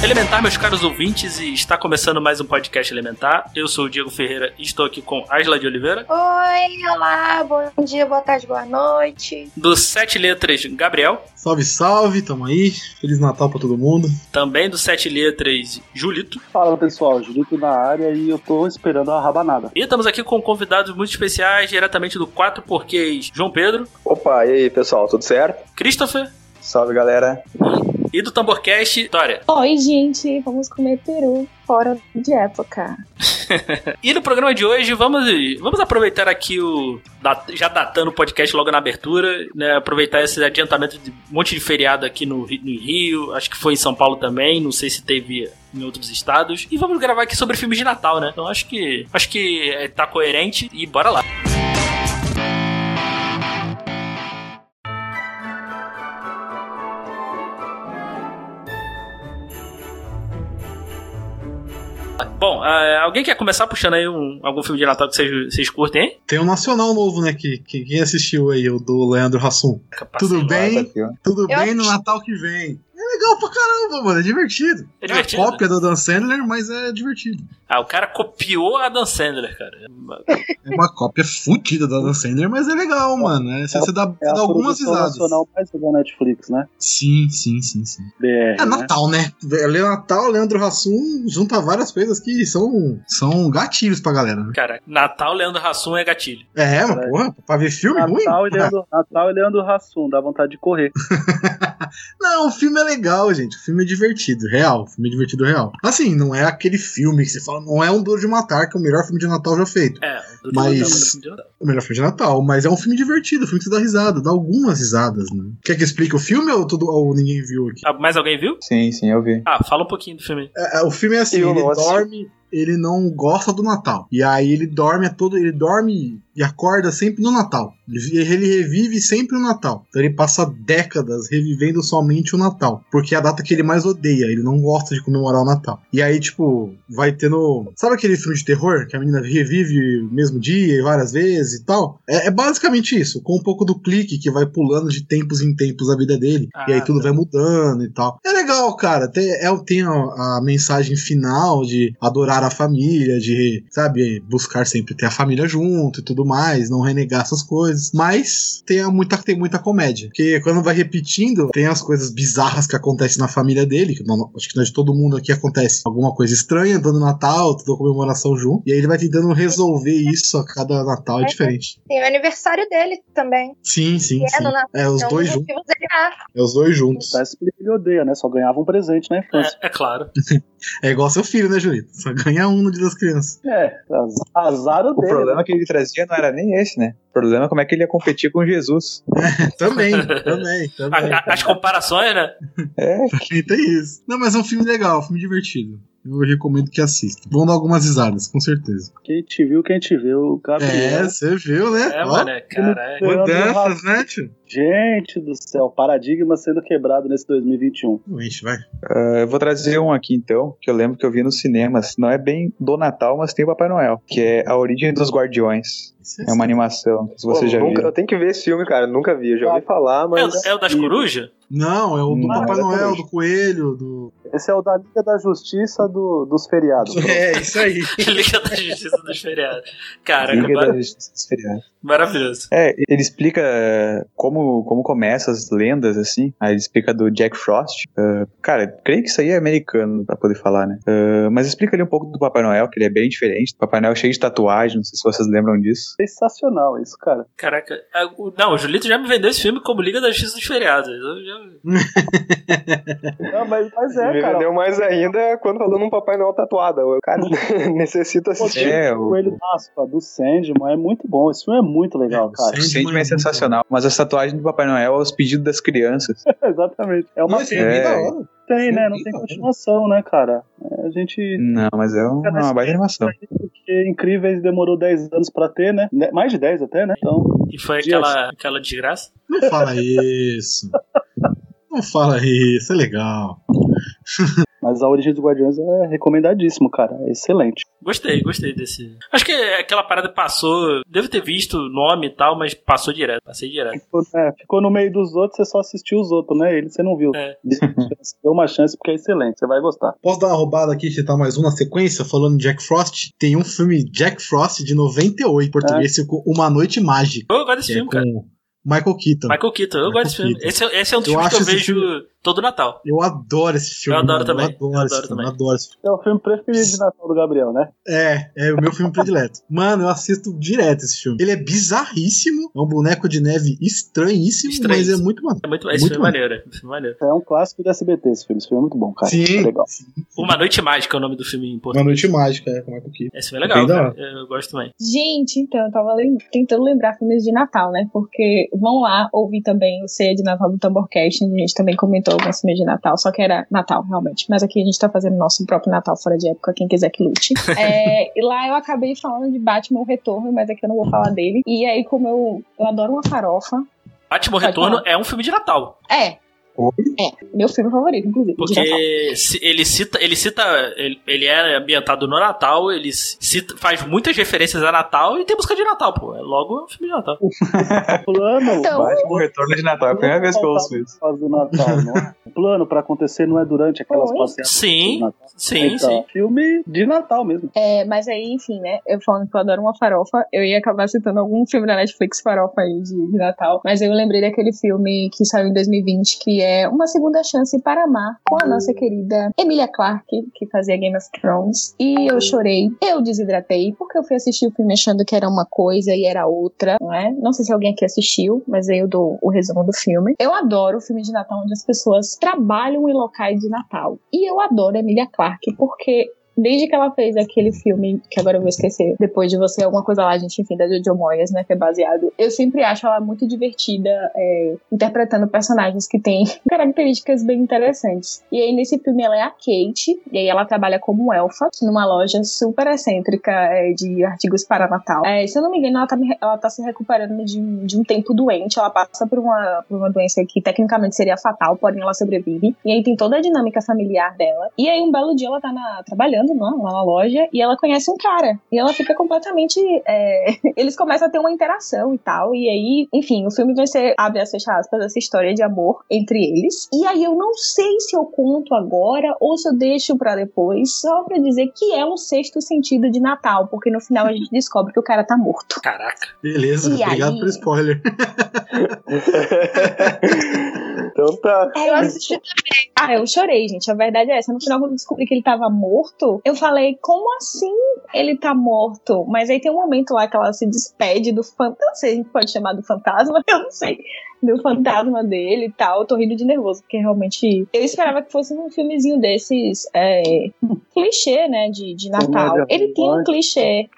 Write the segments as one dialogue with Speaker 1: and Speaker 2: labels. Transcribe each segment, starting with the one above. Speaker 1: Elementar, meus caros ouvintes, e está começando mais um podcast Elementar. Eu sou o Diego Ferreira e estou aqui com Asla de Oliveira,
Speaker 2: Oi, olá, bom dia, boa tarde, boa noite.
Speaker 1: do Sete Letras Gabriel,
Speaker 3: Salve, salve, tamo aí. Feliz Natal pra todo mundo.
Speaker 1: também do Sete Letras Julito,
Speaker 4: Fala pessoal, Julito na área e eu tô esperando a rabanada.
Speaker 1: e estamos aqui com convidados muito especiais diretamente do Quatro Porquês, João Pedro,
Speaker 5: Opa, e aí pessoal, tudo certo?
Speaker 1: Christopher
Speaker 5: Salve galera.
Speaker 1: e do Tamborcast, Vitória.
Speaker 6: Oi, gente, vamos comer peru fora de época.
Speaker 1: E no programa de hoje vamos, vamos aproveitar aqui o. da- Já datando o podcast logo na abertura, né? Aproveitar esse adiantamento de um monte de feriado aqui no, Ri- no Rio, acho que foi em São Paulo também, não sei se teve em outros estados. E vamos gravar aqui sobre filmes de Natal, né? Então acho que. Acho que é, tá coerente e bora lá. Bom, ah, alguém quer começar puxando aí um- algum filme de Natal que vocês, vocês curtem, hein?
Speaker 3: Tem um nacional novo, né? Que, que- quem assistiu aí, o do Leandro Hassum. Tudo
Speaker 5: Vai,
Speaker 4: né?
Speaker 3: bem?
Speaker 5: tá aqui, ó.
Speaker 3: Tudo
Speaker 2: Eu
Speaker 3: bem no
Speaker 2: assisti.
Speaker 3: Natal que vem. É legal pra caramba, mano. É divertido.
Speaker 1: É divertido.
Speaker 3: É
Speaker 4: né?
Speaker 3: a cópia do Dan Sandler, mas é divertido.
Speaker 1: Ah, o cara copiou a Dan Sandler, cara.
Speaker 3: É uma cópia fudida da Dan Sandler, mas é legal, mano. É, você, você dá,
Speaker 4: É
Speaker 3: você
Speaker 4: a
Speaker 3: dá algumas
Speaker 4: produção
Speaker 3: risadas.
Speaker 4: nacional mais da Netflix, né?
Speaker 3: Sim, sim, sim, sim.
Speaker 4: BR,
Speaker 3: É
Speaker 4: né?
Speaker 3: Natal, né? É Natal, Leandro Hassum junta várias coisas que são, são gatilhos pra galera. né?
Speaker 1: Cara, Natal Leandro Hassum é gatilho.
Speaker 3: É, mas
Speaker 4: Caralho.
Speaker 3: porra, pra ver filme ruim?
Speaker 4: Natal e Leandro, Natal e Leandro Hassum, dá vontade de correr.
Speaker 3: Não, o filme é legal, gente. O filme é divertido, real. O filme é divertido, real. Assim, não é aquele filme que você fala, não é um Duro de Matar, que é o melhor filme de Natal já feito.
Speaker 1: É, do
Speaker 3: Mas-
Speaker 1: filme de Natal.
Speaker 3: O melhor filme de Natal, mas é um filme divertido, um filme que você dá risada, dá algumas risadas, né? Quer que explique o filme ou, tudo, ou ninguém viu aqui?
Speaker 1: Ah, mais alguém viu?
Speaker 5: Sim, sim, eu vi.
Speaker 1: Ah, fala um pouquinho do filme.
Speaker 3: É, é, o filme é assim,
Speaker 5: Eu
Speaker 3: ele
Speaker 5: não assisti.
Speaker 3: dorme, ele não gosta do Natal. E aí ele dorme a todo, ele dorme e acorda sempre no Natal. Ele, ele revive sempre o Natal. Então ele passa décadas revivendo somente o Natal, porque é a data que ele mais odeia, ele não gosta de comemorar o Natal. E aí tipo, vai tendo, sabe aquele filme de terror que a menina revive o mesmo dia e várias vezes e tal? É, é basicamente isso, com um pouco do clique que vai pulando de tempos em tempos a vida dele. e aí
Speaker 1: Ah,
Speaker 3: tudo
Speaker 1: tá.
Speaker 3: vai mudando e tal. É legal, cara. Tem, é, tem a, a mensagem final de adorar a família, de, sabe, buscar sempre ter a família junto e tudo mais, não renegar essas coisas. Mas tem a muita, tem muita comédia. Porque quando vai repetindo, tem as coisas bizarras que acontecem na família dele, que não- acho que não é de todo mundo aqui acontece alguma coisa estranha, todo Natal, toda comemoração junto. E aí ele vai tentando resolver isso a cada Natal, é diferente.
Speaker 2: Tem o aniversário dele também.
Speaker 3: Sim, sim,
Speaker 2: que é
Speaker 3: sim.
Speaker 2: no Natal.
Speaker 3: É, os
Speaker 2: então,
Speaker 3: dois
Speaker 2: os
Speaker 3: juntos.
Speaker 2: motivos ele dá.
Speaker 3: É os dois juntos.
Speaker 4: Tá explica ele odeia, né? Só ganhava um presente na infância.
Speaker 1: É, é claro.
Speaker 3: É igual seu filho, né, Julito? Só ganha um no dia das crianças.
Speaker 4: É, az- azar o
Speaker 5: O
Speaker 4: dele.
Speaker 5: problema
Speaker 4: né?
Speaker 5: que ele trazia não era nem esse, né? O problema é como é que ele ia competir com Jesus.
Speaker 3: Também, também,
Speaker 1: A-
Speaker 3: também.
Speaker 1: a- as comparações, né?
Speaker 5: É,
Speaker 3: Também Tem isso. Não, mas é um filme legal, um filme divertido. Eu recomendo que assista. Vão dar algumas risadas, com certeza.
Speaker 4: né? Quem te viu, quem te viu, o
Speaker 3: É,
Speaker 4: Gabriel.
Speaker 3: você viu, né?
Speaker 1: É,
Speaker 3: Ó,
Speaker 1: mano, é, caralho.
Speaker 3: Mudanças, né, tio?
Speaker 4: Gente do céu, paradigma sendo quebrado nesse 2021.
Speaker 3: Gente, vai.
Speaker 5: ah, eu vou trazer um aqui então, que eu lembro que eu vi nos cinemas. Não é bem do Natal, mas tem o Papai Noel, que é A Origem dos Guardiões.
Speaker 3: Isso
Speaker 5: É uma animação, não sei se
Speaker 7: Pô,
Speaker 5: você já
Speaker 7: nunca-
Speaker 5: viu.
Speaker 7: Eu tenho que ver esse filme, cara. Nunca vi. Eu já ouvi
Speaker 4: Ah,
Speaker 7: falar,
Speaker 1: É,
Speaker 7: mas.
Speaker 1: o- é o das corujas?
Speaker 3: Não, é o do
Speaker 5: Não,
Speaker 3: Papai
Speaker 5: é da
Speaker 3: Noel,
Speaker 5: coruja.
Speaker 3: do Coelho, do.
Speaker 4: Esse é o da Liga da Justiça do- dos feriados.
Speaker 3: É, isso aí.
Speaker 1: Liga da Justiça dos Feriados. Caraca,
Speaker 5: Liga
Speaker 1: mar-
Speaker 5: da Justiça dos Feriados.
Speaker 1: maravilhoso.
Speaker 5: É, ele explica eh, como, como começa as lendas, assim. Aí ele explica do Jack Frost. Eh, cara, creio que isso aí é americano pra poder falar, né? Eh, mas explica ali um pouco do Papai Noel, que ele é bem diferente. O Papai Noel é cheio de tatuagem, não sei se vocês lembram disso.
Speaker 4: Sensacional isso, cara.
Speaker 1: Caraca. Ah, o- Não, o Julito já me vendeu esse filme como Liga da Justiça dos Feriados. Eu já-
Speaker 4: Não, mas, mas é,
Speaker 7: me
Speaker 4: cara.
Speaker 7: vendeu mais ainda quando falou num Papai Noel tatuado. Eu, cara, necessito
Speaker 4: Pô, tipo,
Speaker 7: assistir.
Speaker 5: É,
Speaker 4: o
Speaker 5: o-
Speaker 4: Coelho Naspa, do Sandman, é muito bom. Esse filme é muito legal,
Speaker 3: É,
Speaker 4: cara.
Speaker 5: O Sandman
Speaker 3: Sandman
Speaker 5: é sensacional, mas as tatuagens do Papai Noel aos pedidos das crianças.
Speaker 4: Exatamente. É uma
Speaker 3: Não, esse é bem
Speaker 5: É.
Speaker 3: da hora.
Speaker 4: Tem, né? Não
Speaker 3: Sim,
Speaker 4: tem
Speaker 3: não.
Speaker 4: continuação, né, cara? É, A gente.
Speaker 5: Não, mas é uma, uma baita animação.
Speaker 4: Porque Incríveis demorou 10 anos pra ter, né? Ne- Mais de 10 até, né? Então.
Speaker 1: E foi
Speaker 4: Dias.
Speaker 1: aquela, aquela desgraça.
Speaker 3: Não fala isso. Não fala isso, é legal.
Speaker 4: Mas a origem dos Guardiões é recomendadíssimo, cara. É excelente.
Speaker 1: Gostei, gostei desse. Acho que aquela parada passou. Devo ter visto o nome e tal, mas passou direto. Passei direto.
Speaker 4: Ficou, é, ficou no meio dos outros, você só assistiu os outros, né? Ele você não viu.
Speaker 1: É.
Speaker 4: Deu uma chance porque é excelente, você vai gostar.
Speaker 3: Posso dar uma roubada aqui, citar mais um na sequência, falando de Jack Frost? Tem um filme Jack Frost de 98, em português, ficou Uma Noite Mágica,
Speaker 1: Eu gosto desse
Speaker 3: que é
Speaker 1: É. filme, cara.
Speaker 3: com Michael Keaton.
Speaker 1: Michael Keaton, eu
Speaker 3: Michael
Speaker 1: gosto desse filme.
Speaker 3: Keaton.
Speaker 1: Esse, é- esse é um dos
Speaker 3: Eu
Speaker 1: filmes que eu
Speaker 3: acho esse
Speaker 1: vejo todo Natal.
Speaker 3: Eu adoro esse filme.
Speaker 1: Eu adoro
Speaker 3: mano,
Speaker 1: também,
Speaker 3: Eu adoro,
Speaker 1: eu
Speaker 3: esse
Speaker 1: adoro
Speaker 3: filme,
Speaker 1: também.
Speaker 3: Eu adoro esse filme.
Speaker 4: É o filme preferido de Natal do Gabriel, né?
Speaker 3: É, é o meu filme predileto. Mano, eu assisto direto esse filme. Ele é bizarríssimo, é um boneco de neve estranhíssimo, mas
Speaker 1: Estranhíssimo.
Speaker 3: é muito maneiro.
Speaker 1: É muito, esse
Speaker 3: Muito
Speaker 1: filme é maneiro. é, esse filme é maneiro.
Speaker 4: É um clássico do SBT esse filme. Esse filme é muito bom, cara.
Speaker 3: Sim,
Speaker 4: É legal.
Speaker 3: sim.
Speaker 1: Uma Noite Mágica é o nome do filme em português.
Speaker 3: Uma Noite Mágica, é, com Michael Keaton.
Speaker 1: Esse filme é legal,
Speaker 3: Bem da
Speaker 1: cara. Eu gosto também.
Speaker 6: Gente, então, eu tava lem- tentando lembrar filmes de Natal, né? Porque vão lá ouvir também o Ceia de Natal do Tamborcast, onde a gente também comentou alguns filmes de Natal, só que era Natal, realmente. Mas aqui a gente tá fazendo nosso próprio Natal fora de época, quem quiser que lute. É, e lá eu acabei falando de Batman o Retorno, mas aqui eu não vou falar dele. E aí, como eu, eu adoro uma farofa.
Speaker 1: Batman
Speaker 6: Pode
Speaker 1: Retorno é um filme de Natal.
Speaker 6: É.
Speaker 5: Oi?
Speaker 6: É, meu filme favorito, inclusive. de Natal.
Speaker 1: Porque se- ele cita. Ele cita. Ele, ele é ambientado no Natal, ele cita, faz muitas referências a Natal e tem música de Natal, pô. É logo um filme de Natal.
Speaker 4: Plano,
Speaker 6: Então-
Speaker 4: vai
Speaker 5: Batman Retorno de Natal, é a primeira vez que eu ouço isso.
Speaker 4: fazer o Natal, não. Plano pra acontecer não é durante aquelas
Speaker 6: Oi?
Speaker 4: passeadas.
Speaker 1: Sim,
Speaker 4: do Natal.
Speaker 1: sim,
Speaker 4: Então,
Speaker 1: sim.
Speaker 4: Filme de Natal mesmo.
Speaker 6: É, mas aí, enfim, né? Eu falando que eu adoro uma farofa, eu ia acabar citando algum filme da Netflix farofa aí de, de Natal. Mas eu lembrei daquele filme que saiu em 2020, que é Uma Segunda Chance para Amar, com a nossa querida Emilia Clarke, que fazia Game of Thrones. E eu chorei, eu desidratei, porque eu fui assistir o filme achando que era uma coisa e era outra, não é? Não sei se alguém aqui assistiu, mas aí eu dou o resumo do filme. Eu adoro filme de Natal onde as pessoas trabalham em locais de Natal. E eu adoro Emilia Clarke porque Desde que ela fez aquele filme, que agora eu vou esquecer, depois de você, é alguma coisa lá, gente, enfim, da Jojo Moyes, né, que é baseado. Eu sempre acho ela muito divertida, é, interpretando personagens que têm características bem interessantes. E aí, nesse filme, ela é a Kate, e aí ela trabalha como elfa, numa loja super excêntrica é, de artigos para Natal. É, se eu não me engano, ela tá, me- ela tá se recuperando de, um- de um tempo doente, ela passa por uma, por uma doença que tecnicamente seria fatal, porém ela sobrevive. E aí tem toda a dinâmica familiar dela. E aí um belo dia ela tá na- trabalhando lá, lá na loja e ela conhece um cara. E ela fica completamente. é, eles começam a ter uma interação e tal. E aí, enfim, o filme vai ser, abre as fecha aspas, essa história de amor entre eles. E aí eu não sei se eu conto agora ou se eu deixo pra depois, só pra dizer que é um sexto sentido de Natal, porque no final a gente descobre que o cara tá morto.
Speaker 1: Caraca.
Speaker 3: Beleza,
Speaker 6: E
Speaker 3: obrigado
Speaker 6: aí?
Speaker 3: pelo spoiler.
Speaker 7: Então tá.
Speaker 6: É, eu assisti também. Ah, eu chorei, gente. A verdade é essa. No final, quando eu descobri que ele tava morto, eu falei, como assim ele tá morto? Mas aí tem um momento lá que ela se despede do fantasma. Não sei se a gente pode chamar do fantasma, eu não sei. Do fantasma dele e tal. Eu tô rindo de nervoso, porque realmente. Eu esperava que fosse um filmezinho desses. É, clichê, né? De, de Natal.
Speaker 4: Comédia
Speaker 6: Ele tem um
Speaker 4: romântica.
Speaker 6: clichê.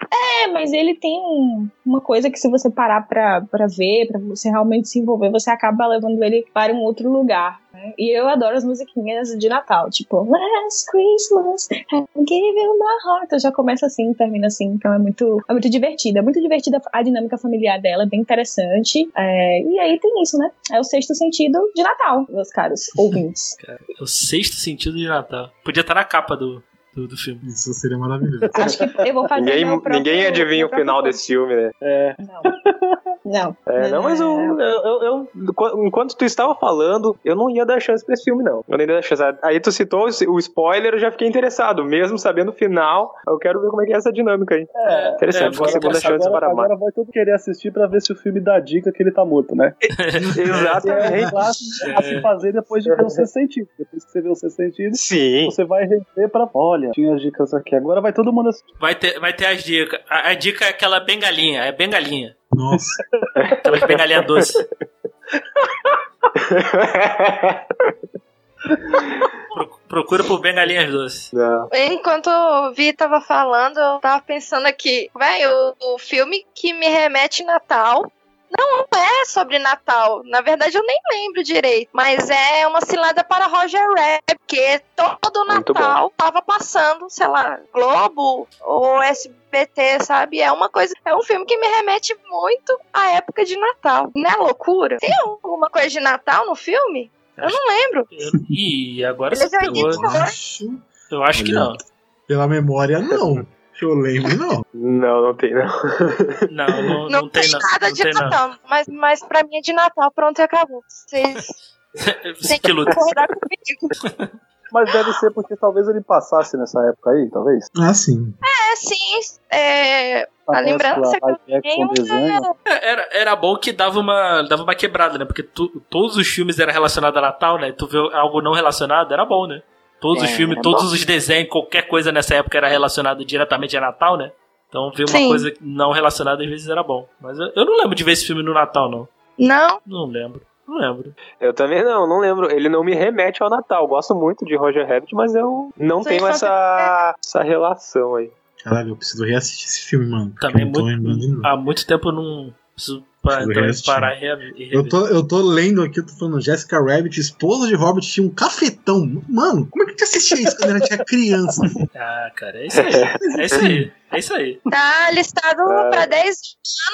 Speaker 6: É, mas ele tem um- uma coisa que se você parar pra, pra ver, pra você realmente se envolver, você acaba levando ele para um outro lugar. né? E eu adoro as musiquinhas de Natal, tipo Last Christmas, I gave you my heart. Então já começa assim, termina assim, então é muito, é muito divertida. É muito divertida a dinâmica familiar dela, é bem interessante. É, e aí tem isso, né? É o sexto sentido de Natal, meus caros ouvintes.
Speaker 1: É o sexto sentido de Natal. Podia estar na capa do, do, do filme.
Speaker 3: Isso seria maravilhoso.
Speaker 6: Acho que eu vou fazer.
Speaker 7: Ninguém,
Speaker 6: meu próprio-
Speaker 7: ninguém adivinha
Speaker 6: meu
Speaker 7: o final
Speaker 6: próprio-
Speaker 7: desse filme, né?
Speaker 4: É,
Speaker 6: Não. Não.
Speaker 7: É, não, mas eu, eu, eu- eu- enqu- enquanto tu estava falando, eu não ia dar chance pra esse filme, não. Eu não ia dar chance. Aí tu citou o spoiler, eu já fiquei interessado. Mesmo sabendo o final, eu quero ver como é que é essa dinâmica aí.
Speaker 4: é.
Speaker 7: Interessante,
Speaker 1: é,
Speaker 7: uma segunda
Speaker 1: agora-
Speaker 7: chance para
Speaker 4: Agora,
Speaker 7: amar.
Speaker 4: agora vai todo querer assistir pra ver se o filme dá dica que ele tá morto, né? É um
Speaker 7: Exatamente.
Speaker 4: clássico a se fazer depois de ver o sexto sentido. Depois que você vê o sexto sentido,
Speaker 7: Sim.
Speaker 4: você vai rever pra. Olha, tinha as dicas aqui. Agora vai todo mundo assistir.
Speaker 1: Vai ter, vai ter as dicas. A, a dica é aquela bengalinha, é bengalinha.
Speaker 3: Nossa.
Speaker 1: Aquelas bengalinhas doces. Pro- Procura por Bengalinhas Doces.
Speaker 7: Não.
Speaker 2: Enquanto o Vi tava falando, eu tava pensando aqui, véi, o, o filme que me remete Natal. Não é sobre Natal. Na verdade, eu nem lembro direito. Mas é uma cilada para Roger Rabbit. Porque todo
Speaker 7: Muito
Speaker 2: Natal tava passando, sei lá, Globo ou SBT, sabe? É uma coisa. É um filme que me remete muito à época de Natal. Não é loucura? Tem alguma coisa de Natal no filme? Eu não lembro.
Speaker 1: Ih, agora
Speaker 2: Ele
Speaker 1: você
Speaker 2: já
Speaker 1: pegou.
Speaker 3: Eu
Speaker 2: identificou.
Speaker 3: acho.
Speaker 1: Eu acho que não.
Speaker 3: Pela memória, não. Que eu lembro, não.
Speaker 7: Não, não tem, não.
Speaker 1: Não, não,
Speaker 2: Não,
Speaker 1: não
Speaker 2: tem
Speaker 1: tem não.
Speaker 2: nada
Speaker 1: Não
Speaker 2: de
Speaker 1: tem não.
Speaker 2: Natal, mas, mas pra mim é de Natal, pronto e acabou. Vocês
Speaker 1: Você
Speaker 2: têm
Speaker 1: que
Speaker 2: que
Speaker 1: luta.
Speaker 2: concordar comigo.
Speaker 4: Mas deve ser porque talvez ele passasse nessa época aí, talvez.
Speaker 3: Ah, sim.
Speaker 2: É, sim, é,
Speaker 4: Tá
Speaker 2: a lembrança que eu tenho é...
Speaker 1: Era, era bom que dava uma, dava uma quebrada, né? Porque tu- todos os filmes eram relacionados a Natal, né? Tu vê algo não relacionado, era bom, né? Todos os
Speaker 2: É,
Speaker 1: filmes,
Speaker 2: era
Speaker 1: todos os desenhos, qualquer coisa nessa época era relacionado diretamente a Natal, né? Então ver uma
Speaker 2: Sim.
Speaker 1: coisa não relacionada às vezes era bom. Mas eu, eu não lembro de ver esse filme no Natal, não.
Speaker 2: Não,
Speaker 1: Não lembro. Não lembro.
Speaker 7: Eu também não, não lembro. Ele não me remete ao Natal. Eu gosto muito de Roger Rabbit, mas eu não
Speaker 2: Sua
Speaker 7: tenho
Speaker 2: infância-
Speaker 7: essa, essa relação aí.
Speaker 3: Caralho, eu preciso reassistir esse filme, mano. porque
Speaker 1: Também
Speaker 3: eu não tô lembrando de
Speaker 1: muito,
Speaker 3: nada.
Speaker 1: há muito tempo eu não preciso pa-
Speaker 3: Preciso
Speaker 1: também
Speaker 3: reassistir.
Speaker 1: parar e re- e
Speaker 3: Eu
Speaker 1: rever.
Speaker 3: tô, eu tô lendo aqui, eu tô falando Jessica Rabbit, esposa de Robert, tinha um cafetão. Mano, como é que tu assistia isso quando era tinha criança?
Speaker 1: Ah, cara, é isso aí. É isso aí. É isso aí.
Speaker 2: tá listado
Speaker 7: Ah.
Speaker 2: pra 10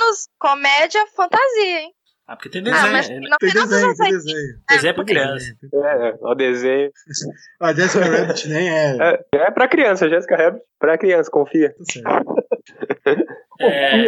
Speaker 2: anos, comédia, fantasia, hein?
Speaker 1: Ah, porque tem
Speaker 2: Ah, mas
Speaker 1: desenho.
Speaker 2: no
Speaker 3: Tem
Speaker 2: final dos
Speaker 3: desenho,
Speaker 2: anos
Speaker 3: tem
Speaker 2: 80,
Speaker 3: desenho.
Speaker 1: desenho é pra criança.
Speaker 7: É, o desenho.
Speaker 3: A Ah, Jessica Rabbit nem é.
Speaker 7: É, é pra criança, Jessica Rabbit. Pra criança, confia.
Speaker 3: Tá certo.
Speaker 1: É,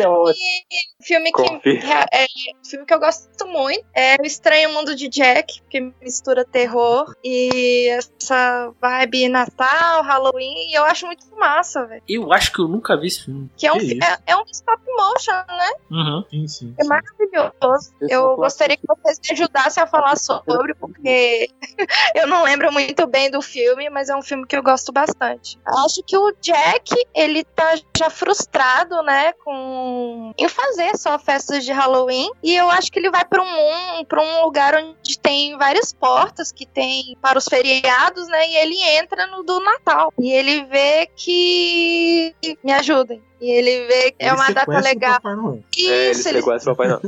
Speaker 2: filme que,
Speaker 7: Confia.
Speaker 2: é, filme que eu gosto muito é O Estranho Mundo de Jack, que mistura terror e essa vibe Natal, Halloween, e eu acho muito massa, velho.
Speaker 1: eu acho que eu nunca vi esse filme.
Speaker 2: Que é um,
Speaker 3: Que
Speaker 2: fi-
Speaker 3: isso?
Speaker 2: é, é um stop motion, né?
Speaker 1: Uhum.
Speaker 3: Sim, sim.
Speaker 2: É maravilhoso.
Speaker 4: Esse é
Speaker 2: eu
Speaker 4: um clássico.
Speaker 2: gostaria que vocês me ajudassem a falar sobre, porque eu não lembro muito bem do filme, mas é um filme que eu gosto bastante. Acho que o Jack, ele tá já frustrado, né, com em fazer só festas de Halloween, e eu acho que ele vai para um para um lugar onde tem várias portas que tem para os feriados, né, e ele entra no do Natal. E ele vê que me ajudem. E ele vê que é
Speaker 3: Ele
Speaker 2: uma data
Speaker 3: sequestra o
Speaker 2: legal.
Speaker 3: Papai Noel.
Speaker 7: É, ele
Speaker 2: Isso, ele
Speaker 7: sequestra o Papai Noel.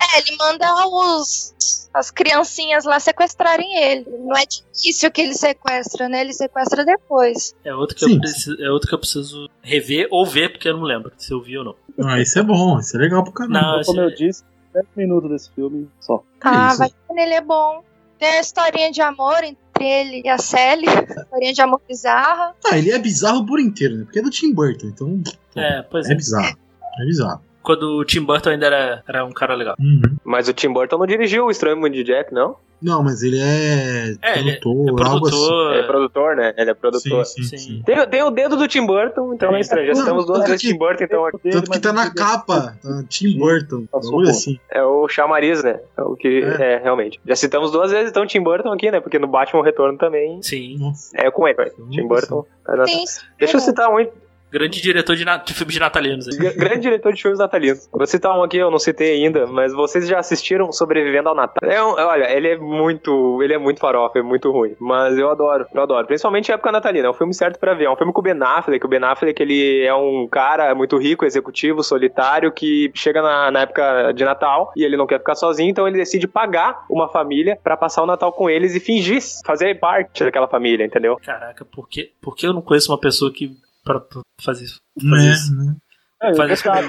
Speaker 2: é, ele manda os, as criancinhas lá sequestrarem ele. Não é difícil que ele sequestra, né? Ele sequestra depois.
Speaker 1: É outro, que
Speaker 3: Sim.
Speaker 1: eu preciso, é outro que eu preciso rever ou ver, porque eu não lembro se eu vi ou não.
Speaker 3: Ah, isso é bom, isso é legal pro
Speaker 1: Não,
Speaker 3: caramba.
Speaker 1: esse-
Speaker 4: Como eu disse, 10 minutos desse filme só.
Speaker 2: Tá,
Speaker 3: Isso.
Speaker 2: vai quando ele é bom. Tem a historinha de amor entre ele e a Sally. historinha de amor bizarra.
Speaker 3: Ah, ele é bizarro por inteiro, né? Porque é do Tim Burton, então
Speaker 1: é, pois
Speaker 3: é
Speaker 1: é.
Speaker 3: bizarro. É bizarro.
Speaker 1: Quando o Tim Burton ainda era, era um cara legal.
Speaker 3: Uhum.
Speaker 7: Mas o Tim Burton não dirigiu o Estranho Mundo de Jack, não?
Speaker 3: Não, mas ele é,
Speaker 1: É, ele é-
Speaker 3: produtor,
Speaker 1: É
Speaker 3: algo assim.
Speaker 1: produtor.
Speaker 7: Ele é produtor, né? Ele é produtor.
Speaker 3: Sim,
Speaker 1: Sim.
Speaker 3: sim, sim.
Speaker 7: Tem, tem o dedo do Tim Burton, então é estranho. Já
Speaker 3: Não,
Speaker 7: estamos duas
Speaker 3: tanto
Speaker 7: vezes
Speaker 3: que-
Speaker 7: Tim Burton, então aqui.
Speaker 3: Tanto que tá na capa, tá Tim Burton,
Speaker 4: Passou
Speaker 3: bagulho
Speaker 4: bom.
Speaker 3: assim.
Speaker 7: é o chamariz, né? É o que
Speaker 3: É.
Speaker 7: é. realmente. Já citamos duas vezes então Tim Burton aqui, né? Porque no Batman Retorno também
Speaker 1: Sim.
Speaker 3: Nossa,
Speaker 7: é com ele, né?
Speaker 3: Eu
Speaker 7: Tim
Speaker 3: não
Speaker 7: Burton. é nata-
Speaker 2: Tem né?
Speaker 7: Deixa eu
Speaker 2: inspira-
Speaker 7: citar um hein?
Speaker 1: Grande diretor de, na- de filmes de natalinos. aí.
Speaker 7: Gr- grande diretor de filmes natalinos. Vou citar um aqui, eu não citei ainda, mas vocês já assistiram Sobrevivendo ao Natal. É um- olha, ele é muito, ele é muito farofa, é muito ruim, mas eu adoro, eu adoro. Principalmente a época natalina, é um filme certo pra ver. É um filme com o Ben Affleck, o Ben Affleck ele é um cara muito rico, executivo, solitário, que chega na, na época de Natal e ele não quer ficar sozinho, então ele decide pagar uma família pra passar o Natal com eles e fingir fazer parte daquela família, entendeu?
Speaker 1: Caraca, por que, por que eu não conheço uma pessoa que. pra, pra fazer isso? Fazer isso?
Speaker 3: Né, né?
Speaker 4: É,
Speaker 1: Fazer
Speaker 4: eu sabe,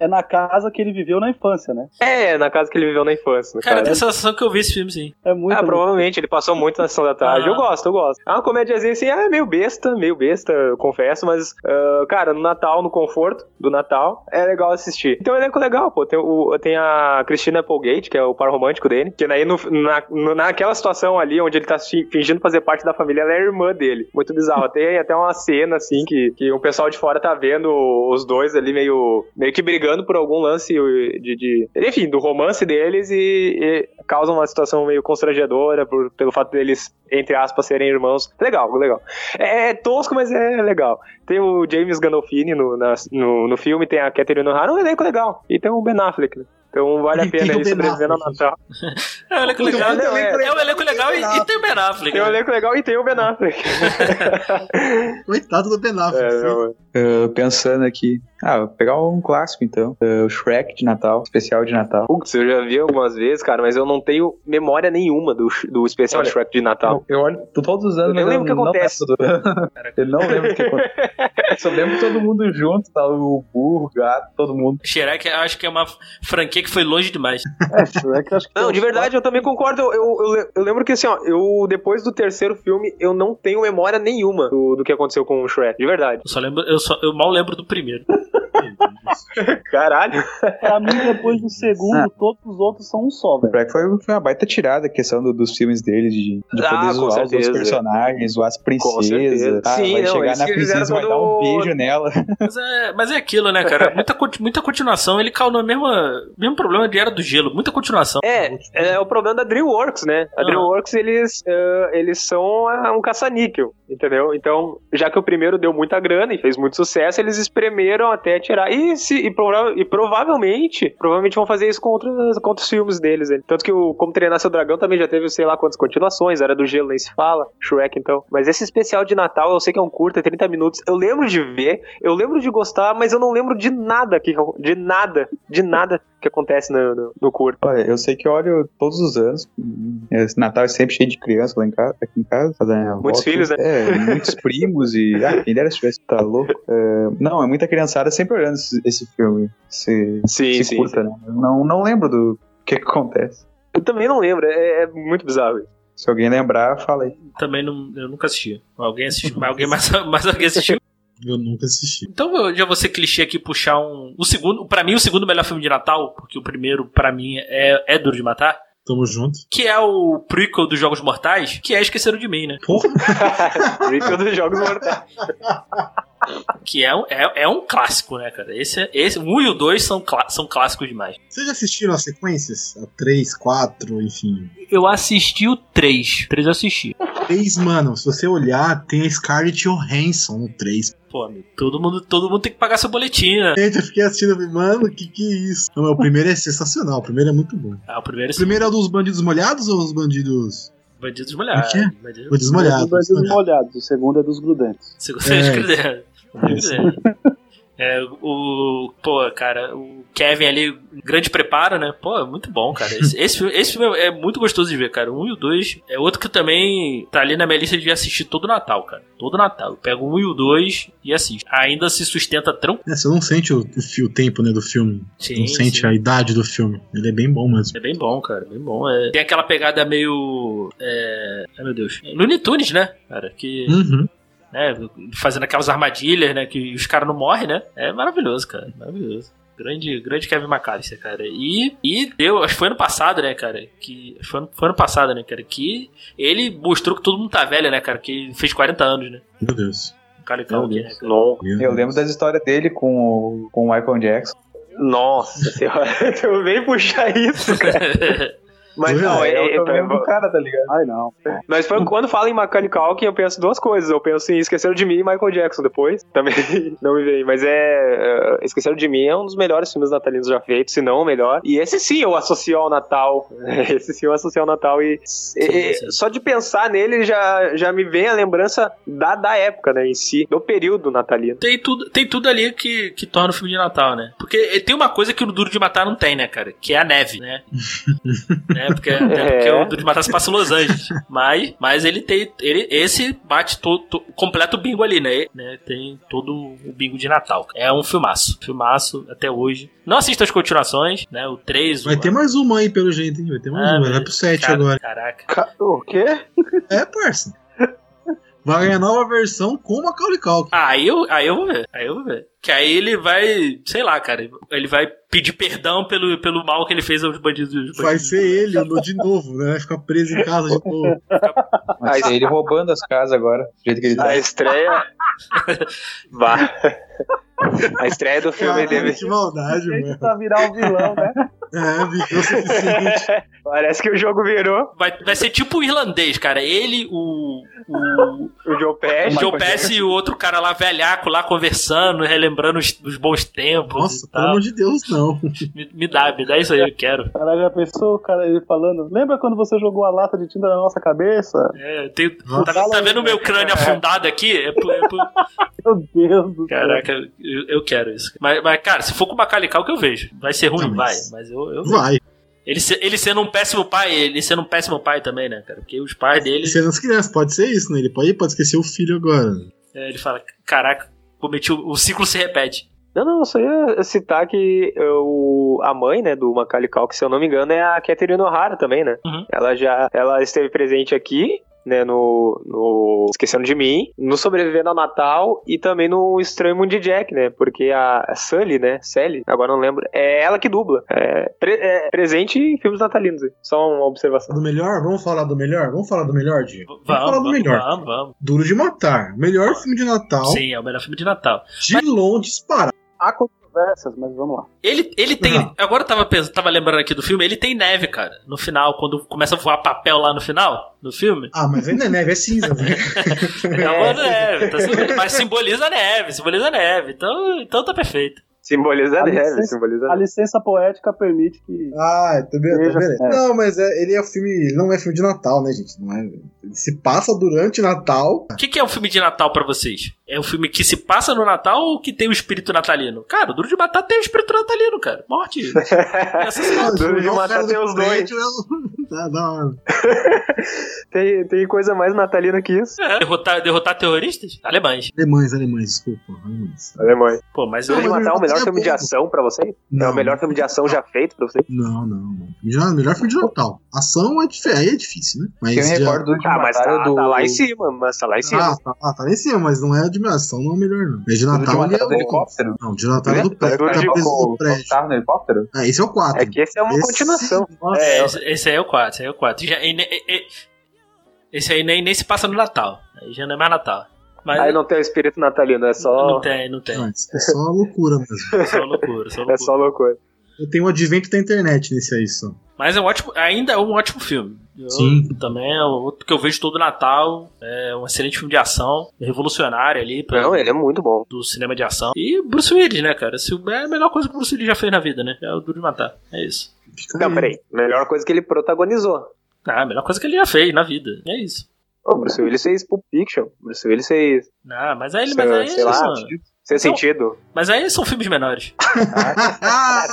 Speaker 4: é, é na casa que ele viveu na infância, né?
Speaker 7: É, na casa que ele viveu na infância. no
Speaker 1: Cara,
Speaker 7: caso.
Speaker 1: tem a sensação que eu vi esse filme, sim.
Speaker 4: É muito.
Speaker 7: ah, provavelmente, ele passou muito na sessão da tarde.
Speaker 1: Ah.
Speaker 7: Eu gosto, eu gosto. É uma comédiazinha assim, é meio besta, meio besta, eu confesso, mas, ah, cara, no Natal, no conforto do Natal, é legal assistir. Então, ele é legal, pô. Tem, o, tem a Christina Applegate, que é o par romântico dele, que aí no, na, no- naquela situação ali, onde ele tá fi- fingindo fazer parte da família, ela é irmã dele. Muito bizarro. tem até uma cena, assim, que, que o pessoal de fora tá vendo os dois ali meio, meio que brigando por algum lance de, de- enfim, do romance deles e, e causa uma situação meio constrangedora por- pelo fato deles, entre aspas, serem irmãos. Legal, legal. É, é tosco, mas é legal. Tem o James Gandolfini no, na- no, no filme, tem a Catherine O'Hara, um elenco legal. E tem o Ben Affleck, né? Então vale a
Speaker 3: E
Speaker 7: pena
Speaker 3: tem o
Speaker 7: aí
Speaker 3: Ben
Speaker 7: sobreviver no
Speaker 3: Affleck.
Speaker 7: Natal.
Speaker 1: É um elenco legal.
Speaker 7: Não, é-
Speaker 1: É um elenco legal e, e tem o Ben Affleck. né?
Speaker 7: Tem um elenco legal e tem o Ben Affleck.
Speaker 3: Coitado do Ben Affleck.
Speaker 7: É, não,
Speaker 5: Eu pensando aqui. Ah, vou pegar um clássico então. Eh, o Shrek de Natal, especial de Natal.
Speaker 7: Putz, eu já vi algumas vezes, cara, mas eu não tenho memória nenhuma do, do especial
Speaker 5: Olha,
Speaker 7: Shrek de Natal.
Speaker 5: Eu olho todos os anos,
Speaker 7: Tá. Eu nem
Speaker 5: mas
Speaker 7: lembro o que
Speaker 5: não
Speaker 7: acontece.
Speaker 5: lembro todo- Eu não lembro o que acontece. Eu Só lembro todo mundo junto, tá? O burro, o gato, todo mundo.
Speaker 1: Shrek, eu acho que é uma franquia que foi longe demais.
Speaker 4: É, Shrek, acho que
Speaker 7: Não,
Speaker 4: tem
Speaker 7: de
Speaker 4: uns
Speaker 7: verdade, eu também concordo. Eu, eu, eu le- eu lembro que assim, ó, eu depois do terceiro filme, eu não tenho memória nenhuma do, do que aconteceu com o Shrek. De verdade.
Speaker 1: Eu só lembro, eu, só, eu mal lembro do primeiro.
Speaker 3: é
Speaker 7: Caralho.
Speaker 4: Pra mim, depois do segundo, todos os outros são um só,
Speaker 5: O
Speaker 4: velho.
Speaker 5: Shrek foi, foi uma baita tirada a questão do- dos filmes dele, de, de
Speaker 7: Ah,
Speaker 5: poder
Speaker 7: com
Speaker 5: zoar os
Speaker 7: certeza.
Speaker 5: outros personagens, zoar as princesas.
Speaker 7: certeza.
Speaker 5: Ah,
Speaker 7: Sim,
Speaker 5: vai
Speaker 7: não,
Speaker 5: chegar
Speaker 7: eles
Speaker 5: na
Speaker 7: fizeram
Speaker 5: princesa, vai dar um
Speaker 7: quando-
Speaker 5: beijo nela.
Speaker 1: Mas é, mas é aquilo, né, cara? Muita, conti- muita continuação. Ele caiu no mesmo, mesmo problema de Era do Gelo. Muita continuação.
Speaker 7: É, é o problema da DreamWorks, né? A
Speaker 1: Ah.
Speaker 7: DreamWorks, eles, eh, eles são ah, um caça-níquel, entendeu? Então, já que o primeiro deu muita grana e fez muito sucesso, eles espremeram até tirar. E, se, e, prova- e provavelmente, provavelmente vão fazer isso com, outras, com outros filmes deles. né? Tanto que o Como Treinar Seu Dragão também já teve sei lá quantas continuações, Era do Gelo, nem se fala, Shrek, então. Mas esse especial de Natal, eu sei que é um curto, é 30 minutos, eu lembro de ver, eu lembro de gostar, mas eu não lembro de nada, que, de nada, de nada que acontece no, no, no curto.
Speaker 5: Olha, eu sei que eu olho todos os anos. Esse Natal é sempre cheio de criança lá em casa, aqui em casa. casa da minha avó,
Speaker 7: Muitos
Speaker 5: tudo.
Speaker 7: filhos, né?
Speaker 5: É, muitos primos e. Ah, quem dera se tivesse, tá louco. É, não, é muita criançada sempre olhando esse, esse filme. Se,
Speaker 7: Sim,
Speaker 5: se
Speaker 7: sim.
Speaker 5: curta, né? Eu Não, não lembro do que, que acontece.
Speaker 7: Eu também não lembro, é, é muito bizarro. isso.
Speaker 5: Se alguém lembrar, fala aí.
Speaker 1: Também não, eu nunca assisti. Alguém assistiu? Mas alguém mais, mais alguém assistiu?
Speaker 3: Eu nunca assisti.
Speaker 1: Então eu já vou ser clichê aqui puxar um. O segundo, pra mim, o segundo melhor filme de Natal, porque o primeiro, pra mim, é, é Duro de Matar,
Speaker 3: Tamo junto.
Speaker 1: que é o prequel dos Jogos Mortais, que é Esqueceram de Mim, né?
Speaker 3: Porra,
Speaker 7: Prequel dos Jogos Mortais.
Speaker 1: Que é um, é, é um clássico, né, cara? Esse, esse, um e o dois são, clá- são clássicos demais.
Speaker 3: vocês já assistiram as sequências? A 3, 4, enfim.
Speaker 1: Eu assisti o 3. 3 eu assisti.
Speaker 3: 3, mano, se você olhar, tem a Scarlett Johansson no 3.
Speaker 1: Pô, amigo, todo mundo, todo mundo tem que pagar seu boletim, né?
Speaker 3: Gente, eu fiquei assistindo, eu falei, mano, que que é isso? Não, mas o primeiro é sensacional, o primeiro é muito bom. O
Speaker 1: Ah, o primeiro, sim.
Speaker 3: primeiro é o dos bandidos molhados ou os bandidos...
Speaker 1: Bandidos molhados.
Speaker 3: O né?
Speaker 1: Bandidos-
Speaker 3: Bandidos
Speaker 4: O primeiro
Speaker 3: molhados.
Speaker 4: é dos molhados, o segundo é dos grudentes.
Speaker 1: Se você
Speaker 3: É.
Speaker 1: escrever. É, o. Pô, cara, o Kevin ali, grande preparo, né? Pô, é muito bom, cara. Esse, esse filme, esse filme é muito gostoso de ver, cara. O 1 e o 2 é outro que também tá ali na minha lista de assistir todo Natal, cara. Todo Natal. Eu pego o 1 e o 2 e assisto. Ainda se sustenta tão.
Speaker 3: É, você não sente o, o fi- o tempo né, do filme,
Speaker 1: Sim,
Speaker 3: não sente
Speaker 1: sim.
Speaker 3: a idade do filme. Ele é bem bom mesmo.
Speaker 1: É bem bom, cara, bem bom. É, tem aquela pegada meio. É, ai, meu Deus. Looney Tunes, né, cara? Que.
Speaker 3: Uhum.
Speaker 1: né? Fazendo aquelas armadilhas, né? Que os caras não morrem, né? É maravilhoso, cara. Maravilhoso. Grande, grande Kevin McAllister, cara. E, e deu, acho que foi ano passado, né, cara? Que, acho que foi, ano, foi ano passado, né, cara? Que ele mostrou que todo mundo tá velho, né, cara? Que ele fez 40 anos, né?
Speaker 3: Meu Deus.
Speaker 1: O Calicão
Speaker 5: Meu
Speaker 1: aqui, né? cara?
Speaker 7: No-
Speaker 3: Meu
Speaker 5: Eu
Speaker 4: Uhum.
Speaker 3: Deus.
Speaker 5: lembro das histórias dele com o, com o Michael Jackson.
Speaker 7: Nossa senhora, eu nem puxar isso, cara. Mas
Speaker 3: Pois
Speaker 7: não,
Speaker 3: é,
Speaker 7: é,
Speaker 5: eu tô
Speaker 7: é-
Speaker 5: lembrando do cara, tá ligado?
Speaker 4: Ai, não.
Speaker 7: mas foi- quando fala em Macaulay Culkin, eu penso duas coisas. Eu penso em Esqueceram de Mim e Michael Jackson depois. Também não me veio. Mas é... é, Esqueceram de Mim é um dos melhores filmes natalinos já feitos, se não o melhor. E esse sim eu associo ao Natal. Esse sim eu associo ao Natal e... e-
Speaker 1: sim.
Speaker 7: Só de pensar nele já, já me vem a lembrança da, da época, né, em si. Do período natalino.
Speaker 1: Tem tudo, tem tudo ali que, que torna o filme de Natal, né? Porque eh, tem uma coisa que o Duro de Matar não tem, né, cara? Que é a neve, né? né? Porque, né? Porque o Duro de Matar se passa em Los Angeles. Mas, mas ele tem. Ele, esse bate todo. completa o bingo ali, né? E- né? Tem todo o bingo de Natal. É um filmaço. Filmaço até hoje. Não assista as continuações, né? O 3,
Speaker 3: Vai
Speaker 1: o.
Speaker 3: ter mais uma aí, pelo jeito, hein? Vai ter mais
Speaker 1: Ah,
Speaker 3: uma. Vai
Speaker 1: velho.
Speaker 3: pro 7
Speaker 1: Cara,
Speaker 3: agora.
Speaker 1: Caraca.
Speaker 7: O quê?
Speaker 3: É, parça. Vai ganhar nova versão com Macaulay Culkin.
Speaker 1: Aí eu, aí eu vou ver, aí eu vou ver. Que aí ele vai, sei lá, cara, ele vai pedir perdão pelo, pelo mal que ele fez aos bandidos. aos
Speaker 3: Vai
Speaker 1: bandidos.
Speaker 3: ser ele no- de novo, né? Vai ficar preso em casa de novo.
Speaker 5: Vai ser ele roubando as casas agora, do jeito que ele
Speaker 1: Né?
Speaker 5: tá.
Speaker 7: A estreia. Vá. A estreia do filme
Speaker 3: Cara,
Speaker 7: deve.
Speaker 3: que maldade,
Speaker 4: Gente,
Speaker 3: mano.
Speaker 4: pra virar um vilão, né?
Speaker 3: É, virou o suficiente.
Speaker 7: Parece que o jogo virou.
Speaker 1: Vai, vai ser tipo o irlandês, cara. Ele, o.
Speaker 4: Hum,
Speaker 1: O,
Speaker 7: O Joe
Speaker 1: o
Speaker 7: Pesci.
Speaker 1: Joe Pesci e o outro cara lá, velhaco, lá conversando, relembrando os, os bons tempos.
Speaker 3: Nossa,
Speaker 1: e
Speaker 3: pelo
Speaker 1: tal.
Speaker 3: amor de Deus, não.
Speaker 1: Me, me dá, me dá isso aí, eu quero.
Speaker 4: Caralho, já pensou, cara, ele falando? Lembra quando você jogou a lata de tinta na nossa cabeça?
Speaker 1: É, eu tenho- tá, tá vendo o meu crânio afundado aqui? É por- é por-
Speaker 4: Meu Deus do céu.
Speaker 1: Caraca, eu, eu quero isso. Mas, mas, cara, se for com o Macalical que eu vejo. Vai ser ruim,
Speaker 3: Ah,
Speaker 1: vai.
Speaker 3: mas-
Speaker 1: Mas eu. eu-
Speaker 3: Vai.
Speaker 1: Ele, se- ele sendo um péssimo pai, ele sendo um péssimo pai também, né, cara? Porque os pais dele.
Speaker 3: Cenas crianças, pode ser isso, né? Ele pode, pode esquecer o filho agora.
Speaker 1: é, Ele fala: caraca, cometi. O, o ciclo se repete.
Speaker 7: Não, não, só ia citar que eh, o, a mãe, né, do Macaulay Culkin, se eu não me engano, é a Catherine O'Hara também, né?
Speaker 1: Uhum.
Speaker 7: Ela já ela esteve presente aqui, né, no, no Esquecendo de Mim, no Sobrevivendo ao Natal e também no Estranho Mundo de Jack, né? Porque a a Sully, né, Sally, agora não lembro, é ela que dubla. É, pre- é presente em filmes natalinos, hein? só uma observação.
Speaker 3: Do melhor? Vamos falar do melhor? Vamos falar do melhor, Diego?
Speaker 1: Vamos,
Speaker 3: falar do
Speaker 1: vamos,
Speaker 3: melhor.
Speaker 1: vamos, vamos.
Speaker 3: Duro de Matar. Melhor filme de Natal.
Speaker 1: Sim, é o melhor filme de Natal.
Speaker 3: De longe disparado.
Speaker 4: Há controvérsias, mas vamos lá.
Speaker 1: Ele, ele tem.
Speaker 3: Não.
Speaker 1: Agora eu tava, pensando, tava lembrando aqui do filme, ele tem neve, cara. No final, quando começa a voar papel lá no final do filme.
Speaker 3: Ah, mas ainda é neve, é cinza, velho.
Speaker 1: Tá voando neve. tá sim- mas simboliza neve, simboliza neve. Então, então tá perfeito.
Speaker 7: Simboliza
Speaker 4: A
Speaker 7: a neve,
Speaker 4: licença-
Speaker 7: simboliza a
Speaker 4: A
Speaker 7: neve.
Speaker 4: licença poética permite que.
Speaker 3: Ah, tá be- tá
Speaker 4: Veja,
Speaker 3: beleza.
Speaker 4: é.
Speaker 3: Não, mas é- ele é um filme. Ele não é filme de Natal, né, gente? Não é. Ele se passa durante Natal.
Speaker 1: O que, que é um filme de Natal pra vocês? É um filme que se passa no Natal ou que tem o espírito natalino? Cara, o Duro de Matar tem o espírito natalino, cara. Morte. Assassinato.
Speaker 7: Duro de
Speaker 3: O
Speaker 7: Matar
Speaker 3: cara do
Speaker 7: tem os dois.
Speaker 3: prédio é o- né? Tá da hora.
Speaker 7: Tem, tem coisa mais natalina que isso.
Speaker 1: É, derrotar, derrotar terroristas? Alemães.
Speaker 3: Alemães, alemães, desculpa. Alemães.
Speaker 7: Alemãe.
Speaker 1: Pô, mas
Speaker 7: Duro de
Speaker 1: eu...
Speaker 7: Matar é o melhor filme de
Speaker 3: Não.
Speaker 7: ação pra você? É o melhor filme de ação já feito pra você?
Speaker 3: Não, não, não. Já, melhor filme de Natal. Ação é, dif- aí é difícil, né? Mas
Speaker 5: Eu me
Speaker 3: de-
Speaker 5: recordo do último
Speaker 7: Ah, mas tá,
Speaker 5: Natal do...
Speaker 7: tá lá em cima, mas tá lá em cima.
Speaker 3: Ah, tá, ah, tá lá em cima, mas não é de ação, não é o melhor, não. É de
Speaker 5: do último
Speaker 3: Natal ele é
Speaker 5: Natal do
Speaker 3: o.
Speaker 5: helicóptero.
Speaker 3: Não, de Natal é do prédio.
Speaker 7: Lembra?
Speaker 3: Tá
Speaker 7: Lembra?
Speaker 3: preso
Speaker 5: Com
Speaker 3: no
Speaker 5: o
Speaker 3: prédio.
Speaker 5: carro no helicóptero?
Speaker 3: Ah, esse é o 4.
Speaker 7: É que esse é uma continuação.
Speaker 3: Nossa,
Speaker 7: É,
Speaker 1: esse, esse aí é o 4, esse aí é o 4. Já, e- e- e- esse aí nem, nem se passa no Natal. Aí já não é mais Natal. Mas
Speaker 7: Aí não tem o espírito natalino, é
Speaker 1: não
Speaker 7: só,
Speaker 1: tem, não tem.
Speaker 3: não, isso é só loucura mesmo.
Speaker 1: É só loucura, só loucura.
Speaker 7: é só loucura.
Speaker 3: Eu tenho o advento da internet nesse aí só.
Speaker 1: Mas é um ótimo, ainda é um ótimo filme. Eu-
Speaker 3: Sim.
Speaker 1: Também é outro que eu vejo todo Natal. É um excelente filme de ação, revolucionário ali. pra-
Speaker 7: Não, ele é muito bom.
Speaker 1: do cinema de ação. E Bruce Willis, né, cara? Se- É a melhor coisa que o Bruce Willis já fez na vida, né? É o Duro de Matar. É isso.
Speaker 3: Fica
Speaker 7: Não,
Speaker 3: aí.
Speaker 7: peraí. Melhor coisa que ele protagonizou.
Speaker 1: Ah, a melhor coisa que ele já fez na vida. É isso.
Speaker 7: O Bruce Willis fez Pulp Fiction. Bruce Willis fez.
Speaker 1: Ah, mas aí,
Speaker 7: Sei-
Speaker 1: mas aí,
Speaker 7: sei lá.
Speaker 1: são-
Speaker 7: Sem
Speaker 1: Então-
Speaker 7: sentido.
Speaker 1: mas aí são filmes menores.
Speaker 3: Ah,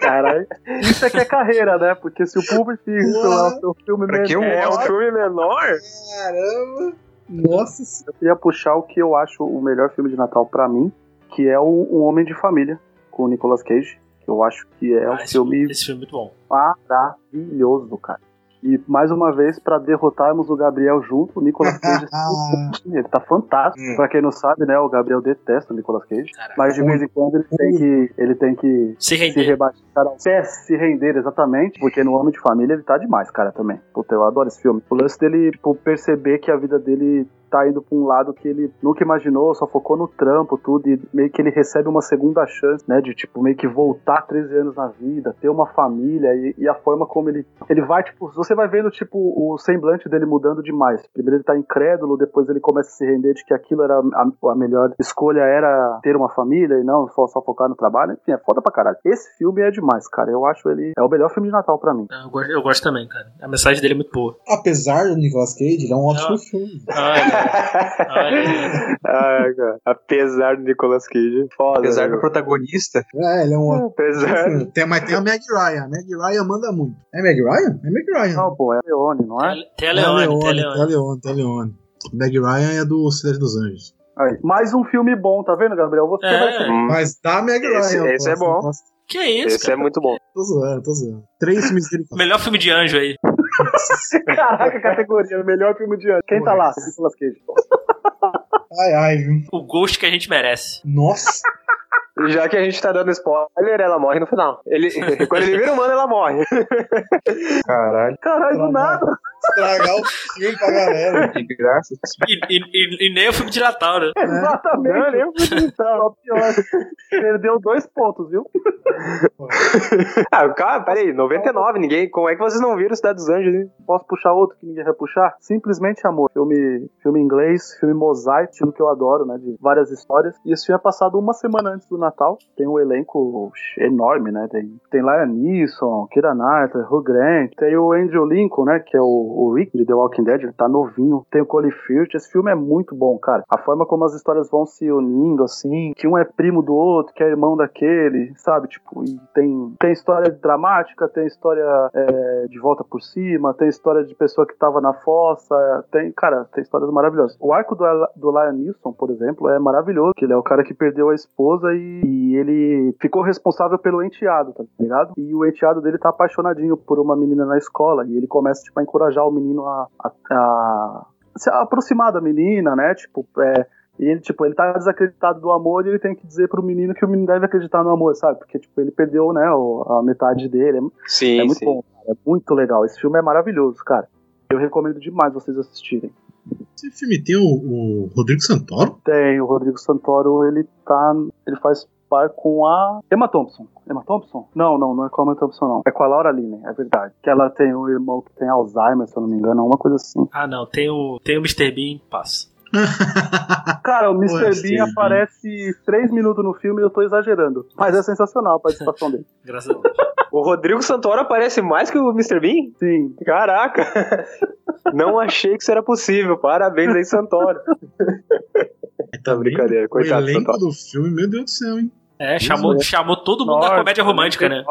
Speaker 7: Caralho.
Speaker 4: Isso aqui é carreira, né? Porque se o público lá o filme
Speaker 5: Pra que
Speaker 4: mesmo,
Speaker 5: um
Speaker 7: É um
Speaker 5: Oscar?
Speaker 7: filme menor?
Speaker 3: caramba. Nossa senhora.
Speaker 4: eu ia puxar o que eu acho o melhor filme de Natal pra mim, que é o Um Homem de Família, com o Nicolas Cage. que Eu acho que é um
Speaker 1: Ah, esse,
Speaker 4: filme
Speaker 1: esse filme é muito bom.
Speaker 4: maravilhoso, cara. E mais uma vez, pra derrotarmos o Gabriel junto, o Nicolas Cage. é
Speaker 3: Ah.
Speaker 4: ele tá fantástico.
Speaker 3: Hum.
Speaker 4: Pra quem não sabe, né? O Gabriel detesta o Nicolas Cage.
Speaker 1: Caraca.
Speaker 4: Mas de vez em quando ele tem que. Ele tem que
Speaker 1: Se
Speaker 4: se
Speaker 1: render.
Speaker 4: rebaixar ao pé, se render exatamente, porque no Homem de Família ele tá demais, cara, também. Puta, eu adoro esse filme. O lance dele, por perceber que a vida dele tá indo pra um lado que ele nunca imaginou, só focou no trampo, tudo, e meio que ele recebe uma segunda chance, né, de, tipo, meio que voltar 13 anos na vida, ter uma família, e, e a forma como ele ele vai, tipo, você vai vendo, tipo, o semblante dele mudando demais. Primeiro ele tá incrédulo, depois ele começa a se render de que aquilo era a, a melhor escolha, era ter uma família e não só, só focar no trabalho. Enfim, é foda pra caralho. Esse filme é demais, cara. Eu acho ele. É o melhor filme de Natal pra mim.
Speaker 1: Ah, Eu gosto, eu gosto também, cara. A mensagem dele é muito boa.
Speaker 3: Apesar do Nicolas Cage, ele é um ótimo
Speaker 1: Não.
Speaker 3: filme.
Speaker 1: Olha, olha.
Speaker 7: Ah, cara. Apesar do Nicolas Cage. Foda.
Speaker 5: Apesar do
Speaker 7: meu.
Speaker 5: protagonista,
Speaker 3: É, ele é um ótimo
Speaker 7: Apesar.
Speaker 3: filme. Tem, mas tem a Meg Ryan. A Meg Ryan manda muito. É Meg Ryan? É Meg Ryan.
Speaker 4: Não, pô, é Leone, não é?
Speaker 1: Tele- Teleone,
Speaker 3: Tá
Speaker 1: Teleone.
Speaker 3: Leone, tá Leone. Meg Ryan é do Cidade dos Anjos.
Speaker 4: Aí. Mais um filme bom, tá vendo, Gabriel? Você vai
Speaker 1: É,
Speaker 7: Hum,
Speaker 3: Mas dá Meg Ryan.
Speaker 7: Esse-
Speaker 3: eu
Speaker 7: esse é
Speaker 3: gosto,
Speaker 7: bom.
Speaker 3: eu gosto.
Speaker 1: que isso,
Speaker 7: Esse é
Speaker 1: cara.
Speaker 7: muito bom.
Speaker 3: Tô zoando, tô zoando. Três filmes dele.
Speaker 1: Melhor filme de anjo aí.
Speaker 4: Caraca, categoria, melhor filme de ano. Quem tá lá? Nicolas Cage.
Speaker 3: Ai, ai, viu?
Speaker 1: O Ghost que a gente merece.
Speaker 3: Nossa.
Speaker 7: Já que a gente tá dando spoiler, ela morre no final. Ele, quando ele vira humano, ela morre.
Speaker 5: caralho.
Speaker 4: Caralho, do nada.
Speaker 3: Estragar o filme pra galera. né?
Speaker 5: Que graça.
Speaker 1: E, e- e- e nem o filme de Natal, né?
Speaker 4: Exatamente.
Speaker 7: Não, nem então.
Speaker 4: Só pior. Perdeu dois pontos, viu?
Speaker 7: Ah, cara, peraí, 99, ninguém. Como é que vocês não viram Cidade dos Anjos, hein?
Speaker 4: Posso puxar outro que ninguém vai puxar? Simplesmente Amor. Filme, filme inglês, filme mosaico, estilo que eu adoro, né? De várias histórias. E esse filme é passado uma semana antes do Natal. Tem um elenco enorme, né? Tem, tem Liam Neeson, Kira Knightley, Hugh Grant. Tem o Andrew Lincoln, né? Que é o, o Rick de The Walking Dead. Ele tá novinho. Tem o Colin Firth. Esse filme é muito bom, cara. A forma como as histórias vão se unindo, assim. Que um é primo do outro, que é irmão daquele, sabe? Tipo, e tem, tem história dramática, tem história é, de volta por cima, tem história de pessoa que tava na fossa, tem, cara, tem histórias maravilhosas. O arco do, do Liam Neeson, por exemplo, é maravilhoso, que ele é o cara que perdeu a esposa e, e ele ficou responsável pelo enteado, tá ligado? E o enteado dele tá apaixonadinho por uma menina na escola e ele começa, tipo, a encorajar o menino a, a- a se aproximar da menina, né? Tipo, é, e ele, tipo, ele tá desacreditado do amor e ele tem que dizer pro menino que o menino deve acreditar no amor, sabe? Porque, tipo, ele perdeu, né, o- a metade dele. É
Speaker 7: Sim,
Speaker 4: é muito bom, cara. É muito legal. Esse filme é maravilhoso, cara. Eu recomendo demais vocês assistirem.
Speaker 3: Esse filme tem o, o Rodrigo Santoro?
Speaker 4: Tem o Rodrigo Santoro, ele tá. ele faz par com a. Emma Thompson. Emma Thompson? Não, não, não é com a Emma Thompson, não. É com a Laura Linney, é verdade. Que ela tem um irmão que tem Alzheimer, se eu não me engano, alguma coisa assim.
Speaker 1: Ah, não, tem o, tem o Mr. Bean, passa.
Speaker 4: Ah, Cara, o Mr.
Speaker 3: Ué,
Speaker 4: Bean
Speaker 3: Steve.
Speaker 4: aparece três minutos no filme e eu tô exagerando. Mas é sensacional a participação dele.
Speaker 1: Graças a Deus.
Speaker 7: O Rodrigo Santoro aparece mais que o Mr. Bean?
Speaker 4: Sim,
Speaker 7: Caraca! Não achei que isso era possível. Parabéns aí, Santoro.
Speaker 3: Tá
Speaker 7: brincadeira,
Speaker 3: O
Speaker 7: coitado do
Speaker 3: elenco
Speaker 7: Santoro.
Speaker 3: do filme, meu Deus do céu, hein?
Speaker 1: É, chamou, chamou todo mundo da
Speaker 4: Norte,
Speaker 1: comédia romântica, né?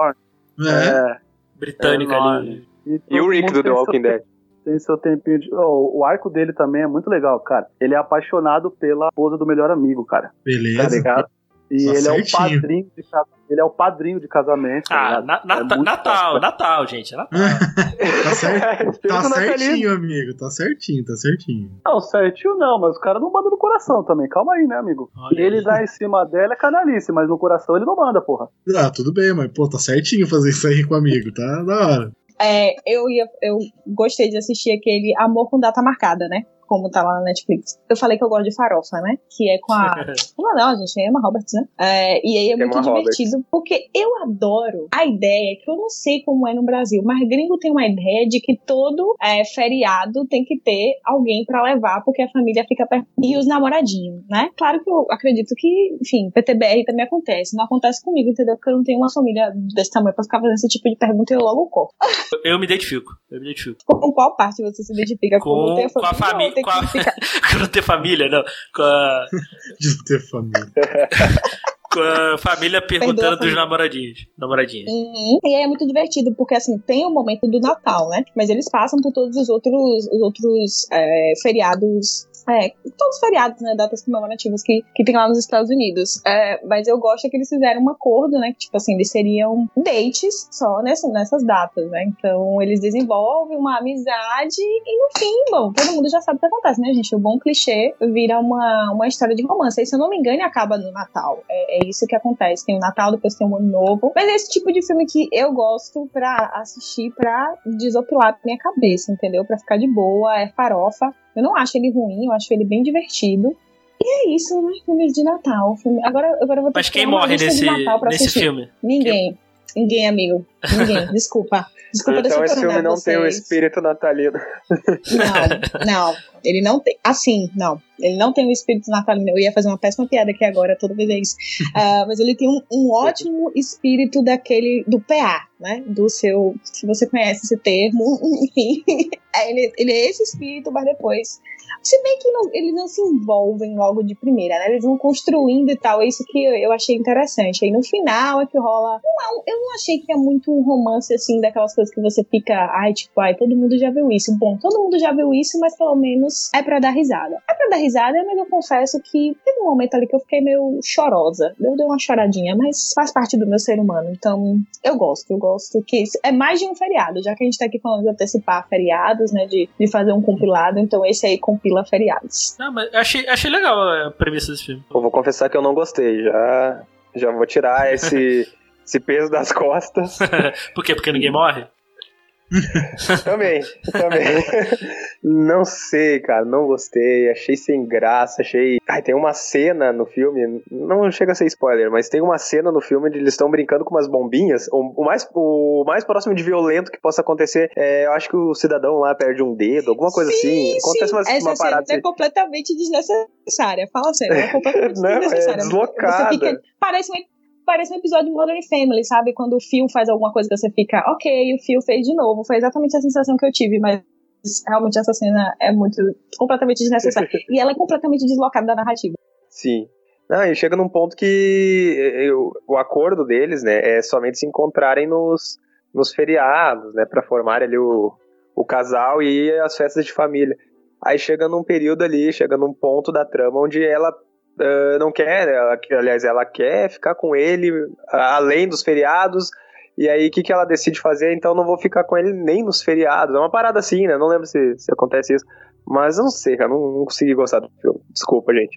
Speaker 3: É.
Speaker 1: Britânica
Speaker 4: É,
Speaker 1: ali.
Speaker 7: E o Rick do The Walking Dead.
Speaker 4: Tem seu tempinho de. Ó, o arco dele também é muito legal, cara. Ele é apaixonado pela esposa do melhor amigo, cara. Tá
Speaker 3: Beleza.
Speaker 4: ligado? E
Speaker 3: Tá
Speaker 4: ele é o
Speaker 3: certinho.
Speaker 4: padrinho de casa- ele é o padrinho de casamento. tá
Speaker 1: Ah,
Speaker 4: ligado?
Speaker 1: na- na-
Speaker 4: É muito
Speaker 1: Natal,
Speaker 4: bom.
Speaker 1: Natal, gente. é Natal.
Speaker 3: tá certo.
Speaker 4: É,
Speaker 3: Tá
Speaker 7: Espírito natalino.
Speaker 3: certinho, amigo. Tá certinho, tá certinho.
Speaker 4: Não, certinho não, mas o cara não manda no coração também. Calma aí, né, amigo?
Speaker 1: Olha
Speaker 4: ele
Speaker 1: aí.
Speaker 4: dá em cima dela é canalice, mas no coração ele não manda, porra.
Speaker 3: Ah, tudo bem, mas pô, tá certinho fazer isso aí com o amigo, tá da hora.
Speaker 6: É, eu, ia, eu gostei de assistir aquele Amor com Data Marcada, né? Como tá lá na Netflix. Eu falei que eu gosto de farofa, né? Que é com a. Como é não, gente? É Emma Roberts, né? É, e aí é
Speaker 7: Emma
Speaker 6: muito
Speaker 7: Roberts.
Speaker 6: divertido, porque eu adoro a ideia, que eu não sei como é no Brasil, mas gringo tem uma ideia de que todo é, feriado tem que ter alguém pra levar, porque a família fica perto. E os namoradinhos, né? Claro que eu acredito que, enfim, PTBR também acontece. Não acontece comigo, entendeu? Porque eu não tenho uma família desse tamanho pra ficar fazendo esse tipo de pergunta e eu logo corto.
Speaker 1: Eu- Eu me identifico. Eu me identifico.
Speaker 6: Com qual parte você se identifica?
Speaker 1: Com-
Speaker 6: ter
Speaker 1: com a família-
Speaker 6: ou ter
Speaker 1: com a-
Speaker 6: que ficar-
Speaker 1: Quando ter família, não. Com a,
Speaker 3: De ter família.
Speaker 1: com a família
Speaker 6: Perdoa
Speaker 1: perguntando
Speaker 6: a
Speaker 1: dos
Speaker 6: família.
Speaker 1: namoradinhos. Namoradinhas.
Speaker 6: Uhum. E aí é muito divertido, porque assim, tem o momento do Natal, né? Mas eles passam por todos os outros, os outros é, feriados. É, todos os feriados, né? Datas comemorativas que, que tem lá nos Estados Unidos. É, mas eu gosto é que eles fizeram um acordo, né? Que, tipo assim, eles seriam dates só nessa, nessas datas, né? Então eles desenvolvem uma amizade e no fim, bom, todo mundo já sabe o que acontece, né, gente? O bom clichê vira uma, uma história de romance. Aí, se eu não me engano, acaba no Natal. É isso que acontece. Tem o Natal, depois tem o Ano Novo. Mas é esse tipo de filme que eu gosto pra assistir, pra desopilar minha cabeça, entendeu? Pra ficar de boa, é farofa. Eu não acho ele ruim, eu acho ele bem divertido. E é isso, né? Filmes de Natal. Filme- Agora, agora eu vou ter
Speaker 1: Mas
Speaker 6: que
Speaker 1: quem
Speaker 6: criar uma
Speaker 1: morre
Speaker 6: lista
Speaker 1: nesse,
Speaker 6: de Natal pra
Speaker 1: nesse
Speaker 6: assistir.
Speaker 1: filme?
Speaker 6: Ninguém. Ninguém, amigo. Ninguém. Desculpa. Desculpa
Speaker 7: Então esse filme
Speaker 6: decepcionar
Speaker 7: não tem o
Speaker 6: vocês.
Speaker 7: espírito natalino.
Speaker 6: Não, não. Ele não tem. Assim, não. Ele não tem um espírito natalino. Eu ia fazer uma péssima piada aqui agora, toda vez é isso. Ah, mas ele tem um, um ótimo espírito daquele. do PA, né? Do seu. Se você conhece esse termo, enfim. É, ele, ele é esse espírito, mas depois. Se bem que não- eles não se envolvem logo de primeira, né? Eles vão construindo e tal. É isso que eu, eu achei interessante. Aí no final é que rola. Não é um- eu não achei que é muito um romance, assim, daquelas coisas que você fica. Ai, tipo, ai, todo mundo já viu isso. Bom, todo mundo já viu isso, mas pelo menos é pra dar risada. É pra dar risada, mas eu confesso que teve um momento ali que eu fiquei meio chorosa. Eu dei uma choradinha, mas faz parte do meu ser humano. Então, eu gosto, eu gosto que isso é mais de um feriado, já que a gente tá aqui falando de antecipar feriados, né? De, de fazer um compilado, então esse aí compila feriados.
Speaker 1: Não, mas eu achei, achei legal a premissa desse filme.
Speaker 7: Eu vou confessar que eu não gostei. Já, já vou tirar esse, esse peso das costas.
Speaker 1: Por quê? Porque ninguém morre?
Speaker 7: Também, também. Não sei, cara, não gostei, achei sem graça, achei. Ai, tem uma cena no filme, não chega a ser spoiler, mas tem uma cena no filme onde eles estão brincando com umas bombinhas. O, o mais, o mais próximo de violento que possa acontecer é, eu acho que o cidadão lá perde um dedo, alguma coisa assim. Acontece uma,
Speaker 6: Essa
Speaker 7: uma
Speaker 6: cena
Speaker 7: parada.
Speaker 6: é
Speaker 7: assim.
Speaker 6: completamente desnecessária. Fala sério, é completamente
Speaker 7: Não, é
Speaker 6: desnecessária.
Speaker 7: deslocada.
Speaker 6: Você fica- parece, um, parece um episódio de Modern Family, sabe? Quando o Phil faz alguma coisa que você fica, ok, o Phil fez de novo. Foi exatamente a sensação que eu tive, mas realmente essa cena é muito completamente desnecessária. e ela é completamente deslocada da narrativa.
Speaker 7: Sim. Não, e chega num ponto que eh, eu- o acordo deles, né, é somente se encontrarem nos, nos feriados, né, para formar ali o, o casal e as festas de família. Aí chega num período ali, chega num ponto da trama onde ela eh, não quer, ela- aliás, ela quer ficar com ele ah, além dos feriados. E aí, o que, que ela decide fazer? Então, não vou ficar com ele nem nos feriados. É uma parada assim, né? Não lembro se, se acontece isso. Mas eu não sei, cara. Não, não consegui gostar do filme. Desculpa, gente.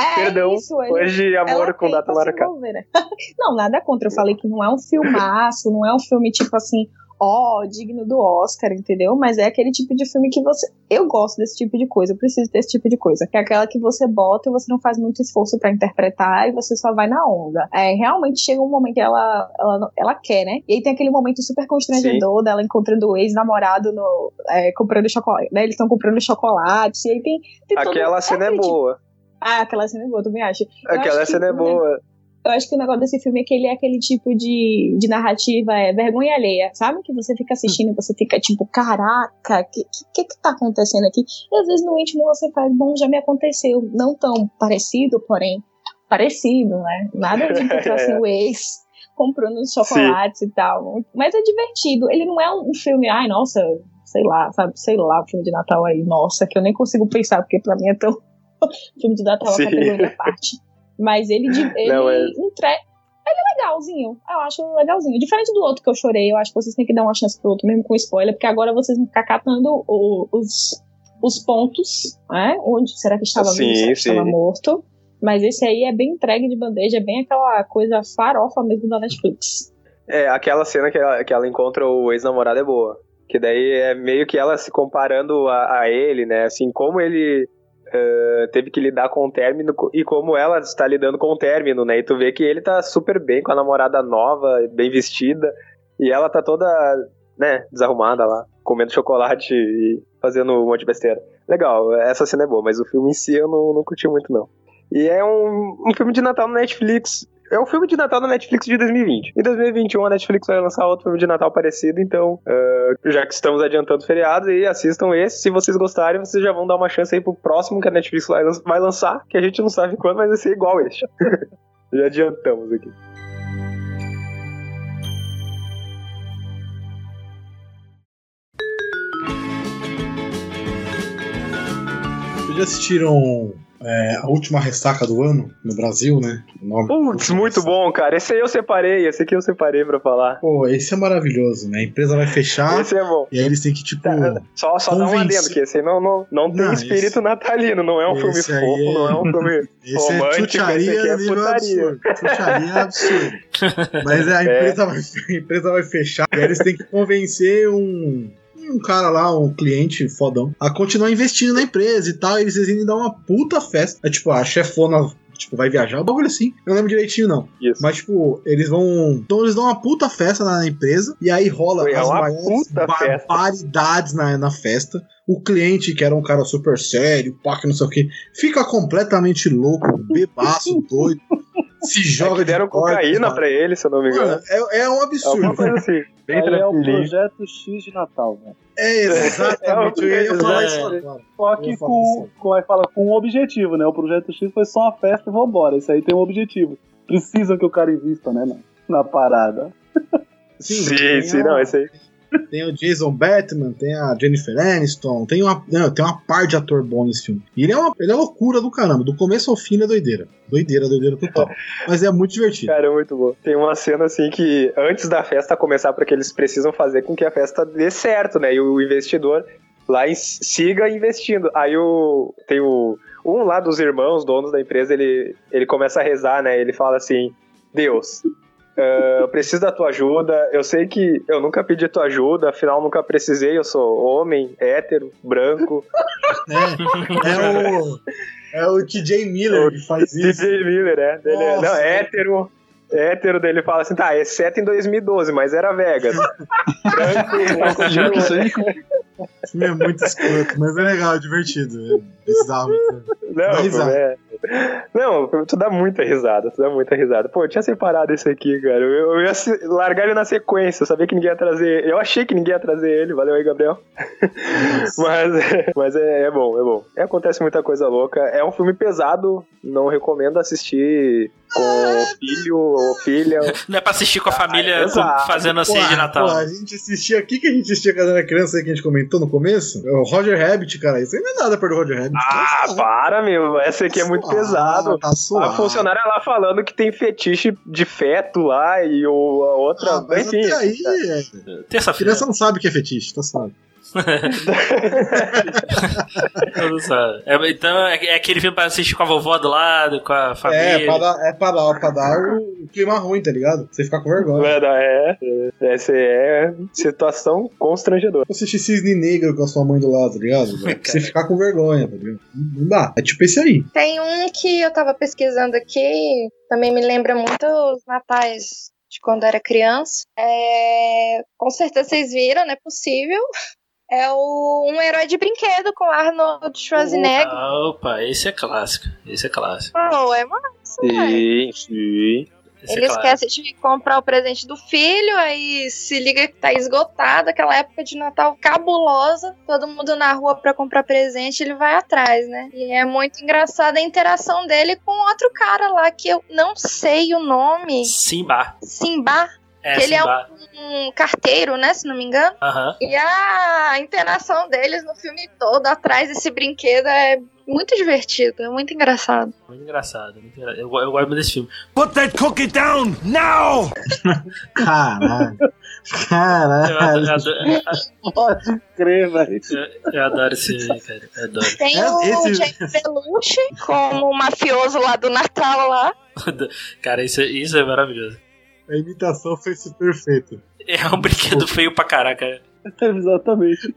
Speaker 6: É
Speaker 7: Perdão,
Speaker 6: isso, ele-
Speaker 7: Hoje,
Speaker 6: Ela
Speaker 7: amor Tá com
Speaker 6: tenta
Speaker 7: data
Speaker 6: se
Speaker 7: marcada.
Speaker 6: envolver, né? Não, nada contra. Eu falei que não é um filmaço, não é um filme tipo assim, ó, digno do Oscar, entendeu? Mas é aquele tipo de filme que você. Eu gosto desse tipo de coisa, eu preciso desse tipo de coisa. Que é aquela que você bota e você não faz muito esforço pra interpretar e você só vai na onda. É, realmente chega um momento que ela, ela, não- ela quer, né? E aí tem aquele momento super constrangedor dela encontrando o ex-namorado no. é, comprando chocolate. Né? Eles estão comprando chocolate. E aí tem. tem todo-
Speaker 7: Aquela cena é
Speaker 6: aquele tipo-
Speaker 7: boa.
Speaker 6: Ah, aquela cena é boa, também acho. Eu
Speaker 7: Aquela
Speaker 6: acho que né?
Speaker 7: cena é
Speaker 6: o
Speaker 7: boa.
Speaker 6: Eu acho que o negócio desse filme é que ele é aquele tipo de, de narrativa, é vergonha alheia, sabe? Que você fica assistindo e você fica tipo, caraca, o que, que que tá acontecendo aqui? E às vezes no íntimo você faz, bom, já me aconteceu. Não tão parecido, porém, parecido, né? Nada de encontrar assim o ex comprando uns chocolates e tal. Mas é divertido. Ele não é um um filme, ai, nossa, sei lá, sabe? Sei lá, o filme de Natal aí, nossa, que eu nem consigo pensar, porque pra mim é tão. filme de Natal é uma
Speaker 7: Sim.
Speaker 6: categoria à parte. Mas ele, de- ele
Speaker 7: Não, é-
Speaker 6: entrega. Ele é legalzinho. Eu acho legalzinho. Diferente do outro que eu chorei, eu acho que vocês têm que dar uma chance pro outro, mesmo com spoiler, porque agora vocês vão ficar catando o- os, os pontos, né? Onde será que estava
Speaker 7: Sim,
Speaker 6: vivo, será que
Speaker 7: sim.
Speaker 6: estava morto. Mas esse aí é bem entregue de bandeja, é bem aquela coisa farofa mesmo da Netflix.
Speaker 7: É, aquela cena que ela, que ela encontra o ex-namorado é boa. Que daí é meio que ela se comparando a, a ele, né? Assim, como ele eh, teve que lidar com o término co- e como ela está lidando com o término, né? E tu vê que ele tá super bem com a namorada nova, bem vestida, e ela tá toda, né, desarrumada lá, comendo chocolate e fazendo um monte de besteira. Legal, essa cena é boa, mas o filme em si eu não, não curti muito, não. E é um, um filme de Natal no Netflix, é um filme de Natal da Netflix de 2020. Em 2021 a Netflix vai lançar outro filme de Natal parecido, então, eh, já que estamos adiantando feriados, aí assistam esse. Se vocês gostarem, vocês já vão dar uma chance aí pro próximo que a Netflix vai lan- vai lançar, que a gente não sabe quando, mas vai ser igual este. já adiantamos aqui.
Speaker 3: Vocês já assistiram é, A Última Ressaca do Ano no Brasil, né? O nome-
Speaker 7: Putz,
Speaker 3: Última
Speaker 7: muito
Speaker 3: Ressaca.
Speaker 7: bom, cara. Esse aí eu separei, esse aqui eu separei pra falar.
Speaker 3: Pô, esse é maravilhoso, né? A empresa vai fechar
Speaker 7: Esse é bom.
Speaker 3: e aí eles têm que, tipo.
Speaker 7: Tá, Só, só dá um
Speaker 3: Convenci-
Speaker 7: adendo, que esse aí não, não, não tem
Speaker 3: Não,
Speaker 7: espírito
Speaker 3: esse-
Speaker 7: natalino, não é um filme
Speaker 3: esse aí
Speaker 7: fofo,
Speaker 3: é-
Speaker 7: não é um filme...
Speaker 3: Esse é
Speaker 7: Romântico,
Speaker 3: chucharia
Speaker 7: esse aqui é
Speaker 3: nível
Speaker 7: putaria. É.
Speaker 3: absurdo. Chucharia absurdo. Mas a empresa, Vai, a empresa vai fechar e aí eles têm que convencer um, um cara lá, um cliente fodão, a continuar investindo na empresa e tal. E eles decidem dar uma puta festa. É tipo, a chefona. Tipo, vai viajar, o bagulho assim. Eu não lembro direitinho, não.
Speaker 7: Isso. É
Speaker 3: Mas, tipo, eles vão. Então, eles dão uma puta festa na empresa. E aí rola
Speaker 7: Foi, é
Speaker 3: as
Speaker 7: uma
Speaker 3: maiores
Speaker 7: puta festa.
Speaker 3: barbaridades na, na festa. O cliente, que era um cara super sério, pá, que não sei o quê, fica completamente louco, bebaço, doido. Se
Speaker 7: É
Speaker 3: joga.
Speaker 7: que deram
Speaker 3: de porta,
Speaker 7: cocaína
Speaker 3: cara.
Speaker 7: pra ele, se eu não me engano.
Speaker 3: Mano, é, é um
Speaker 7: Alguma
Speaker 3: absurdo.
Speaker 7: coisa assim.
Speaker 5: Bem
Speaker 4: Ele é o
Speaker 5: tranquilinho.
Speaker 4: projeto X de Natal, velho. É.
Speaker 3: É exatamente. Eu ia falar isso agora. Eu
Speaker 4: Só
Speaker 3: ia
Speaker 4: que
Speaker 3: falar
Speaker 4: com,
Speaker 3: isso.
Speaker 4: como é que fala, com um objetivo, né? O projeto X foi só uma festa e vambora. Isso aí tem um objetivo. Precisa que o cara invista, né? Na, na parada.
Speaker 3: Sim,
Speaker 7: Sim,
Speaker 3: tem
Speaker 7: sim,
Speaker 3: a-
Speaker 7: não, esse aí.
Speaker 3: Tem o Jason Bateman, tem a Jennifer Aniston, tem uma, não, tem uma par de ator bom nesse filme. E ele é, uma, ele é loucura do caramba, do começo ao fim ele é doideira. Doideira, doideira total. Mas é muito divertido.
Speaker 7: Cara, é muito bom. Tem uma cena assim que antes da festa começar, porque eles precisam fazer com que a festa dê certo, né? E o investidor lá em- siga investindo. Aí o tem o um lá dos irmãos, donos da empresa, ele ele começa a rezar, né? Ele fala assim: "Deus, eh, eu preciso da tua ajuda. Eu sei que eu nunca pedi tua ajuda, afinal nunca precisei. Eu sou homem, hétero, branco.
Speaker 3: É, é o. É o TJ Miller que faz isso.
Speaker 7: DJ Miller, é. Ele é- não,
Speaker 3: Nossa.
Speaker 7: hétero. Hétero dele fala assim, tá, exceto em 2012, mas era Vegas. branco,
Speaker 3: Tá
Speaker 7: não
Speaker 5: Já que
Speaker 7: continua.
Speaker 5: isso aí.
Speaker 3: O filme é muito escroto, mas é legal, é divertido. É bizarro. Dá
Speaker 7: Não,
Speaker 3: risada.
Speaker 7: é. Não, tu dá muita risada, tu dá muita risada. Pô, eu tinha separado esse aqui, cara. Eu, eu ia se- largar ele na sequência, eu sabia que ninguém ia trazer. Eu achei que ninguém ia trazer ele, valeu aí, Gabriel. mas mas é, é bom, é bom. É, acontece muita coisa louca. É um filme pesado, não recomendo assistir com filho ou filha.
Speaker 1: Não é pra assistir com a família com-
Speaker 7: exato.
Speaker 1: fazendo a ceia de
Speaker 3: Porra,
Speaker 1: Natal.
Speaker 3: porra, a gente assistia. O que, que a gente assistia quando era criança aí que a gente comentou no começo? É O Roger Rabbit, cara. Isso aí não é nada perto do Roger Rabbit.
Speaker 7: Ah, para, meu, essa aqui é muito pesado.
Speaker 3: Tá
Speaker 7: A
Speaker 3: suave.
Speaker 7: funcionária lá falando que tem fetiche de feto lá e o, a outra.
Speaker 3: Ah, mas
Speaker 7: enfim.
Speaker 3: até aí, é,
Speaker 1: Terça-feira.
Speaker 3: criança não sabe o que é fetiche, tá suave.
Speaker 1: Eu não sei. É, então é, é aquele filme pra assistir com a vovó do lado, com a
Speaker 3: É,
Speaker 1: família.
Speaker 3: pra dar, é pra dar, pra dar o clima ruim, tá ligado? Você ficar com vergonha.
Speaker 7: Mano, é, é, essa é situação constrangedora.
Speaker 3: Eu assisti Cisne Negro com a sua mãe do lado, tá ligado? velho? Pra você ficar com vergonha, tá ligado? Não dá. É tipo esse aí.
Speaker 2: Tem um que eu tava pesquisando aqui, também me lembra muito os natais de quando era criança. É, com certeza vocês viram, não é possível. É o Um Herói de Brinquedo com Arnold Schwarzenegger.
Speaker 1: Ah, opa, esse é clássico. Esse é clássico.
Speaker 2: Pô, é massa, velho.
Speaker 7: Sim, sim.
Speaker 1: Esse
Speaker 2: Ele
Speaker 1: é clássico.
Speaker 2: esquece de comprar o presente do filho, aí se liga que tá esgotado, aquela época de Natal cabulosa, todo mundo na rua pra comprar presente, ele vai atrás, né? E é muito engraçada a interação dele com outro cara lá que eu não sei o nome,
Speaker 1: Simba.
Speaker 2: Simba,
Speaker 1: É,
Speaker 2: Que ele é
Speaker 1: Simba.
Speaker 2: um carteiro, né, se não me engano.
Speaker 1: Aham.
Speaker 2: E a interação deles no filme todo atrás desse brinquedo é muito divertido, é muito engraçado.
Speaker 1: Muito engraçado. Muito engraçado. Eu, eu gosto muito desse filme.
Speaker 3: Caralho.
Speaker 1: Eu adoro, eu
Speaker 3: Caralho.
Speaker 1: adoro,
Speaker 4: Pode crer, velho.
Speaker 1: eu- eu adoro esse filme, cara. Eu adoro.
Speaker 2: Tem
Speaker 3: É,
Speaker 2: o
Speaker 3: esse-
Speaker 2: James Belushi como o mafioso lá do Natal lá.
Speaker 1: Cara, isso, é- isso é maravilhoso.
Speaker 3: A imitação foi super perfeita.
Speaker 1: É um brinquedo feio pra caraca.
Speaker 4: Exatamente.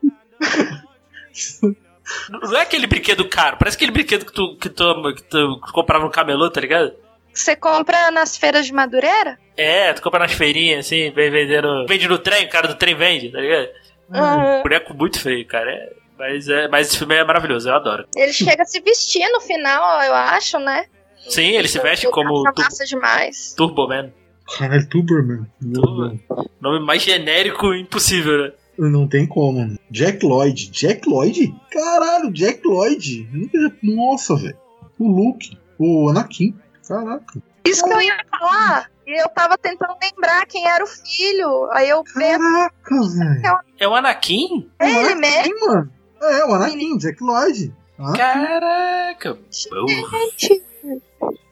Speaker 1: Não é aquele brinquedo caro, parece aquele brinquedo que tu, que tu, que tu comprava no camelô, tá ligado?
Speaker 2: que Você compra nas feiras de Madureira?
Speaker 1: É, tu compra nas feirinhas, assim, vem vendendo. Vende no trem, o cara do trem vende, tá ligado?
Speaker 3: É.
Speaker 2: Ah,
Speaker 1: Boneco muito feio, cara. é- mas, é, mas esse filme é maravilhoso, eu adoro.
Speaker 2: Ele chega a se vestir no final, eu acho, né?
Speaker 1: Sim, ele se veste como
Speaker 2: Acha
Speaker 1: tu,
Speaker 2: massa demais.
Speaker 1: Turbo Man.
Speaker 3: Caralho, Tuberman.
Speaker 1: Turbo- Nome mais genérico impossível, né?
Speaker 3: Não tem como. né? Jack Lloyd. Jack Lloyd? Caralho, Jack Lloyd. Nunca- Nossa, velho. O Luke. O Anakin. Caraca.
Speaker 2: Isso que eu ia falar. E eu tava tentando lembrar quem era o filho. Aí eu
Speaker 3: Uhum.
Speaker 2: vendo
Speaker 3: Caraca, velho.
Speaker 1: É o Anakin?
Speaker 3: É
Speaker 2: ele mesmo.
Speaker 3: mano. É, o Anakin, Jack Lloyd. Ah,
Speaker 1: Caraca! Uh,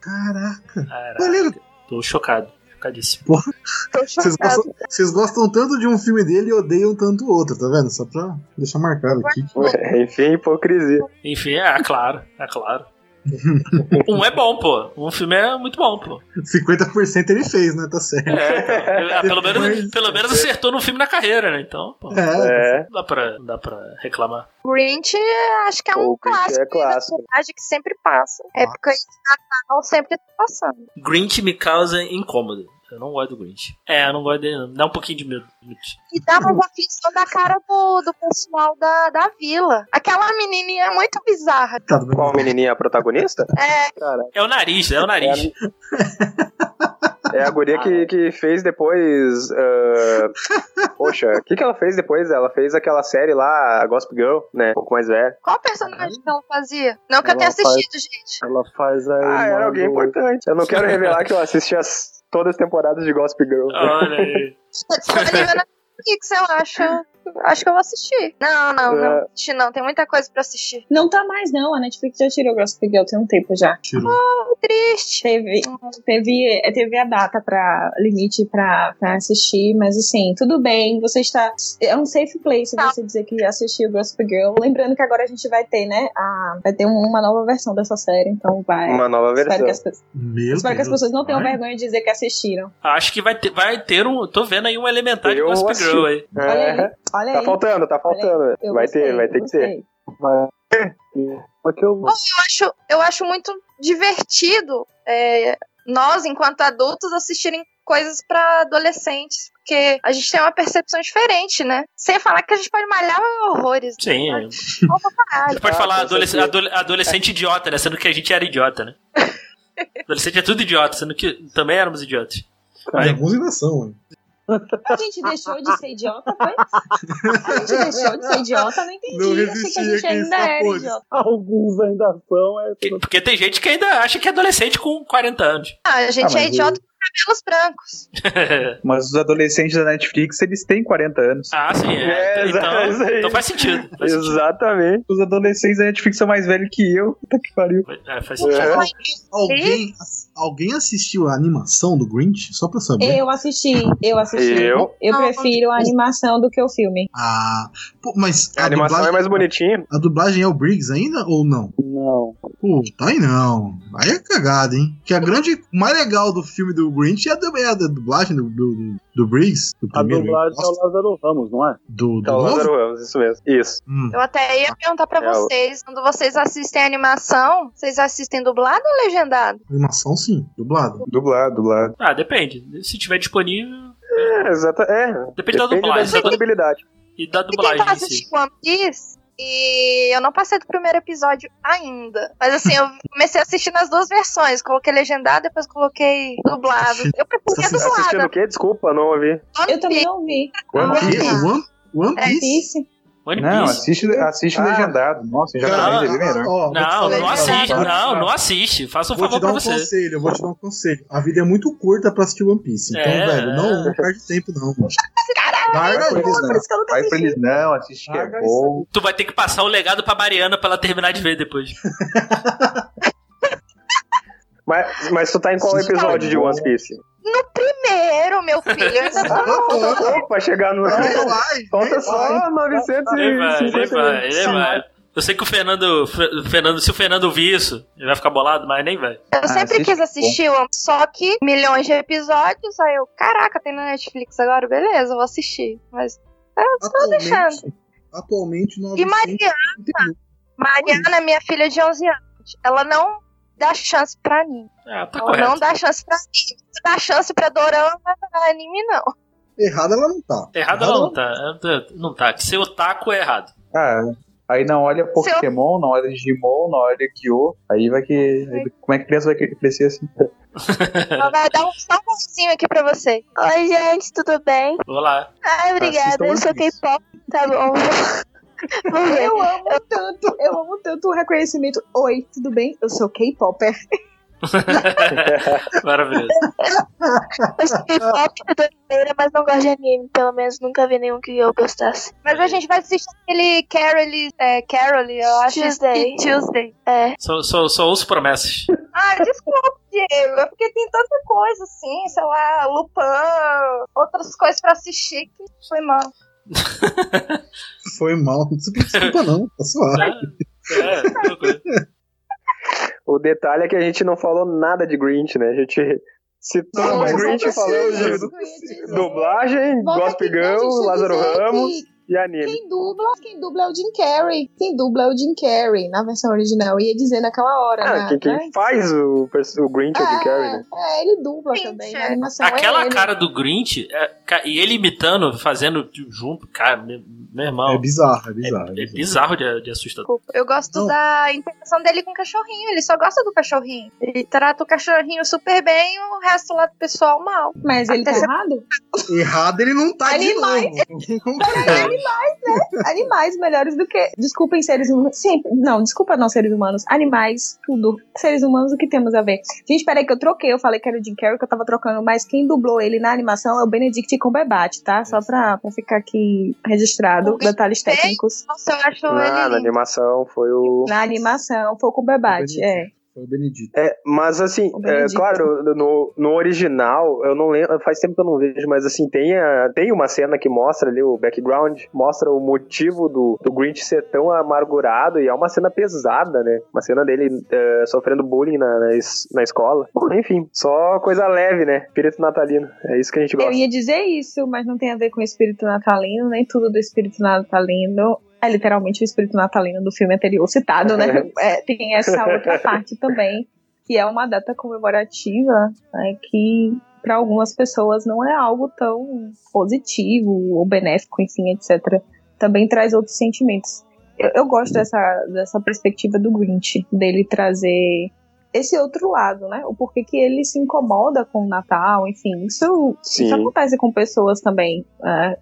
Speaker 3: Caraca.
Speaker 1: caraca.
Speaker 7: É.
Speaker 3: Galera,
Speaker 1: Tô chocado, chocadíssimo.
Speaker 2: Tô
Speaker 3: vocês
Speaker 2: chocada.
Speaker 3: gostam, vocês gostam tanto de um filme dele e odeiam tanto o outro, tá vendo? Só pra deixar marcado aqui.
Speaker 7: Enfim, hipocrisia.
Speaker 1: Enfim, é claro, é claro. um é bom, pô. Um filme é muito bom, pô.
Speaker 3: 50% ele fez, né? Tá certo.
Speaker 1: É, então, ah, pelo, menos,
Speaker 3: Depois-
Speaker 1: pelo menos acertou no filme na carreira, né? Então, pô, não
Speaker 3: É.
Speaker 7: É.
Speaker 1: dá pra, não dá pra reclamar.
Speaker 2: Grinch, acho que é um
Speaker 7: O Grinch é
Speaker 2: clássico. da
Speaker 7: clássico.
Speaker 2: verdade, que sempre passa. Época de Natal sempre tá passando.
Speaker 1: Grinch me causa incômodo. Eu não gosto do Grinch. É, eu não gosto dele, não. Dá um pouquinho de medo.
Speaker 2: E dava uma aflição da cara do, do pessoal da, da vila. Aquela menininha é muito bizarra.
Speaker 3: Tá, tudo bem.
Speaker 7: Qual menininha é a protagonista?
Speaker 2: É,
Speaker 7: Cara,
Speaker 1: É o nariz, é o nariz.
Speaker 7: é a guria que, que fez depois. ah, Poxa, o que, que ela fez depois? Ela fez aquela série lá, a Gossip Girl, né? Um pouco mais velha.
Speaker 2: qual personagem que ela fazia? Não que eu
Speaker 4: Ela
Speaker 2: tenha
Speaker 4: faz-
Speaker 2: assistido, gente.
Speaker 4: Ela faz a.
Speaker 7: Ah,
Speaker 4: irmã
Speaker 7: era alguém
Speaker 4: do-
Speaker 7: importante. Eu não quero revelar que eu assisti as,
Speaker 1: Ah.
Speaker 7: todas as temporadas de Gossip Girl.
Speaker 1: Olha aí.
Speaker 2: Tá disponível na Netflix, eu acho. acho que eu vou assistir. Não, não,
Speaker 7: É.
Speaker 2: não. Assistir não. Tem muita coisa pra assistir.
Speaker 6: Não tá mais, não. A Netflix já tirou Gossip Girl tem um tempo já.
Speaker 3: Tirou.
Speaker 2: É Triste.
Speaker 6: Teve, teve, é, teve a data pra limite pra, pra assistir, mas assim, tudo bem, você está. É um safe place você dizer que assistiu Gossip Girl. Lembrando que agora a gente vai ter, né? a- vai ter um- uma nova versão dessa série, então vai.
Speaker 7: Uma nova
Speaker 6: espero
Speaker 7: versão.
Speaker 6: que, as, pe-
Speaker 3: Meu
Speaker 6: espero que as
Speaker 3: Deus.
Speaker 6: pessoas não tenham
Speaker 3: Ai.
Speaker 6: vergonha de dizer que assistiram.
Speaker 1: Acho que vai ter, vai ter um. Tô vendo aí um elementar de
Speaker 7: Eu
Speaker 1: Gossip
Speaker 7: assisti.
Speaker 1: Girl aí.
Speaker 6: Olha aí,
Speaker 7: É,
Speaker 6: olha
Speaker 7: tá
Speaker 6: aí.
Speaker 7: faltando, tá faltando.
Speaker 6: Eu
Speaker 7: Vai
Speaker 6: gostei,
Speaker 7: ter, vai ter que ter.
Speaker 6: gostei.
Speaker 4: Porque eu vou.
Speaker 2: Eu acho, eu acho muito divertido é, nós, enquanto adultos, assistirem coisas pra adolescentes. Porque a gente tem uma percepção diferente, né? Sem falar que a gente pode malhar horrores.
Speaker 1: Sim.
Speaker 2: Né?
Speaker 1: Você
Speaker 2: Mal pra caralho.
Speaker 1: pode
Speaker 7: Ah,
Speaker 1: falar
Speaker 7: com
Speaker 1: adolesc-
Speaker 7: certeza.
Speaker 1: adole- adolescente idiota, né? Sendo que a gente era idiota, né? Adolescente é tudo idiota, sendo que também éramos idiotas.
Speaker 3: Mas alguns ainda são, é hein?
Speaker 6: A gente deixou de ser idiota, foi? A gente deixou de ser idiota, não entendi. Eu
Speaker 3: Não
Speaker 6: sei que
Speaker 3: resistia
Speaker 6: a gente
Speaker 3: a esses
Speaker 6: ainda era
Speaker 3: vapores.
Speaker 6: idiota.
Speaker 4: Alguns ainda são, é.
Speaker 1: Que- Porque tem gente que ainda acha que é adolescente com 40 anos.
Speaker 2: Ah, a gente
Speaker 5: Ah, mas
Speaker 2: é idiota com cabelos brancos.
Speaker 5: Mas os adolescentes da Netflix, eles têm 40 anos.
Speaker 1: ah, sim. É.
Speaker 7: É, exa-
Speaker 1: então,
Speaker 7: isso aí.
Speaker 1: então faz sentido. Faz sentido.
Speaker 7: Exatamente.
Speaker 5: Os adolescentes da Netflix são mais velhos que eu. Puta que pariu.
Speaker 1: É, faz
Speaker 7: É.
Speaker 1: sentido.
Speaker 2: Tipo
Speaker 3: Alguém, alguém assistiu a animação do Grinch? Só pra saber.
Speaker 6: Eu assisti, eu assisti.
Speaker 7: Eu?
Speaker 6: Eu prefiro a animação do que o filme.
Speaker 3: Ah, pô, mas
Speaker 7: A, animação é mais bonitinha.
Speaker 3: a dublagem é o Briggs ainda ou não?
Speaker 4: Não.
Speaker 3: Pô, tá aí não. Aí é cagada, hein? Que a grande. O mais legal do filme do Grinch é a, du- é a dublagem do, do, do Briggs. Do
Speaker 4: A
Speaker 5: um.
Speaker 3: primeiro.
Speaker 4: dublagem é o
Speaker 3: Nossa,
Speaker 4: Lázaro Ramos, não é?
Speaker 3: do, do
Speaker 7: Tá, o
Speaker 3: novo?
Speaker 7: Lázaro Ramos, isso mesmo. Isso.
Speaker 3: Hum.
Speaker 2: Eu até ia perguntar pra
Speaker 7: É, eu-
Speaker 2: vocês, quando vocês assistem animação, vocês assistem dublado ou legendado?
Speaker 3: Animação sim, dublado.
Speaker 5: Dublado, dublado.
Speaker 1: Ah, depende. Se tiver disponível.
Speaker 7: É, exata, é.
Speaker 1: Depende da
Speaker 7: da
Speaker 1: dublagem. da-
Speaker 7: disponibilidade.
Speaker 1: E da
Speaker 2: E quem
Speaker 1: dublagem
Speaker 2: tá
Speaker 1: em si.
Speaker 2: assistindo One Piece, e eu não passei do primeiro episódio ainda. Mas assim, eu comecei a assistir nas duas versões. Coloquei legendado, depois coloquei dublado. Eu preferia
Speaker 3: Você tá
Speaker 7: Assistindo o
Speaker 2: dublado.
Speaker 7: quê? Desculpa, não ouvi.
Speaker 6: Eu
Speaker 2: One
Speaker 6: também
Speaker 2: Piece.
Speaker 6: não vi.
Speaker 3: One
Speaker 2: Ah,
Speaker 3: Piece.
Speaker 2: tá.
Speaker 3: One, One
Speaker 7: É
Speaker 3: Piece.
Speaker 6: Esse-
Speaker 1: One
Speaker 5: Não, assim,
Speaker 1: Piece.
Speaker 5: assiste, assiste
Speaker 4: Ah.
Speaker 5: legendado. Nossa, já
Speaker 3: Cara,
Speaker 5: tá vendo, ele é melhor.
Speaker 3: ó, vou te
Speaker 1: Não,
Speaker 3: falar
Speaker 1: não
Speaker 3: um
Speaker 1: assiste.
Speaker 3: negócio.
Speaker 1: Não, não assiste. Faça um
Speaker 3: Vou te
Speaker 1: favor
Speaker 3: dar
Speaker 1: pra
Speaker 3: um
Speaker 1: você.
Speaker 3: conselho, eu vou te dar um conselho. A vida é muito curta pra assistir One Piece. Então,
Speaker 1: É.
Speaker 3: velho, não, não perde tempo, não.
Speaker 5: Vai pra
Speaker 3: Larga
Speaker 5: eles
Speaker 3: isso.
Speaker 5: não. Vai pra eles não, assiste
Speaker 7: Ah,
Speaker 5: que é
Speaker 3: Larga
Speaker 5: bom.
Speaker 1: Tu vai ter que passar o legado pra Mariana pra ela terminar de ver depois.
Speaker 7: Mas, mas tu tá em qual
Speaker 3: Isso
Speaker 7: episódio
Speaker 3: tá
Speaker 7: de
Speaker 3: bom.
Speaker 7: One Piece?
Speaker 2: Primeiro, meu filho. Eu ainda tô no
Speaker 3: Não,
Speaker 7: Opa, chegar no.
Speaker 3: não vai.
Speaker 7: Falta
Speaker 3: vai.
Speaker 7: só Ah,
Speaker 1: Ele vai, ele
Speaker 7: 950
Speaker 1: vai, ele
Speaker 7: minutos.
Speaker 1: vai. Eu sei que o Fernando, Fe- Fernando. Se o Fernando ouvir isso, ele vai ficar bolado, mas nem vai.
Speaker 2: Eu sempre
Speaker 5: assiste,
Speaker 2: quis
Speaker 5: bom.
Speaker 2: assistir um, só que milhões de episódios, aí eu, caraca, tem na Netflix agora, beleza, vou assistir. Mas eu tô deixando.
Speaker 3: Atualmente, atualmente
Speaker 2: E
Speaker 3: 900
Speaker 2: Mariana, Mariana, minha filha de 11 anos, ela não dá chance pra anime.
Speaker 1: Ah, tá
Speaker 2: Ela não
Speaker 1: correto.
Speaker 2: dá chance pra anime. Não dá chance pra dorama, mas pra anime não.
Speaker 3: Errada ela não tá.
Speaker 1: Errado ela não tá. Ela Não tá. Ser otaku é errado.
Speaker 5: Ah, aí não olha Pokémon, não olha Digimon, não olha Kyo. Aí vai que. aí como é que a criança vai cre- crescer assim?
Speaker 2: Ela vai dar um só um golzinho aqui pra você.
Speaker 8: Oi, gente, tudo bem?
Speaker 1: Vou lá.
Speaker 8: Ai,
Speaker 3: Assistam
Speaker 8: obrigada, eu
Speaker 3: One
Speaker 8: sou
Speaker 3: Piece.
Speaker 8: K-pop, tá bom. Vou ver.
Speaker 6: Eu amo tanto, eu amo tanto o reconhecimento. Oi, tudo bem? Eu sou K-Popper.
Speaker 1: Maravilhoso.
Speaker 8: Eu sou K-pop, eu tô brasileira, mas não gosto de anime. Pelo menos nunca vi nenhum que eu gostasse.
Speaker 2: Mas a gente vai assistir aquele Carol, é, Carol eu acho.
Speaker 8: Tuesday.
Speaker 2: que- Tuesday.
Speaker 8: É.
Speaker 1: Só, só, só ouço promessas.
Speaker 2: Ah, desculpa, Diego. É porque tem tanta coisa assim, sei lá, Lupin, outras coisas pra assistir que foi mal.
Speaker 3: Foi mal. Não se preocupa, não. Tá suave.
Speaker 1: É, tranquilo.
Speaker 7: O detalhe é que a gente não falou nada de Grinch, né? A gente citou
Speaker 3: Não,
Speaker 7: o
Speaker 3: mas
Speaker 7: Grinch
Speaker 3: não
Speaker 7: falando
Speaker 3: precisa,
Speaker 7: de
Speaker 3: Jesus.
Speaker 7: é dublagem,
Speaker 6: né?
Speaker 7: Gossip Girl, Lázaro Ramos e anime.
Speaker 6: Quem dubla, quem dubla é o Jim Carrey. Quem dubla é o Jim Carrey na versão original. Ia dizer naquela hora,
Speaker 7: Ah,
Speaker 6: né?
Speaker 7: quem, quem faz o, pers- o Grinch é o Jim Carrey, né?
Speaker 6: É, ele dubla
Speaker 2: Sim,
Speaker 6: também.
Speaker 2: sim.
Speaker 6: Na animação é
Speaker 1: Aquela
Speaker 6: ele.
Speaker 1: cara do Grinch é, ca- e ele imitando, fazendo junto, cara, meu, meu irmão.
Speaker 3: É bizarro, é
Speaker 1: É-
Speaker 3: bizarro.
Speaker 1: É, bizarro de, de assustador.
Speaker 2: Desculpa. Eu gosto
Speaker 3: Não.
Speaker 2: da interação dele com o cachorrinho. Ele só gosta do cachorrinho. Ele trata o cachorrinho super bem e o resto lá do pessoal mal.
Speaker 6: Mas ele tá
Speaker 2: Até se-
Speaker 6: errado?
Speaker 3: Errado ele não tá de
Speaker 6: Animais.
Speaker 3: novo. Não tem como ser.
Speaker 6: Animais, né? Animais melhores do que. Desculpem seres humanos. Sempre. Não, desculpa não, seres humanos. Animais, tudo. Seres humanos, o que temos a ver? Gente, peraí que eu troquei. Eu falei que era o Jim Carrey, que eu tava trocando, mas quem dublou ele na animação é o Benedict Cumberbatch, tá? Só pra, pra ficar aqui registrado.
Speaker 2: O
Speaker 6: Detalhes técnicos.
Speaker 2: Nossa, eu acho
Speaker 7: Ah,
Speaker 2: então
Speaker 7: na
Speaker 2: ele é lindo.
Speaker 7: animação foi o.
Speaker 6: Na animação, foi o Cumberbatch, é.
Speaker 3: Foi o Benedito.
Speaker 7: É, mas assim,
Speaker 6: O
Speaker 7: é,
Speaker 6: Benedito.
Speaker 7: claro, no, no original, eu não lembro, faz tempo que eu não vejo, mas assim, tem, a- tem uma cena que mostra ali o background, mostra o motivo do, do Grinch ser tão amargurado, e é uma cena pesada, né? Uma cena dele é, sofrendo bullying na, na, es- na escola. Bom, enfim, só coisa leve, né? Espírito natalino, é isso que a gente
Speaker 6: Eu
Speaker 7: gosta.
Speaker 6: ia dizer isso, mas não tem a ver com o espírito natalino, nem tudo do espírito natalino. É literalmente o espírito natalino do filme anterior citado, né? É, tem essa outra parte também, que é uma data comemorativa, né, que para algumas pessoas não é algo tão positivo ou benéfico, enfim, etc. Também traz outros sentimentos. Eu, eu gosto dessa, dessa perspectiva do Grinch, dele trazer esse outro lado, né? O porquê que ele se incomoda com o Natal, enfim. Isso,
Speaker 7: Sim.
Speaker 6: isso acontece com pessoas também. é.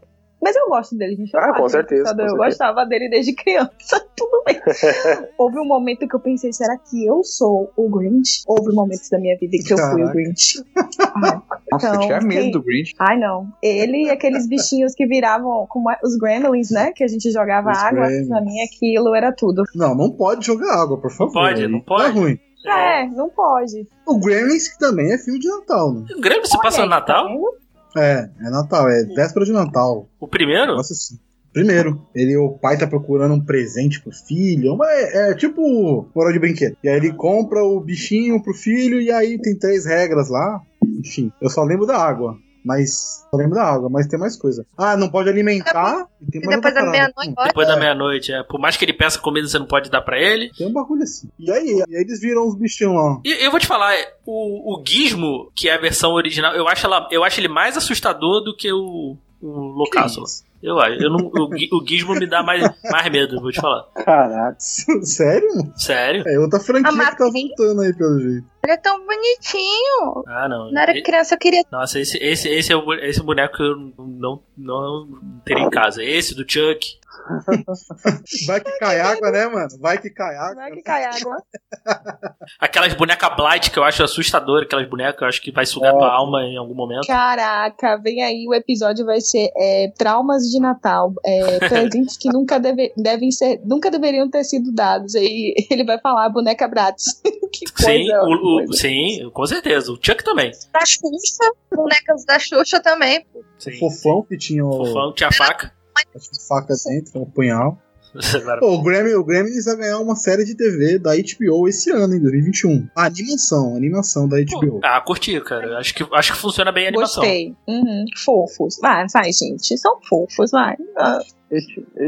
Speaker 6: Mas eu gosto dele, gente. Eu
Speaker 7: Ah,
Speaker 6: gosto
Speaker 7: com
Speaker 6: dele,
Speaker 7: certeza,
Speaker 6: sabe?
Speaker 7: com
Speaker 6: eu
Speaker 7: certeza.
Speaker 6: gostava dele desde criança, tudo bem. Houve um momento que eu pensei, será que eu sou o Grinch? Houve momentos da minha vida em que eu fui o
Speaker 3: Caraca.
Speaker 6: Grinch.
Speaker 5: Nossa,
Speaker 6: Então,
Speaker 5: eu tinha
Speaker 6: quem-
Speaker 5: medo do Grinch.
Speaker 6: Ai, não. Ele e aqueles bichinhos que viravam, como é- os gremlins, né? Que a gente jogava
Speaker 3: Os
Speaker 6: água. Pra
Speaker 3: gremlins.
Speaker 6: mim, aquilo era tudo.
Speaker 3: Não, não pode jogar água, por favor.
Speaker 1: pode, não
Speaker 3: Aí
Speaker 1: pode.
Speaker 3: Tá ruim.
Speaker 6: É, não pode.
Speaker 3: O Gremlins que também é filme de Natal, né?
Speaker 1: O Grêmio se passa
Speaker 6: Olha
Speaker 1: no
Speaker 6: aí, tá
Speaker 1: Natal?
Speaker 6: vendo?
Speaker 3: É, é Natal, é véspera de Natal.
Speaker 1: O primeiro?
Speaker 3: Nossa, sim. Primeiro, ele, o pai tá procurando um presente pro filho. Mas é, é tipo moral de brinquedo. E aí
Speaker 2: Ah.
Speaker 3: ele compra o bichinho pro filho, e aí tem três regras lá. Enfim, eu só lembro da água. Mas. Só lembro da água, mas tem mais coisa. Ah, não pode alimentar. E tem
Speaker 2: E
Speaker 3: mais outra
Speaker 2: depois da
Speaker 3: parada.
Speaker 2: meia-noite, olha,
Speaker 1: Depois da meia-noite, é. Por mais que ele peça comida, você não pode dar pra ele.
Speaker 3: Tem um bagulho assim. E aí, e aí eles viram os bichinhos lá.
Speaker 1: E eu vou te falar, é, o, o Gizmo, que é a versão original, eu acho, ela, eu acho ele mais assustador do que o, o Locasso. lá. Eu acho. Eu não, o, Gui- o Gizmo me dá mais, mais medo, vou te falar.
Speaker 4: Caraca.
Speaker 3: Sério?
Speaker 1: Sério?
Speaker 3: É outra franquia
Speaker 2: A
Speaker 3: que tá
Speaker 2: Matrix.
Speaker 3: voltando aí, pelo jeito.
Speaker 2: ele é tão bonitinho.
Speaker 1: Ah, não.
Speaker 2: Não era
Speaker 1: E-
Speaker 2: criança, eu queria.
Speaker 1: Nossa, esse, esse, esse é o bo- esse boneco que eu não, não, não teria em casa. Esse do Chuck.
Speaker 3: Vai que cai água, né, mano? Vai que cai água.
Speaker 6: Não é que cai água.
Speaker 1: Aquelas bonecas Blight que eu acho assustador, aquelas bonecas que eu acho que vai
Speaker 6: É.
Speaker 1: sugar tua alma em algum momento.
Speaker 6: Caraca, vem aí, o episódio vai ser é, traumas de Natal, é, presentes que nunca deve- devem ser, nunca deveriam ter sido dados. Aí ele vai falar boneca Bratz. que coisa,
Speaker 1: Sim, o-
Speaker 6: que
Speaker 1: o-
Speaker 6: coisa.
Speaker 1: sim, com certeza. O Chuck também.
Speaker 2: Da Xuxa, bonecas da Xuxa também.
Speaker 1: Sim.
Speaker 3: Fofão que tinha o,
Speaker 1: Fofão, tinha faca.
Speaker 3: a faca dentro, o punhal. Pô, o Grammy, o Grammys vai ganhar uma série de TV da HBO esse ano, em 2021. A animação, a animação da HBO.
Speaker 1: Ah, curti, cara. Acho que, acho que funciona bem a animação.
Speaker 6: Gostei. Uhum, fofos. Vai, vai, gente. São fofos, vai. Ah,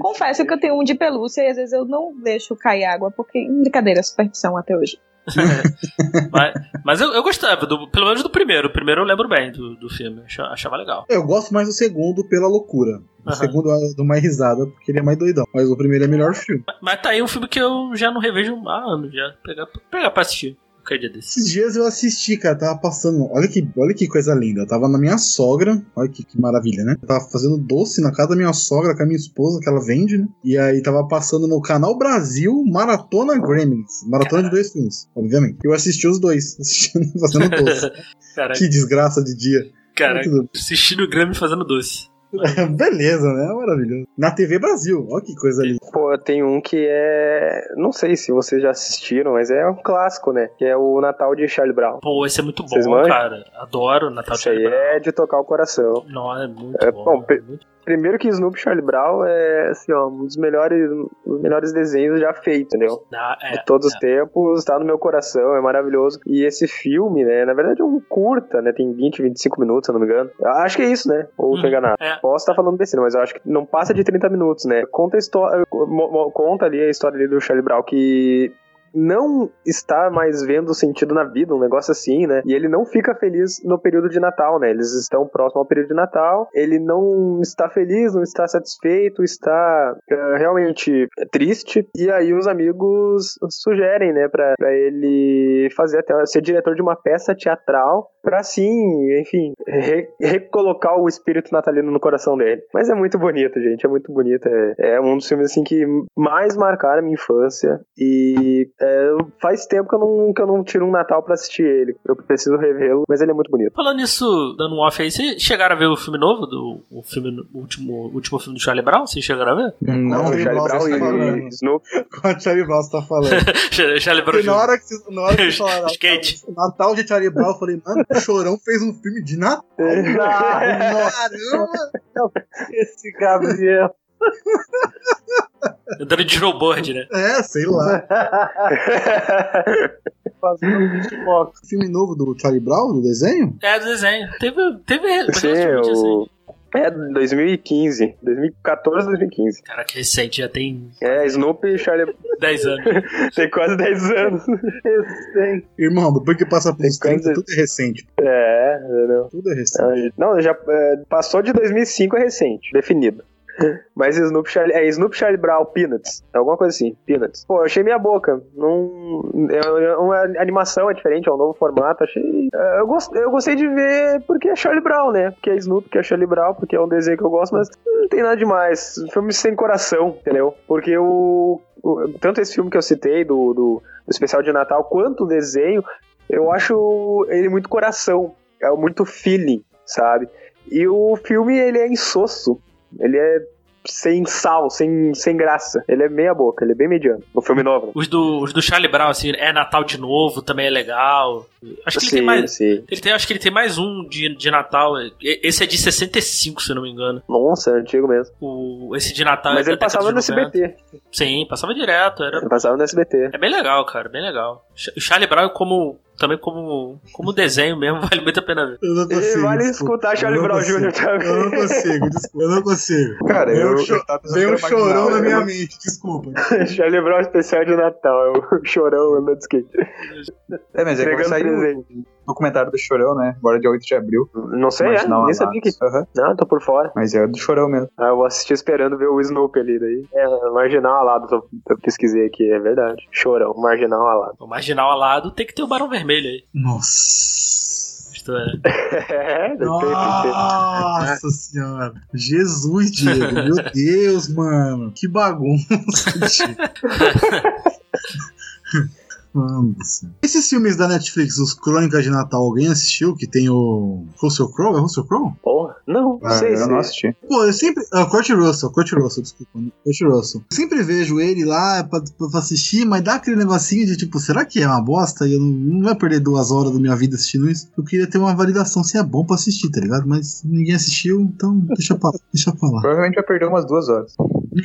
Speaker 6: Confesso que eu tenho um de pelúcia e às vezes eu não deixo cair água, porque é brincadeira, superstição até hoje.
Speaker 1: Mas, mas eu, eu gostava, do- pelo menos do primeiro. O primeiro eu lembro bem do, do filme. Acha- Achava, legal.
Speaker 3: Eu gosto mais do segundo pela loucura. O
Speaker 1: Aham.
Speaker 3: segundo eu dou mais risada, porque ele é mais doidão. Mas o primeiro é melhor filme.
Speaker 1: Mas, mas tá aí um filme que eu já não revejo há anos já. Pegar, pegar pra assistir. Qualquer dia desse.
Speaker 3: Esses dias eu assisti, cara, tava passando. Olha que, olha que coisa linda. Eu tava na minha sogra. Olha que, que maravilha, né? Eu tava fazendo doce na casa da minha sogra com a minha esposa, que ela vende, né? E aí tava passando no canal Brasil Maratona Gremlins. Maratona de dois filmes, obviamente. Eu assisti os dois, assistindo, fazendo doce.
Speaker 1: Caraca,
Speaker 3: que desgraça de dia.
Speaker 1: Né? caraca.
Speaker 3: Tudo-
Speaker 1: Assistindo o Grammy fazendo doce.
Speaker 3: Beleza, né? Maravilhoso. Na TV Brasil, olha que coisa linda.
Speaker 7: Pô, tem um que é. Não sei se vocês já assistiram, mas é um clássico, né? Que é o Natal de Charlie Brown.
Speaker 1: Pô, esse é muito bom,
Speaker 7: Vocês manjam?
Speaker 1: cara. Adoro Natal de
Speaker 7: Isso aí
Speaker 1: Charlie Brown.
Speaker 7: é de tocar o coração.
Speaker 1: Não, é muito
Speaker 7: É,
Speaker 1: bom.
Speaker 7: bom, pe-
Speaker 1: muito-
Speaker 7: Primeiro que Snoopy e Charlie Brown é assim, ó, um dos melhores, um dos melhores desenhos já feitos, entendeu?
Speaker 1: Ah, é,
Speaker 7: um de todos
Speaker 1: é.
Speaker 7: os tempos, tá no meu coração, é maravilhoso. E esse filme, né, na verdade é um curta, né, tem 20, 25 minutos, se eu não me engano. Eu Acho que é isso, né? Ou
Speaker 1: Uhum,
Speaker 7: tô enganado.
Speaker 1: é.
Speaker 7: Posso estar falando besteira, mas eu acho que não eh, passa de 30 minutos, né? Conta a história, conta ali a história ali do Charlie Brown que não está mais vendo sentido na vida, um negócio assim, né? E ele não fica feliz no período de Natal, né? Eles estão próximo ao período de Natal, ele não está feliz, não está satisfeito, está eh, realmente triste. E aí os amigos sugerem, né, pra, pra ele fazer até ser diretor de uma peça teatral pra sim, enfim, re- recolocar o espírito natalino no coração dele. Mas é muito bonito, gente, é muito bonito. É, é um dos filmes assim que mais marcaram a minha infância e é, faz tempo que eu não que eu não tiro um Natal pra assistir ele. Eu preciso revê-lo, mas ele é muito bonito.
Speaker 1: Falando nisso, dando um off aí, vocês chegaram a ver o filme novo do o filme, o último, o último filme do Charlie Brown? Vocês chegaram a ver?
Speaker 7: Não,
Speaker 3: Charlie
Speaker 7: Charlie
Speaker 3: Brown
Speaker 7: Brown
Speaker 5: tá
Speaker 3: está
Speaker 7: e,
Speaker 3: tá falando.
Speaker 7: e Snoop.
Speaker 3: Qual Charlie Brown você tá falando?
Speaker 1: Charlie Brown
Speaker 3: Porque na
Speaker 1: Jr.
Speaker 3: hora que vocês na hora que vocês falaram "Ah, tá,
Speaker 1: Skate.
Speaker 3: Natal de Charlie Brown, eu falei, mano, o Chorão fez um filme de Natal. Caramba!
Speaker 7: Ah, Esse Gabriel.
Speaker 1: Andando de snowboard, né?
Speaker 3: É, sei lá.
Speaker 7: Fazendo um beatbox.
Speaker 3: Filme novo do Charlie Brown, do desenho?
Speaker 1: É, do desenho. Teve. Teve.
Speaker 7: Sim,
Speaker 1: relativamente
Speaker 7: o...
Speaker 1: recente. assim.
Speaker 7: É 2015, 2014, 2015.
Speaker 1: Caraca, recente, já tem
Speaker 7: É, Snoop e Charlie
Speaker 1: 10 anos.
Speaker 7: tem quase 10 anos. Recém.
Speaker 3: Irmão, depois que passa pelos
Speaker 7: Tem
Speaker 3: 30,
Speaker 7: coisa-
Speaker 3: tudo é recente.
Speaker 7: É, não.
Speaker 3: Tudo é recente.
Speaker 7: não, Não, já é, passou de 2005 é recente, definido. Mas Snoop Charlie, é Snoop Charlie Brown Peanuts, alguma coisa assim, Peanuts. Pô, eu achei minha boca, não, é uma animação é diferente, é um novo formato, achei... é, Eu, gost, eu gostei de ver porque é Charlie Brown, né? Porque é Snoop, porque é Charlie Brown, porque é um desenho que eu gosto, mas não tem nada demais. Filme sem coração, entendeu? Porque o, o- tanto esse filme que eu citei, do, do, do especial de Natal, quanto o desenho, eu acho ele muito coração, é muito feeling, sabe? E o filme, ele é insosso, ele é sem sal, sem, sem graça. Ele é meia boca, ele é bem mediano. O filme novo, né?
Speaker 1: Os do, os do Charlie Brown, assim, é Natal de novo, também é legal. Acho que ele tem mais.
Speaker 7: sim.
Speaker 1: Ele tem, acho que ele tem mais um de, de Natal. E- Esse é de 65, se eu não me engano.
Speaker 7: Nossa, é antigo mesmo.
Speaker 1: O, esse de Natal
Speaker 7: Mas
Speaker 1: é da
Speaker 7: ele passava no
Speaker 1: década de 90.
Speaker 7: SBT.
Speaker 1: Sim, passava direto. Era,
Speaker 7: Ele passava no SBT.
Speaker 1: é bem legal, cara, bem legal. O Charlie Brown, como, também como, como desenho mesmo, vale muito a pena ver.
Speaker 3: Eu não
Speaker 7: E
Speaker 3: consigo.
Speaker 7: vale
Speaker 3: desculpa.
Speaker 7: escutar Charlie
Speaker 3: tipo, Eu não consigo.
Speaker 7: Brown Jr.
Speaker 3: Eu não
Speaker 7: também.
Speaker 3: consigo, desculpa. Eu não consigo.
Speaker 5: Cara,
Speaker 3: Veio
Speaker 5: eu,
Speaker 3: um
Speaker 5: eu,
Speaker 3: cho-
Speaker 5: tava pensando
Speaker 3: Veio um
Speaker 5: que era marginal,
Speaker 3: chorão na
Speaker 5: né?
Speaker 3: minha mente, desculpa.
Speaker 7: Charlie Brown especial de Natal. É o chorão andando de skate.
Speaker 5: É, mas é que vai
Speaker 7: Entregando
Speaker 5: sair o
Speaker 7: presente.
Speaker 5: documentário do Chorão, né? Agora dia 8 de abril.
Speaker 7: Não sei, é?
Speaker 5: Marginal
Speaker 7: Nem
Speaker 5: Alados.
Speaker 7: sabia que.
Speaker 5: Aham.
Speaker 7: Não, tô por fora.
Speaker 5: Mas é do Chorão mesmo.
Speaker 7: Ah, eu vou assistir esperando ver o Snoop ali daí. É, marginal alado, eu, eu pesquisei aqui, é verdade. Chorão, marginal alado.
Speaker 1: O marginal alado tem que ter o Barão Vermelho aí.
Speaker 3: Nossa.
Speaker 1: Isto é.
Speaker 7: É, deve ter, deve ter.
Speaker 3: Nossa senhora. Jesus, Diego. Meu Deus, mano. Que bagunça, Diego. Mano do céu. Esses filmes da Netflix, os Crônicas de Natal, alguém assistiu? Que tem o Russell Crowe? É Russell Crowe?
Speaker 7: Porra, não, não
Speaker 5: Ah,
Speaker 7: sei
Speaker 5: eu
Speaker 7: se.
Speaker 5: não assisti.
Speaker 3: Pô, eu sempre. Ah, Kurt Russell, Kurt Russell, desculpa. né? Kurt Russell. Sempre vejo ele lá pra, pra assistir, mas dá aquele negocinho de tipo, será que é uma bosta? E eu não, não vai perder duas horas da minha vida assistindo isso. Eu queria ter uma validação se é bom pra assistir, tá ligado? Mas ninguém assistiu, então deixa pra, deixa pra lá.
Speaker 5: Provavelmente vai perder umas duas horas.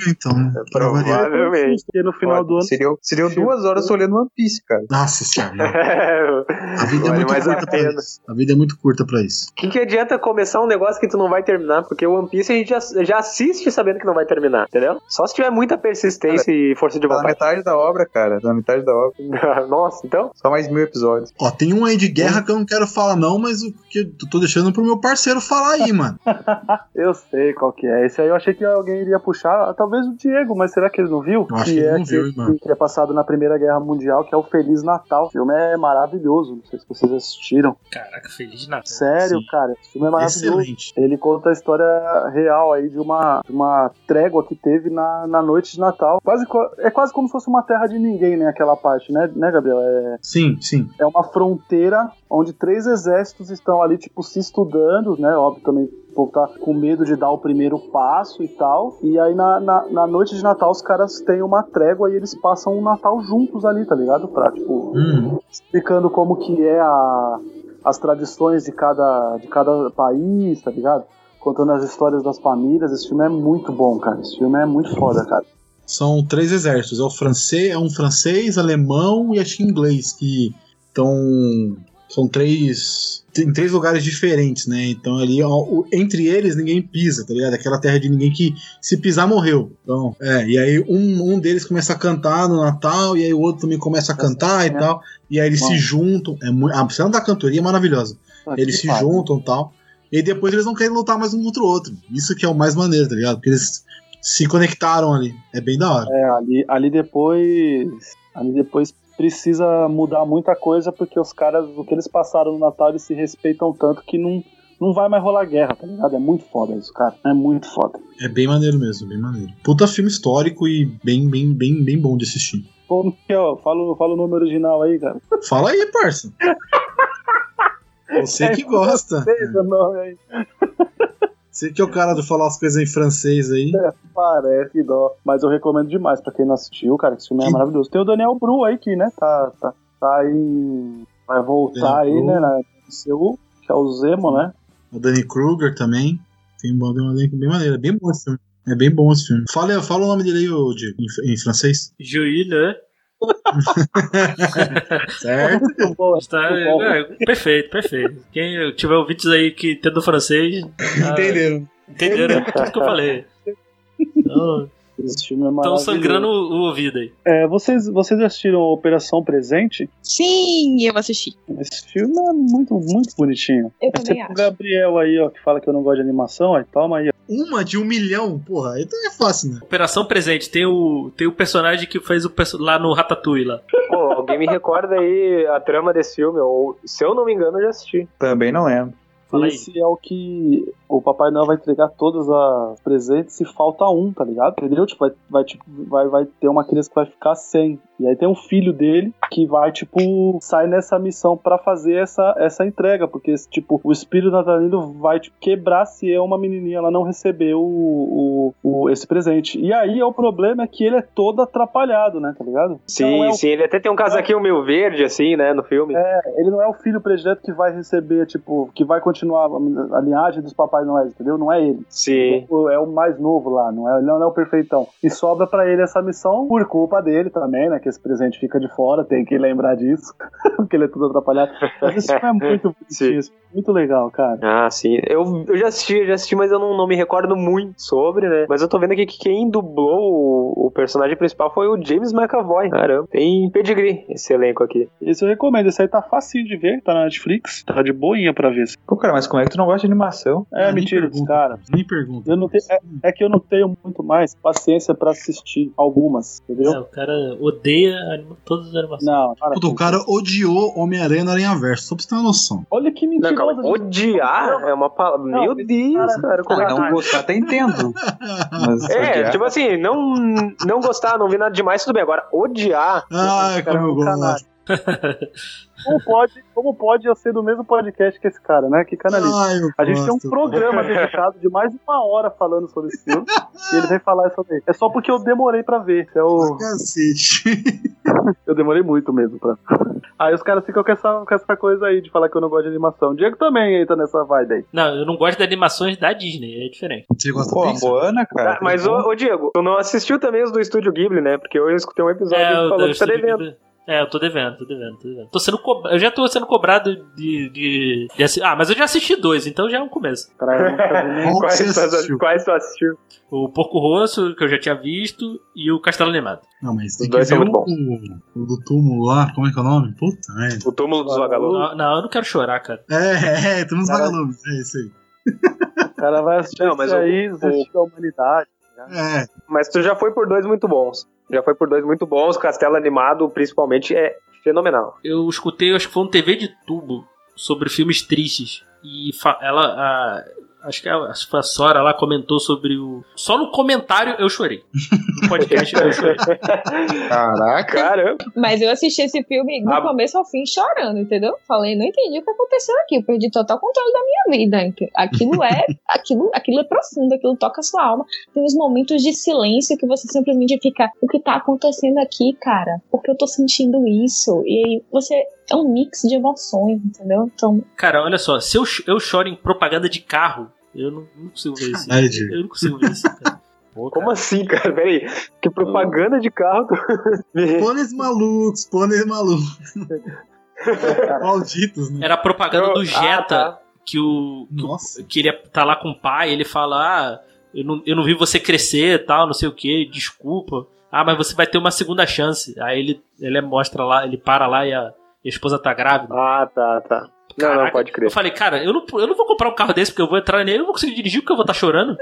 Speaker 3: Então, né?
Speaker 7: É,
Speaker 3: pra variar.
Speaker 7: Provavelmente.
Speaker 4: Porque no final do ano.
Speaker 5: Seriam, seriam duas horas olhando One Piece, cara.
Speaker 3: Nossa senhora. A vida é
Speaker 7: Vale
Speaker 3: muito
Speaker 7: mais a
Speaker 3: curta pra
Speaker 7: pena.
Speaker 3: isso. A vida é muito curta pra isso.
Speaker 7: O que, que adianta começar um negócio que tu não vai terminar? Porque o One Piece a gente já, já assiste sabendo que não vai terminar, entendeu? Só se tiver muita persistência e força de
Speaker 5: Tá na
Speaker 7: vontade.
Speaker 5: metade da obra, cara. Tá na metade da obra.
Speaker 7: Nossa, então.
Speaker 5: Só mais mil episódios.
Speaker 3: Ó, tem um aí de guerra que eu não quero falar, não, mas o que eu tô deixando pro meu parceiro falar aí, mano.
Speaker 4: Eu sei qual que é. Esse aí eu achei que alguém iria puxar, talvez o Diego, mas será que ele não viu?
Speaker 3: Eu acho que
Speaker 4: é
Speaker 3: ele não viu,
Speaker 4: aquele
Speaker 3: hein, mano.
Speaker 4: que é passado na Primeira Guerra Mundial, que é o Feliz Natal. O filme é maravilhoso, não sei se vocês assistiram.
Speaker 1: Caraca, feliz de Natal.
Speaker 4: Sério,
Speaker 1: Sim.
Speaker 4: cara, esse filme é maravilhoso.
Speaker 3: Excelente.
Speaker 4: Ele conta a história real aí de uma, de uma trégua que teve na, na noite de Natal. Quase, co- é quase como se fosse uma terra de ninguém, né? Aquela parte, né, né Gabriel? É,
Speaker 3: Sim, sim.
Speaker 4: é uma fronteira onde três exércitos estão ali, tipo, se estudando, né? Óbvio, também o povo tá com medo de dar o primeiro passo e tal. E aí, na, na, na noite de Natal, os caras têm uma trégua e eles passam o Natal juntos ali, tá ligado? Pra, tipo,
Speaker 3: Hum.
Speaker 4: explicando como que é a, as tradições de cada, de cada país, tá ligado? Contando as histórias das famílias. Esse filme é muito bom, cara. Esse filme é muito foda, cara.
Speaker 3: São três exércitos. É o francês, é um francês, alemão e acho que inglês que estão São três. Em três lugares diferentes, né? Então ali, ó, o- entre eles, ninguém pisa, tá ligado? Aquela terra de ninguém que se pisar morreu. Então, é, e aí um, um deles começa a cantar no Natal, e aí o outro também começa a cantar e
Speaker 4: né?
Speaker 3: tal. E aí eles
Speaker 4: Bom.
Speaker 3: se juntam. É muito, a cena da cantoria é maravilhosa. Eles se juntam e tal. E aí depois eles não querem lutar mais um contra o outro. Isso que é o mais maneiro, tá ligado? Porque eles se conectaram ali. É bem da hora.
Speaker 4: É, ali, ali depois. Ali depois precisa mudar muita coisa, porque os caras, o que eles passaram no Natal, eles se respeitam tanto que não, não vai mais rolar guerra, tá ligado? É muito foda isso, cara. É muito foda.
Speaker 3: É bem maneiro mesmo, bem maneiro. Puta filme histórico e bem, bem, bem, bem bom de assistir.
Speaker 4: Como que, ó, fala, o- fala o nome original aí, cara.
Speaker 3: Fala aí, parça. Você que gosta.
Speaker 4: Fez o nome aí.
Speaker 3: Você que é o cara do falar as coisas em francês aí.
Speaker 4: Parece que dó. Mas eu recomendo demais pra quem não assistiu, cara. Esse filme é
Speaker 3: E-
Speaker 4: maravilhoso. Tem o Daniel Bru aí que, né? Tá, tá, tá aí. Vai voltar aí,
Speaker 3: Daniel Bru.
Speaker 4: né? Na MCU, que é o Zemo, né?
Speaker 3: O Danny Kruger também. Tem um bom tem um elenco bem maneiro. É bem bom esse filme. É bem bom esse filme. Fala, fala o nome dele aí, ô, Diego, em, em francês.
Speaker 1: Juí, né?
Speaker 3: Certo?
Speaker 4: Muito bom,
Speaker 1: Está,
Speaker 4: muito bom.
Speaker 1: é, perfeito, perfeito. Quem tiver ouvintes aí que entenda francês, ah,
Speaker 3: Entenderam.
Speaker 1: entenderam tudo que eu falei. Então,
Speaker 4: Esse filme é
Speaker 1: Estão
Speaker 4: maravilhoso.
Speaker 1: sangrando o o ouvido aí.
Speaker 4: É, vocês, vocês assistiram a Operação Presente?
Speaker 6: Sim, eu assisti.
Speaker 4: Esse filme é muito, muito bonitinho.
Speaker 6: Eu
Speaker 4: Esse
Speaker 6: também
Speaker 4: é o
Speaker 6: acho.
Speaker 4: Gabriel aí, ó, que fala que eu não gosto de animação, aí toma aí. ó.
Speaker 3: Uma de um milhão, porra. Então é fácil, né?
Speaker 1: Operação Presente, tem o, tem o personagem que fez o perso- lá no Ratatouille lá.
Speaker 7: Pô, alguém me recorda aí a trama desse filme, ou se eu não me engano, eu já assisti.
Speaker 4: Então
Speaker 5: Também não lembro.
Speaker 1: Fala aí.
Speaker 4: Esse é o que o Papai Noel vai entregar todos os presentes se falta um, tá ligado? Entendeu? Tipo, vai, vai, tipo, vai, vai ter uma criança que vai ficar sem. E aí tem um filho dele que vai, tipo, sai nessa missão pra fazer essa, essa entrega. Porque, tipo, o espírito natalino vai tipo, quebrar se é uma menininha ela não receber o, o, o- esse presente. E aí o problema é que ele é todo atrapalhado, né? Tá ligado? Então
Speaker 7: Sim,
Speaker 4: é o
Speaker 7: sim, ele até tem um casaquinho meio verde, assim, né, no filme.
Speaker 4: ele não é o filho predileto que vai receber, tipo, que vai continuar a, a linhagem dos Papai Noel, entendeu? Não é ele.
Speaker 7: Sim.
Speaker 4: O- É o mais novo lá, não é, ele não é o perfeitão. E sobra pra ele essa missão por culpa dele também, né? Que esse presente fica de fora, tem que lembrar disso, porque ele é tudo atrapalhado. Mas isso é muito
Speaker 7: Sim.
Speaker 4: bonitinho, isso é muito legal, cara.
Speaker 7: Ah, sim. Eu, eu já assisti, eu já assisti, mas eu não, não me recordo muito sobre, né? Mas eu tô vendo aqui que quem dublou o, o personagem principal foi o James McAvoy. Caramba, tem pedigree esse elenco aqui.
Speaker 4: Esse eu recomendo, esse aí tá facinho de ver, tá na Netflix, tá de boinha pra ver.
Speaker 5: Pô, cara, mas como é que tu não gosta de animação?
Speaker 3: Ah,
Speaker 4: É,
Speaker 3: Nem
Speaker 4: mentira,
Speaker 3: pergunta.
Speaker 4: cara.
Speaker 3: Nem pergunta.
Speaker 4: Eu não tenho- É que eu não tenho muito mais paciência pra assistir algumas, entendeu?
Speaker 1: É, o cara odeia anima- todas as animações.
Speaker 4: Não, para
Speaker 3: Puta,
Speaker 4: com
Speaker 3: o cara odiou Homem-Aranha no Aranha Verso, só pra você ter uma noção.
Speaker 4: Olha que
Speaker 7: Não,
Speaker 4: mentiroso.
Speaker 7: calma.
Speaker 4: gente.
Speaker 7: Odiar é uma palavra.
Speaker 4: Não,
Speaker 7: Meu Deus, cara. Como é que
Speaker 5: não
Speaker 7: tá?
Speaker 5: gostar, até entendo. Mas
Speaker 7: É,
Speaker 5: odiar-
Speaker 7: tipo assim, não, não gostar, não ver nada demais, tudo bem. Agora, odiar.
Speaker 3: Ai,
Speaker 4: cara é
Speaker 3: como eu
Speaker 4: um
Speaker 3: gosto.
Speaker 4: Como pode, como pode eu ser do mesmo podcast que esse cara, né? Que canalista.
Speaker 3: Ai, eu
Speaker 4: A gente tem um
Speaker 3: gosto.
Speaker 4: programa dedicado de mais de uma hora falando sobre esse filme. e ele vem falar isso aí. É só porque eu demorei pra ver. Eu,
Speaker 3: Cacete.
Speaker 4: eu demorei muito mesmo pra. Aí os caras ficam com essa, com essa coisa aí de falar que eu não gosto de animação. O Diego também aí tá nessa vibe aí.
Speaker 1: Não, eu não gosto de animações da Disney, é diferente.
Speaker 3: Você gosta
Speaker 5: Pô, a
Speaker 3: disso?
Speaker 5: Moana, cara.
Speaker 7: Ah, mas, ô, ô, Diego, tu não assistiu também os do Estúdio Ghibli, né? Porque eu escutei um episódio
Speaker 1: É,
Speaker 7: que
Speaker 1: eu,
Speaker 7: falou
Speaker 1: eu
Speaker 7: que tá
Speaker 1: estou
Speaker 7: devendo.
Speaker 1: devendo. É, eu tô devendo, tô devendo, tô devendo. Tô sendo co- Eu já tô sendo cobrado de. de- de assi- Ah, mas eu já assisti dois, então já é um começo.
Speaker 4: Caralho, eu nunca vi nem-
Speaker 3: Qual
Speaker 7: Quais
Speaker 3: que você
Speaker 7: tu
Speaker 3: assistiu?
Speaker 7: assistiu? Quais tu assistiu?
Speaker 1: O Porco Rosso, que eu já tinha visto, e o Castelo Animado.
Speaker 3: Não, mas tem
Speaker 7: Os
Speaker 3: que
Speaker 7: dois
Speaker 3: ver o,
Speaker 7: são muito
Speaker 3: o do túmulo lá, como é que é o nome? Puta merda.
Speaker 7: O túmulo dos vagalumes.
Speaker 1: Não, não, eu não quero chorar, cara.
Speaker 3: É, é, é, temos
Speaker 4: Caralho.
Speaker 3: vagalumes, é isso aí.
Speaker 4: O cara vai assistir
Speaker 7: Não, mas
Speaker 4: isso
Speaker 7: o-
Speaker 4: aí, desistir da humanidade.
Speaker 3: É,
Speaker 7: Mas tu já foi por dois muito bons. Já foi por dois muito bons. Castelo Animado, principalmente, é fenomenal.
Speaker 1: Eu escutei, acho que foi um TV de tubo sobre filmes tristes. E fa- ela. a- Acho que a, acho que foi a Sora lá comentou sobre o. Só no comentário eu chorei. No podcast eu chorei.
Speaker 5: Caraca.
Speaker 7: Caramba!
Speaker 6: Mas eu assisti esse filme do
Speaker 7: Ah.
Speaker 6: começo ao fim chorando, entendeu? Falei, não entendi o que aconteceu aqui. Eu perdi total controle da minha vida. ente- Aquilo é, aquilo, aquilo é profundo, aquilo toca a sua alma. Tem uns momentos de silêncio que você simplesmente fica, o que tá acontecendo aqui, cara? Porque eu tô sentindo isso. E aí você é um mix de emoções, entendeu? Então,
Speaker 1: Cara, olha só, se eu, ch- eu choro em propaganda de carro, eu não, não consigo ver isso.
Speaker 3: Ai, Diego.
Speaker 1: Eu não consigo ver isso, cara.
Speaker 7: Como assim, cara? Peraí. Que propaganda de carro tu.
Speaker 3: pôneis malucos, pôneis malucos. Malditos, né?
Speaker 1: Era a propaganda
Speaker 7: Eu-
Speaker 1: do
Speaker 7: ah,
Speaker 1: Jetta
Speaker 7: tá.
Speaker 1: que o que,
Speaker 3: Nossa.
Speaker 1: o- que ele tá lá com o pai, ele fala: "Ah, eu não, eu não vi você crescer, tal, não sei o que, desculpa. Ah, mas você vai ter uma segunda chance". Aí ele ele mostra lá, ele para lá e a, e a esposa tá grávida.
Speaker 7: Ah, tá, tá. Não, não,
Speaker 1: Caraca.
Speaker 7: pode
Speaker 1: Eu
Speaker 7: crer.
Speaker 1: falei, cara, eu não, eu não vou comprar um carro desse porque eu vou entrar nele, eu não vou conseguir dirigir porque eu vou estar chorando.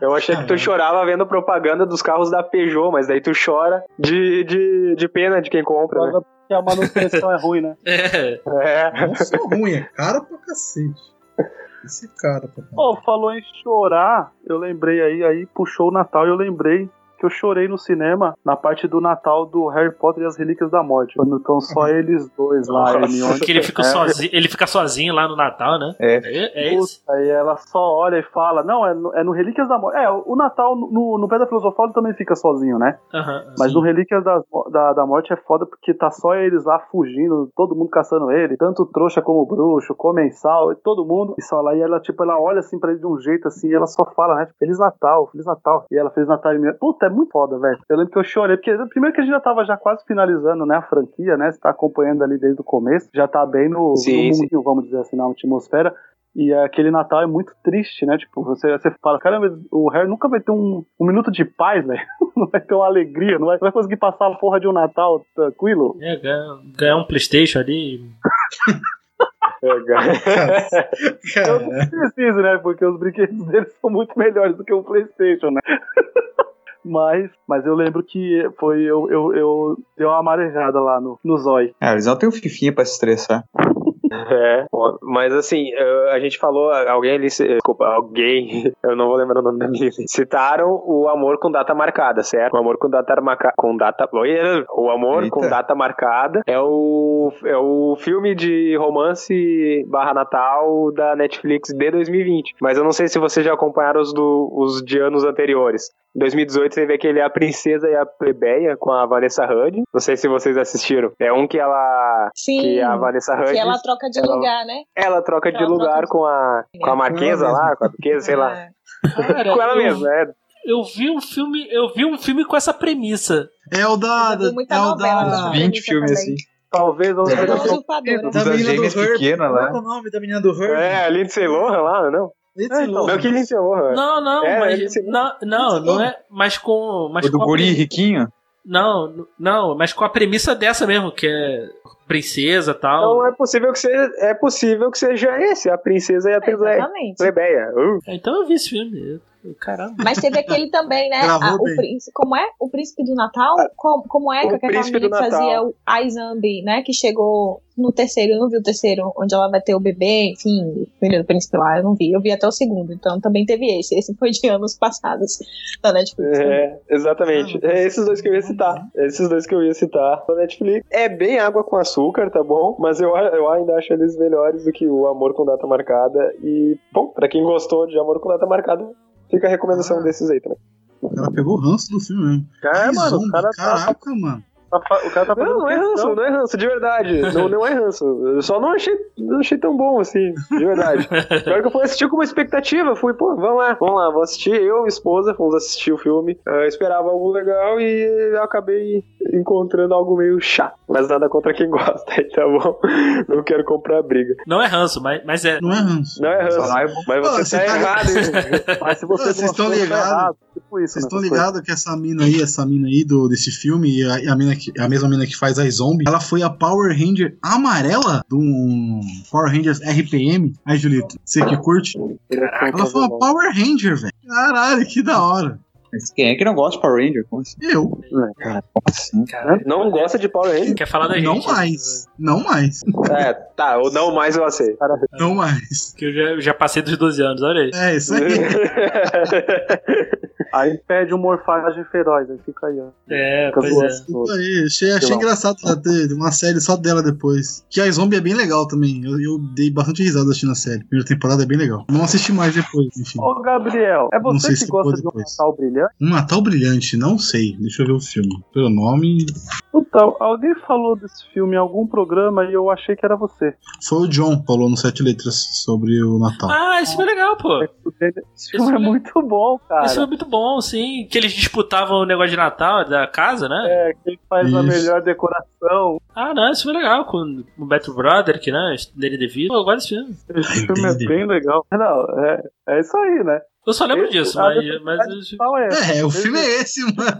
Speaker 7: Eu achei que tu chorava vendo propaganda dos carros da Peugeot, mas daí tu chora de, de, de pena de quem compra, né?
Speaker 4: Porque a manutenção é ruim, né?
Speaker 1: É.
Speaker 7: É.
Speaker 3: Não só ruim, é caro pra cacete. Esse é cara, papai.
Speaker 4: Pô, falou em chorar, eu lembrei aí, aí puxou o Natal e eu lembrei que eu chorei no cinema na parte do Natal do Harry Potter e as Relíquias da Morte. Quando estão só eles dois lá,
Speaker 7: Nossa.
Speaker 4: Hermione.
Speaker 1: Porque ele fica,
Speaker 4: É.
Speaker 1: sozinho, ele fica sozinho lá no Natal, né?
Speaker 5: É.
Speaker 1: É, é esse?
Speaker 4: Puta, aí ela só olha e fala, não, é no, é no Relíquias da Morte. É, o Natal no, no Pedra Filosofal ele também fica sozinho, né?
Speaker 1: Aham.
Speaker 4: Mas no Relíquias das- da, da Morte é foda porque tá só eles lá fugindo, todo mundo caçando ele, tanto trouxa como bruxo, comensal, todo mundo. E só lá, e ela, tipo, ela olha assim pra ele de um jeito assim, e ela só fala, né? Tipo, Feliz Natal, Feliz Natal. E ela fez Natal em mim. Puta, é muito foda, velho. Eu lembro que eu chorei, porque primeiro que a gente já tava já quase finalizando, né, a franquia, né? Você tá acompanhando ali desde o começo, já tá bem no,
Speaker 7: Sim,
Speaker 4: no
Speaker 7: sim.
Speaker 4: mundinho, vamos dizer assim, na atmosfera. E aquele Natal é muito triste, né? Tipo, você, você fala, caramba, o Harry nunca vai ter um, um minuto de paz, velho não vai ter uma alegria, não vai, não vai conseguir passar a porra de um Natal tranquilo.
Speaker 1: É, ganhar, ganhar um Playstation ali.
Speaker 7: é,
Speaker 4: Eu não
Speaker 3: Cara,
Speaker 4: preciso, né? Porque os brinquedos deles são muito melhores do que um Playstation, né? Mas, mas eu lembro que foi eu, eu, eu dei uma amarejada lá no, no Zói.
Speaker 5: Ah, eles não têm um fifinha pra se estressar.
Speaker 7: É, ó, mas assim, eu- a gente falou, alguém ali, se- desculpa, alguém, eu não vou lembrar o nome da menina, citaram o amor com data marcada, certo? O amor com data marcada, com data, Oi, o amor
Speaker 5: Eita.
Speaker 7: com data marcada é o, é o filme de romance barra natal da Netflix de 2020, mas eu não sei se vocês já acompanharam os, do, os de anos anteriores. Em 2018 teve aquele é A Princesa e a Plebeia com a Vanessa Hudgens, não sei se vocês assistiram, é um que ela...
Speaker 6: Sim.
Speaker 7: Que a Vanessa Hudgens
Speaker 6: Que ela troca de
Speaker 7: ela-
Speaker 6: lugar, né?
Speaker 7: ela troca de
Speaker 6: Ela troca
Speaker 7: lugar
Speaker 6: de-
Speaker 7: com a, com a marquesa
Speaker 3: ela
Speaker 7: lá, com a duquesa, sei lá.
Speaker 6: É.
Speaker 1: Cara,
Speaker 7: Com ela
Speaker 1: eu-
Speaker 7: mesma, é.
Speaker 1: Eu vi um filme, eu vi um filme com essa premissa.
Speaker 3: é o da.
Speaker 6: Eu vi muita
Speaker 3: é o
Speaker 6: novela
Speaker 3: da.
Speaker 6: também.
Speaker 5: 20
Speaker 6: Premissa
Speaker 5: filmes
Speaker 6: também.
Speaker 5: assim.
Speaker 4: Talvez não
Speaker 6: Ela é uma
Speaker 4: seja
Speaker 6: usurpadora.
Speaker 3: Da
Speaker 5: Das
Speaker 3: menina
Speaker 5: gêmeas
Speaker 3: do Herb.
Speaker 5: pequenas
Speaker 3: Qual
Speaker 5: lá.
Speaker 3: é o nome da menina do
Speaker 7: né? É,
Speaker 3: Herb?
Speaker 7: a Lindsay Lohan lá, não?
Speaker 3: É, Lindsay
Speaker 7: Não,
Speaker 3: Lohan.
Speaker 7: que Lindsay Lohan?
Speaker 1: Não, não,
Speaker 7: É, ele
Speaker 1: mas
Speaker 7: se-
Speaker 1: não, não, não é, mas com, mas
Speaker 5: O do
Speaker 1: com a
Speaker 5: guri
Speaker 1: pre-
Speaker 5: riquinho.
Speaker 1: não, não, mas com a premissa dessa mesmo, que é princesa, tal.
Speaker 7: Então é possível que seja, é possível que seja esse, a princesa e a plebeia.
Speaker 6: Exatamente.
Speaker 7: plebeia. Uh,
Speaker 1: Então eu vi esse filme. eu- Caramba.
Speaker 6: Mas teve aquele também, né?
Speaker 3: Gravou
Speaker 6: Ah, o
Speaker 3: bem.
Speaker 6: príncipe, como é? O príncipe do Natal? Como, como é
Speaker 7: Ah, o
Speaker 6: que aquela
Speaker 7: príncipe
Speaker 6: menina
Speaker 7: do
Speaker 6: que
Speaker 7: Natal.
Speaker 6: fazia o a Zambi, né? Que chegou no terceiro, eu não vi o terceiro, onde ela vai ter o bebê, enfim, o filho do príncipe lá, eu não vi. Eu vi até o segundo, então também teve esse. Esse foi de anos passados na Netflix. também.
Speaker 7: é, exatamente. É esses dois que eu ia citar. Esses dois que eu ia citar na Netflix. É bem água com açúcar, tá bom? Mas eu, eu ainda acho eles melhores do que o Amor com Data Marcada. E, bom, pra quem gostou de Amor com Data Marcada, fica a recomendação
Speaker 3: Ah.
Speaker 7: desses aí também.
Speaker 3: O cara pegou o ranço do filme mesmo.
Speaker 7: É,
Speaker 3: Que
Speaker 7: mano,
Speaker 3: zumbi,
Speaker 7: o cara tá,
Speaker 3: Caraca, mano.
Speaker 4: tá fa- o cara tá fazendo
Speaker 7: Não, não é
Speaker 4: questão.
Speaker 7: ranço, não é ranço, de verdade. Não, não é ranço. Eu só não achei, não achei tão bom assim, de verdade. Pior que eu fui assistir com uma expectativa. Fui, pô, vamos lá, vamos lá, vou assistir. Eu e minha esposa fomos assistir o filme. Ah, Eu esperava algo legal e eu acabei encontrando algo meio chato. Mas nada contra quem gosta, aí tá bom? Não quero comprar briga.
Speaker 1: Não é ranço, mas, mas é.
Speaker 3: Não é ranço.
Speaker 7: Não é
Speaker 5: Só
Speaker 7: ranço.
Speaker 5: não é bom.
Speaker 7: Mas
Speaker 3: Pô,
Speaker 7: você
Speaker 3: você
Speaker 7: tá
Speaker 3: tá-
Speaker 7: errado. hein? Mas se você
Speaker 3: Vocês
Speaker 7: gostou,
Speaker 3: estão
Speaker 7: tá
Speaker 3: ligados?
Speaker 7: errado. Tipo isso,
Speaker 3: Vocês
Speaker 7: né?
Speaker 3: estão ligados que essa mina aí, essa mina aí do, desse filme, e a, a, mina que, a mesma mina que faz a zombie, ela foi a Power Ranger amarela do Power Rangers RPM. Aí, Julito, você que curte? Ela foi uma Power Ranger, velho. Caralho, que da hora.
Speaker 5: Mas quem é que não gosta de Power Ranger? Como assim?
Speaker 3: Eu,
Speaker 5: Como assim?
Speaker 1: Cara,
Speaker 7: Não gosta de Power
Speaker 4: é.
Speaker 7: Rangers?
Speaker 1: quer falar da gente?
Speaker 3: não mais. Não mais.
Speaker 7: É, tá, ou não mais eu aceito.
Speaker 3: Não mais.
Speaker 1: Que eu já, eu já passei dos 12 anos, olha aí.
Speaker 3: É, isso aí. é.
Speaker 4: Aí perde um morfagem feroz, aí fica aí, ó.
Speaker 1: É,
Speaker 4: Fica
Speaker 1: pois é.
Speaker 4: zoando.
Speaker 3: Isso aí. Achei, achei
Speaker 4: Vilão.
Speaker 3: engraçado ela ter uma série só dela depois. Que a zombie é bem legal também. Eu, eu dei bastante risada assistindo a série. Primeira temporada é bem legal. Não assisti mais depois, enfim.
Speaker 4: Ô, Gabriel, é
Speaker 3: Não sei
Speaker 4: você
Speaker 3: se
Speaker 4: que gosta
Speaker 3: pode
Speaker 4: de um
Speaker 3: depois.
Speaker 4: Natal brilhante?
Speaker 3: Um Natal Brilhante, não sei. Deixa eu ver o filme. Pelo nome.
Speaker 4: Então, alguém falou desse filme em algum programa e eu achei que era você.
Speaker 3: Foi o John que falou no Sete Letras sobre o Natal.
Speaker 1: Ah, esse foi legal, pô.
Speaker 4: Esse filme é
Speaker 1: filme-
Speaker 4: muito bom, cara.
Speaker 1: Esse foi muito bom. bom, sim. Que eles disputavam o negócio de Natal da casa, né?
Speaker 4: É, quem faz a
Speaker 3: Isso.
Speaker 4: melhor decoração.
Speaker 1: Ah, não, isso foi legal. Com o Beto Broderick, né? Dele devido. Pô, eu gosto desse filme.
Speaker 4: Esse filme é
Speaker 3: entendi.
Speaker 4: bem legal. Não, é, é isso aí, né?
Speaker 1: Eu só lembro disso,
Speaker 4: Ah,
Speaker 1: mas. mas
Speaker 4: Qual é?
Speaker 3: É, o filme é esse, mano.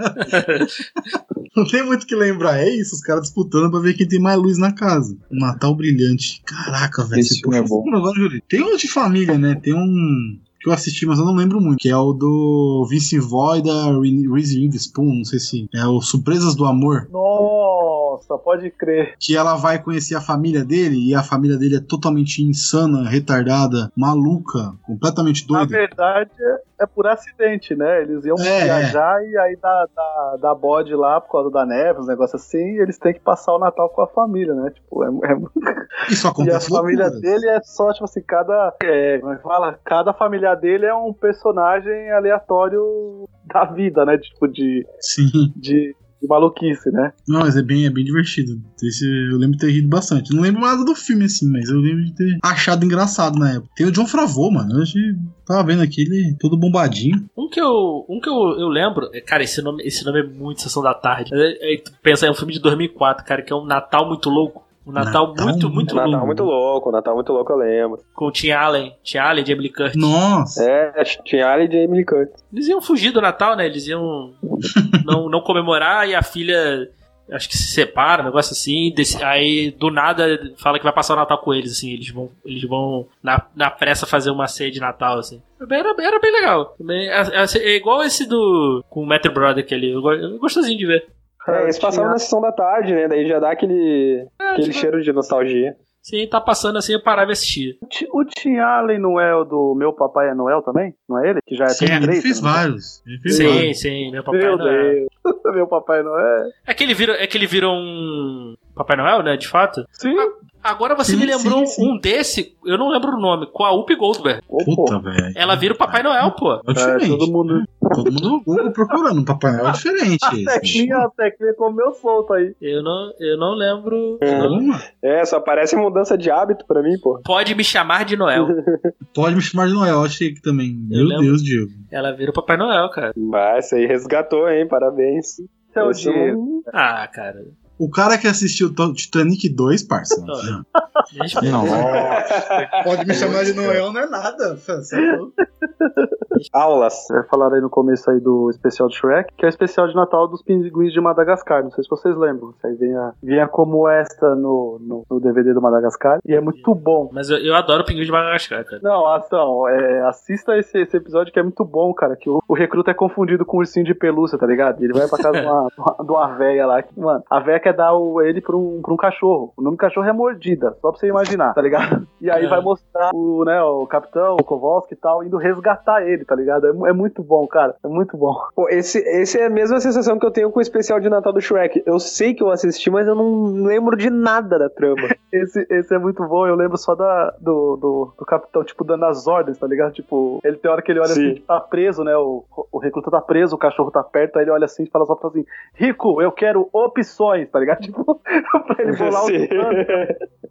Speaker 3: Não tem muito o que lembrar. É isso, os caras disputando pra ver quem tem mais luz na casa. Um Natal brilhante. Caraca, velho.
Speaker 5: Esse
Speaker 3: você
Speaker 5: filme
Speaker 3: puxa
Speaker 5: é bom.
Speaker 3: esse filme agora, Júlio. Tem um de família, né? Tem um que eu assisti, mas eu não lembro muito. Que é o do Vince Vaughn e da Re- Reese Witherspoon, não sei se... É o Surpresas do Amor.
Speaker 4: Nossa, pode crer.
Speaker 3: que ela vai conhecer a família dele e a família dele é totalmente insana, retardada, maluca, completamente
Speaker 4: Na
Speaker 3: doida.
Speaker 4: verdade, é- é por acidente, né? Eles iam
Speaker 3: É,
Speaker 4: viajar e aí dá, dá, dá bode lá por causa da neve, uns negócios assim, e eles têm que passar o Natal com a família, né? Tipo, é, é
Speaker 3: Isso
Speaker 4: E a
Speaker 3: acontece
Speaker 4: família
Speaker 3: loucura.
Speaker 4: dele é só, tipo assim, cada. É, como é que fala? Cada família dele é um personagem aleatório da vida, né? Tipo, de,
Speaker 3: Sim.
Speaker 4: de, de maluquice, né?
Speaker 3: Não, mas é bem, é bem divertido. Esse eu lembro de ter rido bastante. Não lembro nada do filme, assim, mas eu lembro de ter achado engraçado na época. Tem o John Favreau, mano. Eu achei- tava vendo aqui ele todo bombadinho.
Speaker 1: Um que eu, um que eu, eu lembro, é, cara, esse nome, esse nome é muito Sessão da Tarde. É, é, tu pensa, é um filme de 2004, cara, que é um Natal muito louco. Um Natal,
Speaker 3: Natal
Speaker 1: muito, muito louco.
Speaker 3: Natal muito
Speaker 4: louco, Natal muito louco, eu lembro.
Speaker 1: Com o Tim Allen, Tim Allen de Emily Curtis.
Speaker 3: Nossa.
Speaker 4: É, tinha Ali e Jamie Curtis.
Speaker 1: Eles iam fugir do Natal, né? Eles iam não, não comemorar e a filha acho que se separa, um negócio assim, e desse- aí do nada fala que vai passar o Natal com eles, assim, eles vão, eles vão na, na pressa fazer uma ceia de Natal, assim. Era, era bem legal. Também, é, é- é igual esse do. com o Metro Brother que ali. Eu, go- eu gostosinho de ver.
Speaker 4: É, eles passavam na sessão da tarde, né? Daí já dá aquele,
Speaker 1: É, tipo,
Speaker 4: cheiro de nostalgia.
Speaker 1: Sim, tá passando assim, eu parava e assistia.
Speaker 4: O Tim Allen não é o do Meu Papai é Noel também? Não é ele? Que já é
Speaker 3: Sim,
Speaker 4: tem
Speaker 3: ele
Speaker 4: três,
Speaker 3: fez
Speaker 4: né?
Speaker 3: vários. Ele fez vários.
Speaker 1: Sim, sim, meu papai
Speaker 4: Meu
Speaker 1: Noel.
Speaker 4: Deus, Meu Papai Noel.
Speaker 1: É que ele virou, é que ele virou um Papai Noel, né, de fato.
Speaker 4: Sim.
Speaker 1: Agora você
Speaker 3: Sim,
Speaker 1: me lembrou
Speaker 3: sim, sim.
Speaker 1: um desse, eu não lembro o nome, com a Up Goldberg.
Speaker 4: Ô, pô.
Speaker 3: Puta, velho.
Speaker 1: Ela vira o Papai Noel, pô.
Speaker 3: É
Speaker 4: É,
Speaker 3: diferente.
Speaker 4: todo mundo Ah,
Speaker 3: Todo mundo no Google procurando. um Papai Noel é diferente.
Speaker 4: A
Speaker 3: esse, bicho.
Speaker 4: teclinha, a teclinha comeu solto aí.
Speaker 1: Eu não, eu não lembro.
Speaker 3: Calma.
Speaker 4: É, só parece mudança de hábito pra mim, pô.
Speaker 1: Pode me chamar de Noel.
Speaker 3: Pode me chamar de Noel, achei que também.
Speaker 1: Eu
Speaker 3: Meu
Speaker 1: lembro.
Speaker 3: Deus, Diego.
Speaker 1: Ela vira o Papai Noel, cara.
Speaker 4: Mas isso aí resgatou, hein? Parabéns. Seu
Speaker 9: Esse
Speaker 4: Diego.
Speaker 1: Ah, cara.
Speaker 3: O cara que assistiu To- Titanic 2, parça.
Speaker 1: Não. Deixa-
Speaker 5: Nossa.
Speaker 3: Pode me chamar de Noel, não é nada.
Speaker 4: Aulas. Falaram aí no começo aí do especial de Shrek, que é o especial de Natal dos pinguins de Madagascar. Não sei se vocês lembram. Isso aí vinha, vinha como extra no, no, no DVD do Madagascar. E é muito bom.
Speaker 1: Mas eu, eu adoro o Pinguim de Madagascar, cara.
Speaker 4: Não, ação, é, assista esse, esse episódio que é muito bom, cara. Que o, o recruta é confundido com o ursinho de pelúcia, tá ligado? E Ele vai pra casa de uma, de uma véia lá. Que, mano, a véia quer dar o- ele pra um, pra um cachorro. O nome do cachorro é Mordida, só pra você imaginar, tá ligado? E aí
Speaker 1: É.
Speaker 4: vai mostrar o, né, o capitão, o Kowalski e tal, indo resgatar ele, tá ligado? É, mu- é muito bom, cara. É muito bom.
Speaker 7: Pô, esse, esse é a mesma sensação que eu tenho com o especial de Natal do Shrek. Eu sei que eu assisti, mas eu não lembro de nada da trama.
Speaker 4: Esse, esse é muito bom, eu lembro só da, do, do, do capitão, tipo, dando as ordens, tá ligado? Tipo, ele tem hora que ele olha
Speaker 7: Sim.
Speaker 4: assim, tá preso, né? O, o recruta tá preso, o cachorro tá perto, aí ele olha assim e fala só pra assim, Rico, eu quero opções, tá ligado? Tipo, pra ele bolar o
Speaker 7: Sim.
Speaker 4: plano,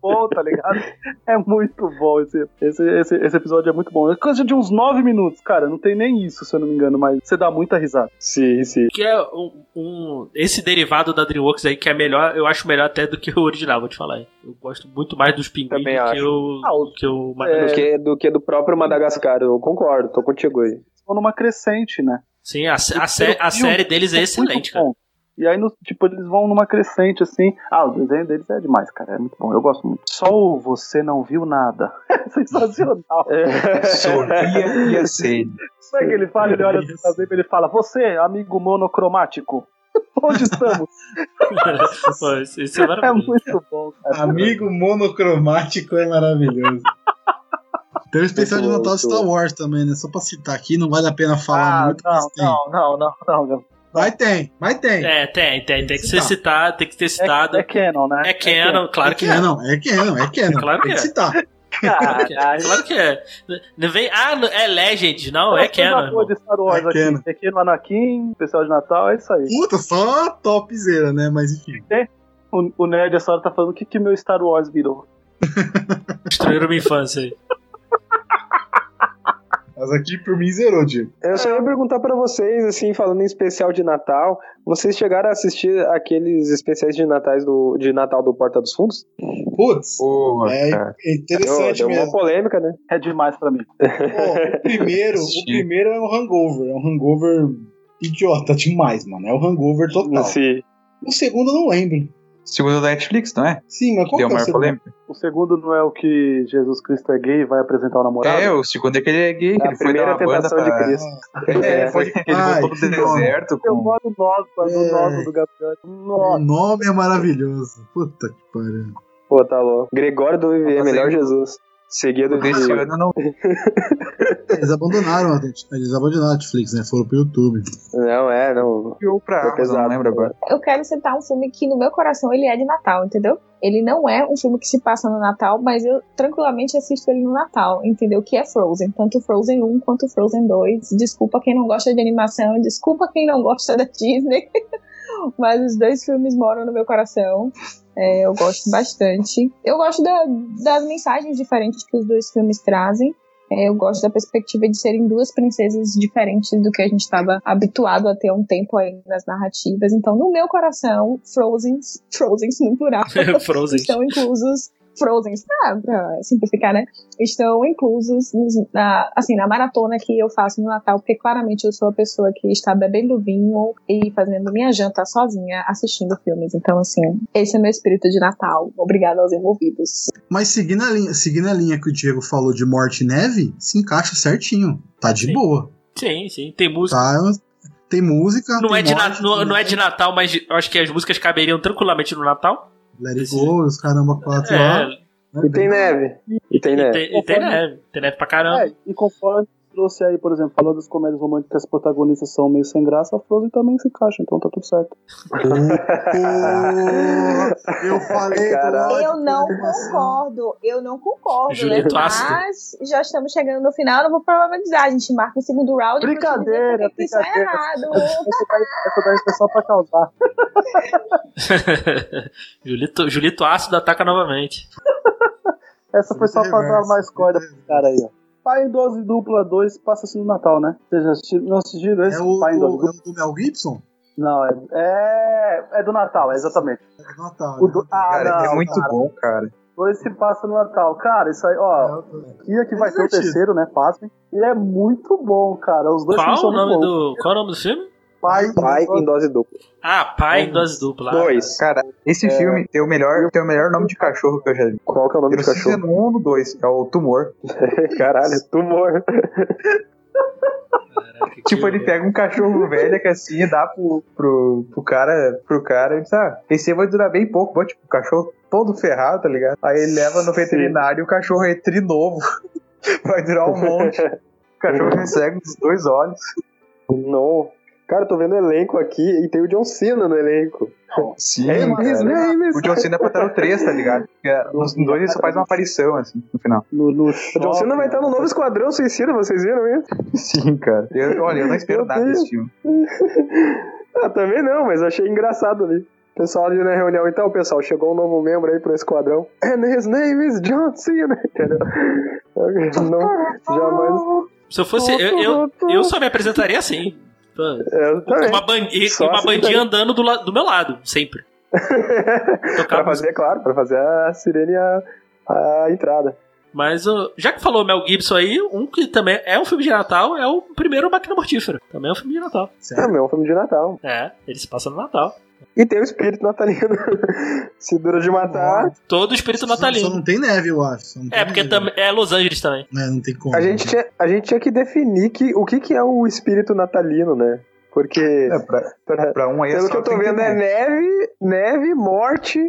Speaker 4: bom, tá ligado? É muito bom esse, esse, esse, esse episódio, é muito bom. É coisa de uns nove minutos, cara, não tem nem isso, se eu não me engano, mas você dá muita risada.
Speaker 7: Sim, sim.
Speaker 1: Que é um, um- Esse derivado da Dreamworks aí que é melhor, eu acho melhor até do que o original, vou te falar. hein. Eu gosto muito mais dos pinguins
Speaker 7: Também
Speaker 1: do que
Speaker 7: acho.
Speaker 1: o,
Speaker 4: Ah, o-
Speaker 1: que o
Speaker 7: Do, que, do que do próprio Madagascar, eu concordo, tô contigo aí.
Speaker 4: Estão numa crescente, né?
Speaker 1: Sim, a, sé- a sé- a
Speaker 4: filme
Speaker 1: série deles é excelente,
Speaker 4: Muito
Speaker 1: cara.
Speaker 4: bom. E aí, no- tipo, eles vão numa crescente, assim. Ah, o desenho deles é demais, cara. É muito bom. Eu gosto muito. Só o Você Não Viu Nada. É sensacional.
Speaker 7: É.
Speaker 5: Sorria e a sede.
Speaker 4: Como é que ele fala? Ele olha assim pra sempre, ele fala, você, amigo monocromático. Onde estamos?
Speaker 1: Pô, Isso isso é
Speaker 4: É
Speaker 1: maravilhoso.
Speaker 4: muito bom, cara.
Speaker 3: Amigo monocromático é maravilhoso. Tem um especial de Natal de Star Wars também, né? Só pra citar aqui, não vale a pena falar
Speaker 4: Ah,
Speaker 3: muito, mas
Speaker 4: não,
Speaker 3: tem.
Speaker 4: não, não, não, não, não.
Speaker 3: Mas tem, mas tem.
Speaker 1: É, tem, tem, tem que ser
Speaker 3: Citar.
Speaker 1: citado, tem que ter citado.
Speaker 4: É, é Canon, né?
Speaker 1: É canon, claro
Speaker 3: é
Speaker 1: que é.
Speaker 3: Canon, é Canon, é Canon.
Speaker 1: Claro que
Speaker 3: tem
Speaker 1: é.
Speaker 3: que citar.
Speaker 4: Ah,
Speaker 1: Claro que é. Claro que é. Não vem, ah, não- é Legend, não, é canon. irmão.
Speaker 4: Boa de Star Wars
Speaker 3: É
Speaker 4: aqui.
Speaker 3: Canon.
Speaker 4: É Canon Anakin, especial de Natal, é isso aí.
Speaker 3: Puta, só topzera, né? Mas enfim.
Speaker 4: O, o Nerd, essa hora, tá falando o que, que meu Star Wars virou.
Speaker 1: Destruíram minha infância aí.
Speaker 3: Mas aqui por mim zerou, Diego.
Speaker 7: Eu só ia perguntar pra vocês, assim, falando em especial de Natal, vocês chegaram a assistir aqueles especiais de, natais do, de Natal do Porta dos Fundos?
Speaker 3: Putz,
Speaker 5: Pô,
Speaker 3: é
Speaker 5: cara.
Speaker 3: é interessante
Speaker 7: deu, deu
Speaker 3: mesmo.
Speaker 7: uma polêmica, né?
Speaker 4: É demais pra mim.
Speaker 3: Ó, o primeiro, o primeiro é um hangover, é um hangover idiota demais, mano. É o hangover total.
Speaker 7: Assim,
Speaker 3: O segundo eu não lembro.
Speaker 5: Segundo da Netflix, não é?
Speaker 3: Sim, mas qual
Speaker 5: Deu
Speaker 3: que é o
Speaker 5: maior
Speaker 3: segundo?
Speaker 5: polêmica.
Speaker 4: O segundo não é o que Jesus Cristo é gay e vai apresentar o namorado?
Speaker 5: É, o segundo é que ele é gay, que
Speaker 7: a
Speaker 5: ele foi dar
Speaker 7: primeira
Speaker 5: uma banda
Speaker 7: tentação
Speaker 5: pra...
Speaker 7: de Cristo.
Speaker 3: Ah,
Speaker 5: É,
Speaker 7: É.
Speaker 5: foi que ele
Speaker 3: Ai,
Speaker 5: voltou do
Speaker 3: que bom.
Speaker 5: deserto
Speaker 7: Eu
Speaker 5: com...
Speaker 7: gosto do Nospa, do
Speaker 3: É.
Speaker 7: Nospa, do Gabriel.
Speaker 3: O
Speaker 7: Nossa,
Speaker 3: nome é maravilhoso. Puta que pariu.
Speaker 7: pô, tá louco. Gregório do Vivier,
Speaker 5: Mas
Speaker 7: melhor
Speaker 5: aí-
Speaker 7: Jesus. Seguido de...
Speaker 5: Desse ano não
Speaker 3: Eles abandonaram, a Net- eles abandonaram a Netflix, né? Foram pro YouTube.
Speaker 7: Não, é, não.
Speaker 5: enviou pra
Speaker 7: Foi
Speaker 5: Amazon, não
Speaker 7: pesado.
Speaker 5: lembro agora.
Speaker 6: Eu quero citar um filme que no meu coração ele é de Natal, entendeu? Ele não é um filme que se passa no Natal, mas eu tranquilamente assisto ele no Natal, entendeu? Que é Frozen, tanto Frozen 1 quanto Frozen 2. Desculpa quem não gosta de animação, desculpa quem não gosta da Disney, mas os dois filmes moram no meu coração. É, eu gosto bastante. Eu gosto da- das mensagens diferentes que os dois filmes trazem. É, eu gosto da perspectiva de serem duas princesas diferentes do que a gente estava habituado a ter há um tempo aí nas narrativas. Então, no meu coração, Frozens, Frozens no plural,
Speaker 1: Frozen.
Speaker 6: estão inclusos. Frozens, ah, pra simplificar, né? Estão inclusos nos- na, assim, na maratona que eu faço no Natal, porque claramente eu sou a pessoa que está bebendo vinho e fazendo minha janta sozinha, assistindo filmes. Então, assim, esse é meu espírito de Natal. Obrigada aos envolvidos.
Speaker 3: Mas seguindo a, linha, seguindo a linha que o Diego falou de Morte e Neve, se encaixa certinho. Tá de
Speaker 1: Sim.
Speaker 3: boa.
Speaker 1: Sim, sim. Tem música.
Speaker 3: Tá? Tem música.
Speaker 1: Não
Speaker 3: tem
Speaker 1: é, de na-
Speaker 3: morte,
Speaker 1: não,
Speaker 3: tem
Speaker 1: não é de Natal, mas eu acho que as músicas caberiam tranquilamente no Natal.
Speaker 3: Let it go, os caramba quatro
Speaker 1: É,
Speaker 3: lá.
Speaker 7: E tem
Speaker 4: Uhum.
Speaker 7: neve. E tem
Speaker 1: e
Speaker 7: neve.
Speaker 1: tem, e tem neve. Tem neve pra caramba.
Speaker 4: É, e conforme trouxe aí, por exemplo, falando das comédias românticas, as protagonistas são meio sem graça, a Frozen também se encaixa, então tá tudo certo.
Speaker 3: Pô, eu falei do
Speaker 7: Caralho.
Speaker 3: ódio
Speaker 6: Eu não
Speaker 3: por animação.
Speaker 6: concordo, eu não concordo, né?
Speaker 1: Julito ácido.
Speaker 6: Mas já estamos chegando no final, não vou problematizar. A gente marca o segundo round. pra eu te dizer
Speaker 4: Brincadeira,
Speaker 6: por que que Isso é
Speaker 4: brincadeira.
Speaker 6: errado.
Speaker 4: Essa daí, essa daí foi só pra causar.
Speaker 1: Julito, Julito Ácido ataca novamente.
Speaker 4: Essa foi só pra dar
Speaker 3: Reverso.
Speaker 4: mais corda pro cara aí, ó. Pai em 12 dupla 2 passa-se no Natal, né? Vocês já assistiram, não assistiram esse? tá
Speaker 3: É o,
Speaker 4: Pai em
Speaker 3: o,
Speaker 4: 12
Speaker 3: é
Speaker 4: dupla?
Speaker 3: o do Mel Gibson?
Speaker 4: Não, é, é, é do Natal, é exatamente.
Speaker 3: É do Natal.
Speaker 4: O
Speaker 3: né?
Speaker 4: do- ah,
Speaker 5: Cara,
Speaker 4: não,
Speaker 5: é muito
Speaker 4: cara.
Speaker 5: bom, cara.
Speaker 4: Dois se passa no Natal. Cara, isso aí, ó. Kia que vai
Speaker 3: É
Speaker 4: ter o
Speaker 3: divertido.
Speaker 4: terceiro, né? Passem. E é muito bom, cara. Os dois filmes
Speaker 1: Qual
Speaker 4: são
Speaker 1: o nome
Speaker 4: muito
Speaker 1: do.
Speaker 4: bons.
Speaker 1: Qual o nome do filme?
Speaker 4: Pai,
Speaker 7: Pai em dose dupla.
Speaker 1: Ah, Pai em Dose Dupla.
Speaker 7: Dois.
Speaker 5: Cara, esse filme tem o, melhor, tem o melhor nome de cachorro que eu já vi.
Speaker 7: Qual que é o
Speaker 5: Eu
Speaker 7: nome
Speaker 5: não
Speaker 7: do
Speaker 5: sei se é
Speaker 7: cachorro?
Speaker 5: no 1 ou no 2, é o Tumor.
Speaker 7: Caralho, tumor.
Speaker 1: Caraca,
Speaker 5: Tipo,
Speaker 1: É, que
Speaker 5: ele
Speaker 1: horror.
Speaker 5: pega um cachorro velho que assim e dá pro, pro, pro cara, pro cara e diz, ah, esse aí vai durar bem pouco, bota tipo, o cachorro todo ferrado, tá ligado? Aí ele leva no veterinário e o cachorro é trinovo. Vai durar um monte. O cachorro é cego dos dois olhos.
Speaker 7: Não. Cara, eu tô vendo o elenco aqui e tem o John Cena no elenco.
Speaker 5: Sim,
Speaker 7: É,
Speaker 5: cara.
Speaker 7: mas, né, mas-
Speaker 5: O John Cena é pra estar no 3, tá ligado? Porque Nos dois ele só faz uma aparição, assim, no final.
Speaker 4: No, no
Speaker 7: O John Cena vai estar no novo Esquadrão Suicida, vocês viram isso?
Speaker 5: Sim, cara. Eu, olha, eu não espero
Speaker 7: Meu
Speaker 5: nada
Speaker 7: Deus.
Speaker 5: desse filme.
Speaker 7: Ah, também não, mas achei engraçado ali. O Pessoal ali na reunião, então, pessoal, chegou um novo membro aí pro esquadrão. And his name is John Cena, entendeu? Eu Não, jamais.
Speaker 1: Se eu fosse. Eu, eu, eu só me apresentaria assim. Com
Speaker 7: É, Eu também.
Speaker 1: Uma, ban- e-
Speaker 7: Só
Speaker 1: uma
Speaker 7: assim
Speaker 1: bandinha
Speaker 7: também.
Speaker 1: andando do, la- do meu lado, sempre.
Speaker 7: pra
Speaker 1: Tocar música.
Speaker 7: fazer, claro, pra fazer a sirene e a, a entrada.
Speaker 1: Mas ó, já que falou Mel Gibson aí, um que também é um filme de Natal é o primeiro Máquina Mortífera. Também é um filme de Natal.
Speaker 7: Também é um filme de Natal.
Speaker 1: É, ele se passa no Natal.
Speaker 7: E tem o espírito natalino. Se dura de matar.
Speaker 1: Todo espírito
Speaker 3: Só, só
Speaker 1: natalino.
Speaker 3: não tem neve, eu acho. Só não tem
Speaker 1: É, porque
Speaker 3: neve.
Speaker 1: também é Los Angeles também.
Speaker 3: É, não tem como.
Speaker 7: A gente tinha, a gente tinha que definir que, o que, que é o espírito natalino, né? Porque.
Speaker 5: É, pra,
Speaker 7: pra-
Speaker 5: pra um aí é
Speaker 7: Pelo
Speaker 5: só
Speaker 7: que eu tô
Speaker 5: 39.
Speaker 7: vendo é neve, neve, morte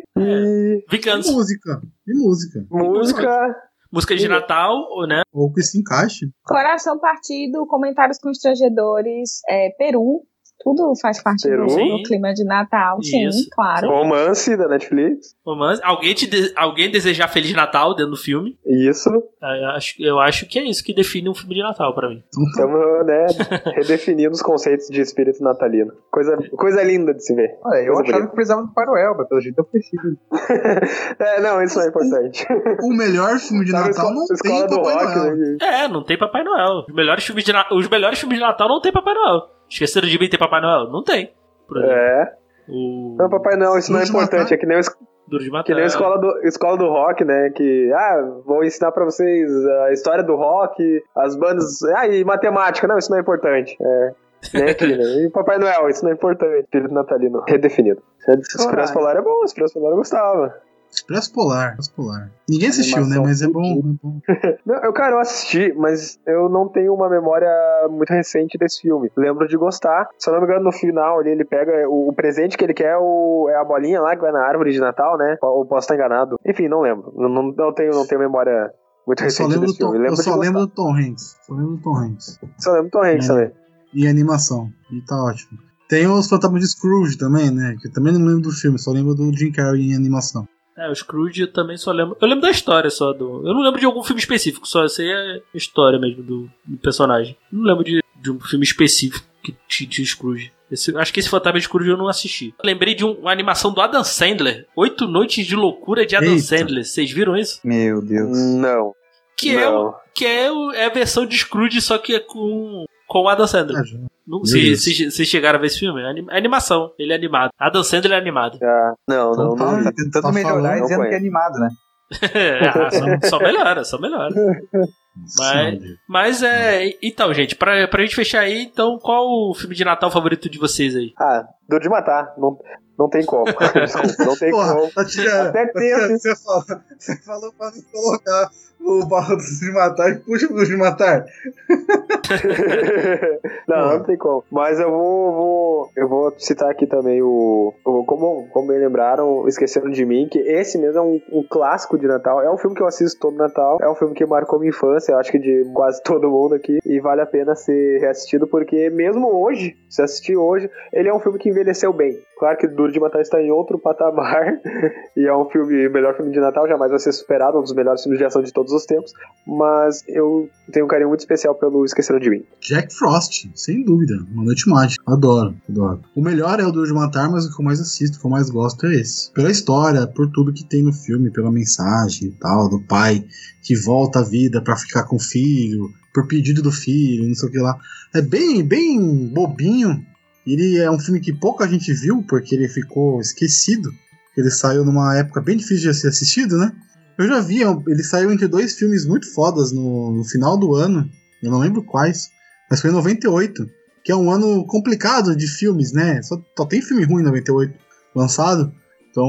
Speaker 3: E
Speaker 7: e
Speaker 1: Vingança.
Speaker 3: música. E música.
Speaker 7: música.
Speaker 1: Música de Natal, ou, né?
Speaker 3: Ou que se encaixe.
Speaker 6: Coração partido, comentários constrangedores, é, Peru, Tudo faz parte
Speaker 7: Peru?
Speaker 6: do, do clima de Natal. Sim,
Speaker 1: Isso.
Speaker 6: claro.
Speaker 7: Romance da Netflix.
Speaker 1: Romance. Alguém, te de- Alguém desejar Feliz Natal dentro do filme.
Speaker 7: Isso.
Speaker 1: Ah, Eu acho, eu acho que é isso que define um filme de Natal pra mim.
Speaker 7: Estamos, né, redefinindo os conceitos de espírito natalino. Coisa, coisa linda de se ver.
Speaker 10: Olha, eu achava
Speaker 7: Coisa bonita.
Speaker 10: que precisava
Speaker 5: um
Speaker 10: do Papai Noel, mas pelo jeito eu preciso.
Speaker 7: É, não, isso não é importante.
Speaker 3: O melhor filme de
Speaker 7: Sabe,
Speaker 3: Natal
Speaker 7: escola-
Speaker 3: não tem
Speaker 7: escola do
Speaker 3: Papai
Speaker 7: rock,
Speaker 3: Noel.
Speaker 7: né?
Speaker 1: É, não tem Papai Noel. Os melhores filmes de, Na- os melhores filmes de Natal não tem Papai Noel. Esqueceram de mim tem Papai Noel? Não tem. Por exemplo.
Speaker 7: É.
Speaker 1: O
Speaker 7: Não, Papai Noel, isso não é
Speaker 3: Luz de Natal.
Speaker 7: importante. É que nem, o es-
Speaker 1: Duro de Matar.
Speaker 7: que nem a escola do, escola do rock, né? Que, ah, vou ensinar pra vocês a história do rock, as bandas. Ah, e matemática. Não, isso não é importante. É. Nem aqui, né? E Papai Noel, isso não é importante. Espírito natalino, redefinido. Expresso Polar é bom, Expresso Polar eu gostava.
Speaker 3: Expresso Polar, Expresso Polar. Ninguém assistiu, né?
Speaker 7: Animação
Speaker 3: Mas é bom, é bom.
Speaker 7: Não, eu, cara, eu assisti, mas eu não tenho uma memória muito recente desse filme. Lembro de gostar. Se eu não me engano, no final ali ele pega o, o presente que ele quer, é o, é a bolinha lá que vai na árvore de Natal, né? Ou posso estar enganado. Enfim, não lembro. Não, não, não tenho, não tenho memória muito
Speaker 3: Eu só
Speaker 7: recente
Speaker 3: lembro, do
Speaker 7: desse
Speaker 3: Tom,
Speaker 4: é
Speaker 7: filme.
Speaker 3: eu
Speaker 7: Lembro
Speaker 3: só
Speaker 7: de
Speaker 3: lembro
Speaker 7: gostar.
Speaker 3: do Tom Hanks. Só lembro do Tom Hanks.
Speaker 7: Só lembro do Tom Hanks
Speaker 3: É.
Speaker 7: também.
Speaker 3: E animação. E tá ótimo. Tem os Fantasmas de Scrooge também, né? Que eu também não lembro do filme, só lembro do Jim Carrey em animação.
Speaker 1: É, o Scrooge eu também só lembro. Eu lembro da história só do. Eu não lembro de algum filme específico, só eu sei a história mesmo do, do personagem. Não lembro de, de um filme específico que tinha de Scrooge. Esse- acho que esse Fantasma de Scrooge eu não assisti. Eu lembrei de um- uma animação do Adam Sandler, Oito Noites de Loucura de Adam
Speaker 3: Eita.
Speaker 1: Sandler. Vocês viram isso?
Speaker 5: Meu Deus.
Speaker 7: Não.
Speaker 1: Que, é, o-
Speaker 7: não.
Speaker 1: que é, o- é a versão de Scrooge, só que é com, com o Adam
Speaker 3: É,
Speaker 7: É,
Speaker 1: Sandler. Não, se,
Speaker 3: Deus.
Speaker 1: se, se chegaram a ver esse filme, é anim- é animação. Ele é animado. Adam Sandler é animado.
Speaker 7: Ah, não, não, não.
Speaker 3: Então
Speaker 7: vi.
Speaker 3: tá,
Speaker 5: Tá tentando
Speaker 3: Tá
Speaker 5: melhorar
Speaker 3: falando,
Speaker 5: e dizendo
Speaker 7: não
Speaker 5: que é animado, né?
Speaker 1: ah, só, só melhora, só melhora. Mas- Mas é. Então, gente, pra, pra gente fechar aí, então, qual o filme de Natal favorito de vocês aí?
Speaker 7: Ah, dor de matar. Não, não tem como. Desculpa, não tem
Speaker 3: Porra,
Speaker 7: como.
Speaker 3: tá tirando.
Speaker 7: Até
Speaker 3: tá
Speaker 7: tem
Speaker 3: tirando. Você, fala- você falou pra me colocar o barro dos de matar e puxa o dos de matar.
Speaker 7: não, não tem como. Mas eu vou, vou- eu vou citar aqui também o, o- como, como bem lembraram, esquecendo de mim, que esse mesmo é um, um clássico de Natal. É um filme que eu assisto todo Natal. É um filme que marcou minha infância, eu acho que de quase todo mundo aqui. E vale a pena ser reassistido porque mesmo hoje, se assistir hoje, ele é um filme que envelheceu bem. Claro que Duro de Matar está em outro patamar e é um filme, o melhor filme de Natal jamais vai ser superado, um dos melhores filmes de ação de todos os tempos. Mas eu tenho um carinho muito especial pelo Esqueceram de Mim.
Speaker 3: Jack Frost, sem dúvida. Uma noite mágica. Adoro, adoro. O melhor é o Duro de Matar, mas o que eu mais assisto, o que eu mais gosto é esse. Pela história, por tudo que tem no filme, pela mensagem e tal, do pai que volta à vida pra ficar com o filho, por pedido do filho, não sei o que lá. É bem, bem bobinho. Ele é um filme que pouca gente viu, porque ele ficou esquecido. Ele saiu numa época bem difícil de ser assistido, né? Eu já vi, ele saiu entre dois filmes muito fodas no- no final do ano. Eu não lembro quais mas foi em 98, que é um ano complicado de filmes, né? Só, só tem filme ruim em 98 lançado. Então,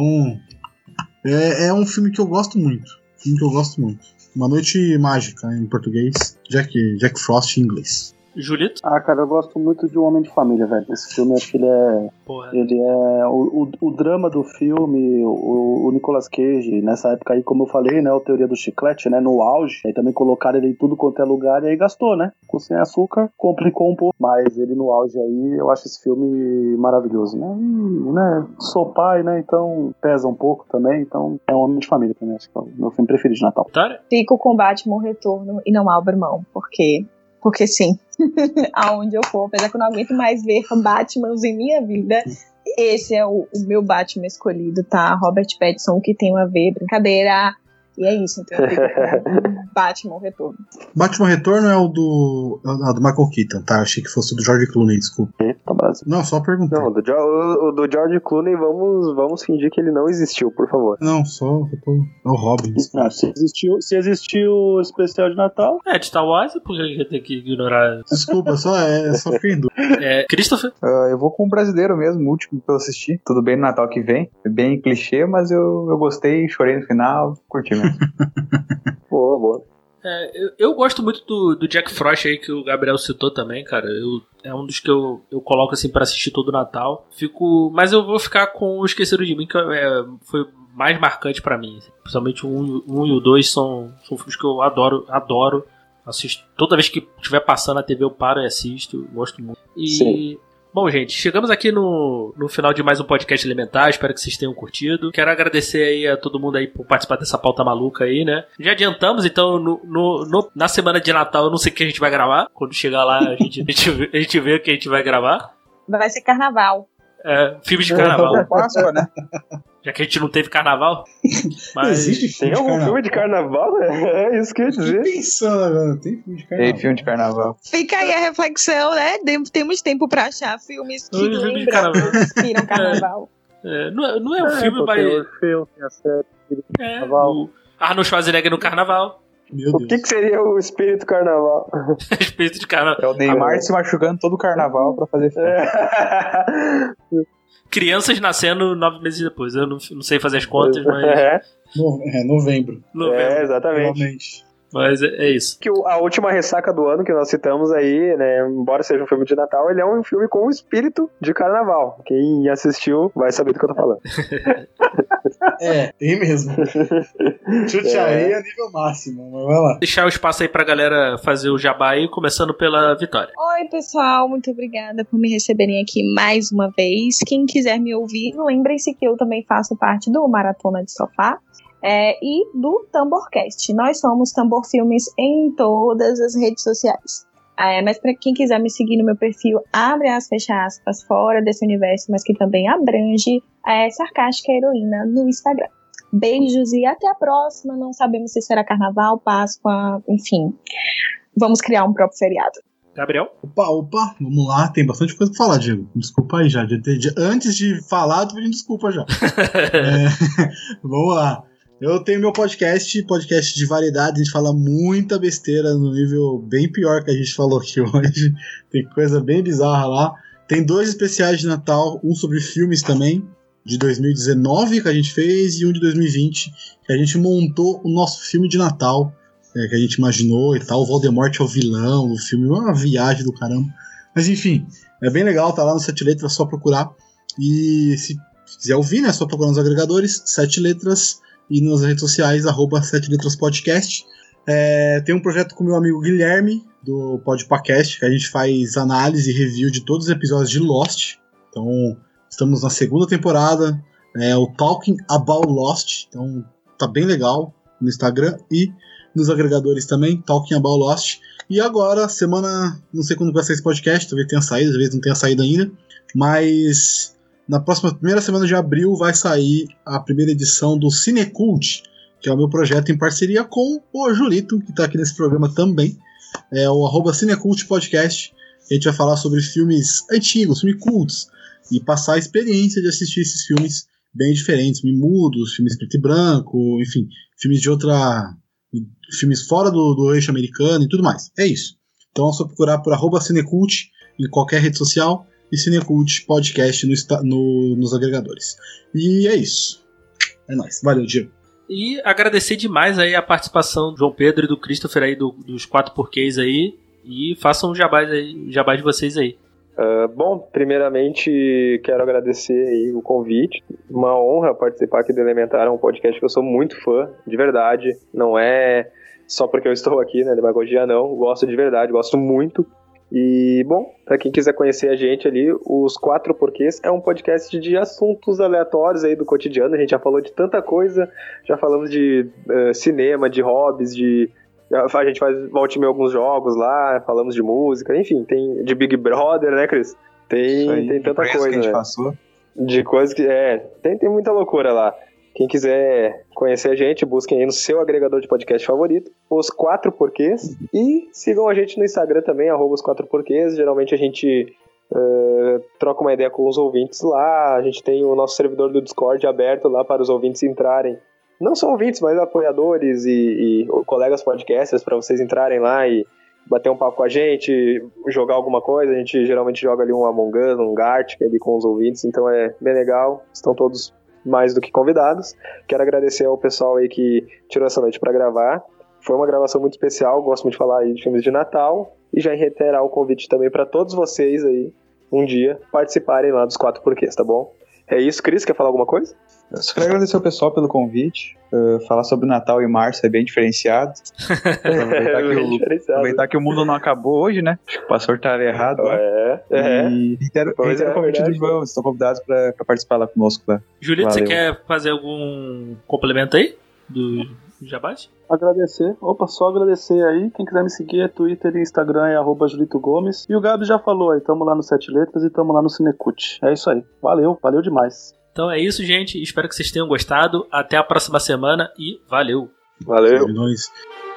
Speaker 3: é, é um filme que eu gosto muito. Filme que eu gosto muito. Uma Noite Mágica, em português. Jack, Jack Frost em inglês.
Speaker 1: Julito?
Speaker 4: Ah, cara, eu gosto muito de Um Homem de Família, velho. Esse filme, acho que ele é.
Speaker 1: Porra.
Speaker 4: Ele é o, o, o drama do filme, o, o Nicolas Cage, nessa época aí, como eu falei, né? O Teoria do Chiclete, né? No auge. Aí também colocaram ele em tudo quanto é lugar e aí gastou, né? Ficou sem açúcar, complicou um pouco. Mas ele no auge aí, eu acho esse filme maravilhoso, né? E, né? Sou pai, né? Então pesa um pouco também. Então é um homem de família também, acho que é o meu filme preferido de Natal.
Speaker 1: Otário?
Speaker 6: Fica o combate, meu retorno e não abro mão. Por quê? Porque sim. Aonde eu for, apesar que eu não aguento mais ver Batmans em minha vida. Esse é o, o meu Batman escolhido, tá? Robert Pattinson, o que tem a ver, brincadeira. E é isso, então eu fico com Batman o retorno.
Speaker 3: Batman Retorno é o do. é o do Michael Keaton, tá? Eu achei que fosse o do George Clooney, desculpa.
Speaker 4: Então, Brasil.
Speaker 3: Não, só perguntar.
Speaker 7: Não,
Speaker 3: Não,
Speaker 7: do Jo- o, o do George Clooney, vamos, vamos fingir que ele não existiu, por favor.
Speaker 3: só. eu tô- É o Robin.
Speaker 4: Ah, se existiu, se existiu o especial de Natal,
Speaker 1: É, de Star Wars, por que eu tenho que ignorar?
Speaker 3: Desculpa, só é só fiquei em dúvida.
Speaker 1: É, Christopher?
Speaker 5: Ah, eu vou com o brasileiro mesmo, o último que eu assisti. Tudo bem no Natal que vem. É Bem clichê, mas eu, eu gostei, chorei no final, curti mesmo.
Speaker 7: Boa, boa.
Speaker 1: É, eu, eu gosto muito do, do Jack Frost aí que o Gabriel citou também, cara. Eu, é um dos que eu, eu coloco assim pra assistir todo Natal. Fico, mas eu vou ficar com o Esqueceram de Mim, que é, foi mais marcante pra mim. assim. Principalmente o 1 um, e o 2 são, são filmes que eu adoro, adoro. Assisto toda vez que estiver passando na TV eu paro e assisto, eu gosto muito. E
Speaker 4: Sim.
Speaker 1: Bom, gente, chegamos aqui no, no final de mais um podcast elementar. Espero que vocês tenham curtido. Quero agradecer aí a todo mundo aí por participar dessa pauta maluca aí, né? Já adiantamos, então, no, no- no- na semana de Natal, eu não sei o que a gente vai gravar. Quando chegar lá, a gente, a gente, vê- a gente vê o que a gente vai gravar.
Speaker 6: Vai ser carnaval.
Speaker 1: É, filmes de carnaval.
Speaker 5: Páscoa, né?
Speaker 1: Já que a gente não teve carnaval. Mas...
Speaker 3: Existe filme
Speaker 7: Tem algum
Speaker 3: de
Speaker 7: É um filme de carnaval? É isso que eu ia
Speaker 3: carnaval? Tô
Speaker 7: dizer.
Speaker 3: pensando agora, tem filme de carnaval.
Speaker 5: Tem filme de carnaval.
Speaker 6: Fica aí a reflexão, né? Dem- Temos tempo pra achar filmes que
Speaker 1: Oi, filme de
Speaker 6: lembram,
Speaker 1: carnaval.
Speaker 6: que inspiram carnaval.
Speaker 1: É, não, é- não é um filme,
Speaker 7: pô, tem
Speaker 1: mas.
Speaker 7: o filme, tem a série.
Speaker 1: É,
Speaker 7: carnaval.
Speaker 1: o Arnold Schwarzenegger no carnaval.
Speaker 3: Meu
Speaker 7: O que,
Speaker 3: Deus.
Speaker 7: que seria o espírito carnaval?
Speaker 1: Respeito de carnaval.
Speaker 5: É o Neymar se machucando todo o carnaval pra
Speaker 7: É,
Speaker 5: fazer filme.
Speaker 1: Crianças nascendo nove meses depois. Eu não, não sei fazer as contas, mas.
Speaker 7: É,
Speaker 3: No- é, novembro,
Speaker 1: novembro.
Speaker 7: é, exatamente.
Speaker 3: realmente.
Speaker 1: Mas é, é isso.
Speaker 7: que o- a última ressaca do ano que nós citamos aí, né, embora seja um filme de Natal, ele é um filme com o espírito de carnaval. Quem assistiu vai saber do que eu tô falando.
Speaker 3: É, tem mesmo. Chute aí a nível máximo, mas vai lá.
Speaker 1: Deixar o espaço aí pra galera fazer o jabá aí, começando pela Vitória.
Speaker 6: Oi, pessoal, muito obrigada por me receberem aqui mais uma vez. Quem quiser me ouvir, lembrem-se que eu também faço parte do Maratona de Sofá. é, e do Tamborcast. Nós somos Tambor Filmes em todas as redes sociais. É, mas para quem quiser me seguir no meu perfil, abre as fecha aspas, fora desse universo, mas que também abrange é, Sarcástica Heroína no Instagram. Beijos e até a próxima. Não sabemos se será carnaval, Páscoa, enfim. Vamos criar um próprio feriado.
Speaker 1: Gabriel?
Speaker 3: Opa, opa, vamos lá, tem bastante coisa pra falar, Diego. Desculpa aí já. de- de- Antes de falar, tô pedindo desculpa já. É, vamos lá. Eu tenho meu podcast, podcast de variedade, a gente fala muita besteira no nível bem pior que a gente falou aqui hoje. Tem coisa bem bizarra lá. Tem dois especiais de Natal, um sobre filmes também, de 2019 que a gente fez, e um de 2020, que a gente montou o nosso filme de Natal é, que a gente imaginou e tal. O Voldemort é o vilão do filme, é uma viagem do caramba. Mas enfim, é bem legal, tá lá no Sete Letras, é só procurar. E se quiser ouvir, né, é só procurar nos agregadores, Sete Letras, e nas redes sociais, arroba Sete Letras Podcast. É, tem um projeto com meu amigo Guilherme, do Podpacast, que a gente faz análise e review de todos os episódios de Lost. Então, estamos na segunda temporada, é o Talking About Lost, então tá bem legal no Instagram e nos agregadores também, Talking About Lost. E agora, semana, não sei quando vai sair esse podcast, talvez tenha saído, talvez não tenha saído ainda, mas na próxima primeira semana de abril vai sair a primeira edição do Cinecult, que é o meu projeto em parceria com o Julito, que está aqui nesse programa também, é o arroba Cinecult Podcast. A gente vai falar sobre filmes antigos, filmes cults, e passar a experiência de assistir esses filmes bem diferentes, filmes mudos, filmes preto e branco, enfim, filmes de outra filmes fora do, do eixo americano e tudo mais. É isso. Então é só procurar por arroba Cinecult em qualquer rede social e Cinecult Podcast no insta- no- nos agregadores. E é isso. É nóis. Valeu, Diego.
Speaker 1: E agradecer demais aí a participação do João Pedro e do Christopher aí, do- dos quatro porquês aí. E façam o jabás aí, jabás de vocês aí.
Speaker 7: Ah, bom, primeiramente quero agradecer aí o convite. Uma honra participar aqui do Elementar, é um podcast que eu sou muito fã, de verdade. Não é só porque eu estou aqui, né? Demagogia não. Gosto de verdade, gosto muito. E, bom, pra quem quiser conhecer a gente ali, os Quatro Porquês é um podcast de assuntos aleatórios aí do cotidiano. A gente já falou de tanta coisa, já falamos de eh, cinema, de hobbies, de a gente faz volte meio alguns jogos lá, falamos de música, enfim, tem de Big Brother, né, Cris? Tem,
Speaker 5: Isso aí,
Speaker 7: tem tanta
Speaker 5: por isso
Speaker 7: coisa,
Speaker 5: que a gente
Speaker 7: né?
Speaker 5: passou.
Speaker 7: De coisas que. É, tem, tem muita loucura lá. Quem quiser conhecer a gente, busquem aí no seu agregador de podcast favorito, os quatro porquês. E sigam a gente no Instagram também, arroba os quatro porquês. Geralmente a gente eh, troca uma ideia com os ouvintes lá. A gente tem o nosso servidor do Discord aberto lá para os ouvintes entrarem. Não só ouvintes, mas apoiadores e, e colegas podcasters para vocês entrarem lá e bater um papo com a gente, jogar alguma coisa. A gente geralmente joga ali um Among Us, um Gartic ali com os ouvintes, então é bem legal. Estão todos mais do que convidados. Quero agradecer ao pessoal aí que tirou essa noite para gravar. Foi uma gravação muito especial, gosto muito de falar aí de filmes de Natal e já reiterar o convite também para todos vocês aí um dia participarem lá dos quatro porquês, tá bom? É isso, Cris? Quer falar alguma coisa?
Speaker 5: Eu só quero agradecer ao pessoal pelo convite. Uh, falar sobre Natal e março é bem diferenciado. aproveitar, que
Speaker 7: bem
Speaker 5: o,
Speaker 7: diferenciado.
Speaker 5: aproveitar que o mundo não acabou hoje, né? Acho que passou o horário errado. ó.
Speaker 7: É, é.
Speaker 5: E reitero,
Speaker 7: Pois
Speaker 5: reitero
Speaker 7: é,
Speaker 5: o convite do
Speaker 7: verdade.
Speaker 5: Ivan. Vocês estão convidados para participar lá conosco. Lá.
Speaker 1: Julito, você
Speaker 5: Valeu.
Speaker 1: quer fazer algum complemento aí? Do Jabás?
Speaker 4: Agradecer. Opa, só agradecer aí. Quem quiser me seguir é Twitter e Instagram é arroba Julito Gomes. E o Gabi já falou aí, tamo lá no Sete Letras e tamo lá no Cinecut. É isso aí. Valeu, valeu demais.
Speaker 1: Então é isso, gente. Espero que vocês tenham gostado. Até a próxima semana e valeu!
Speaker 7: Valeu.
Speaker 3: Nós.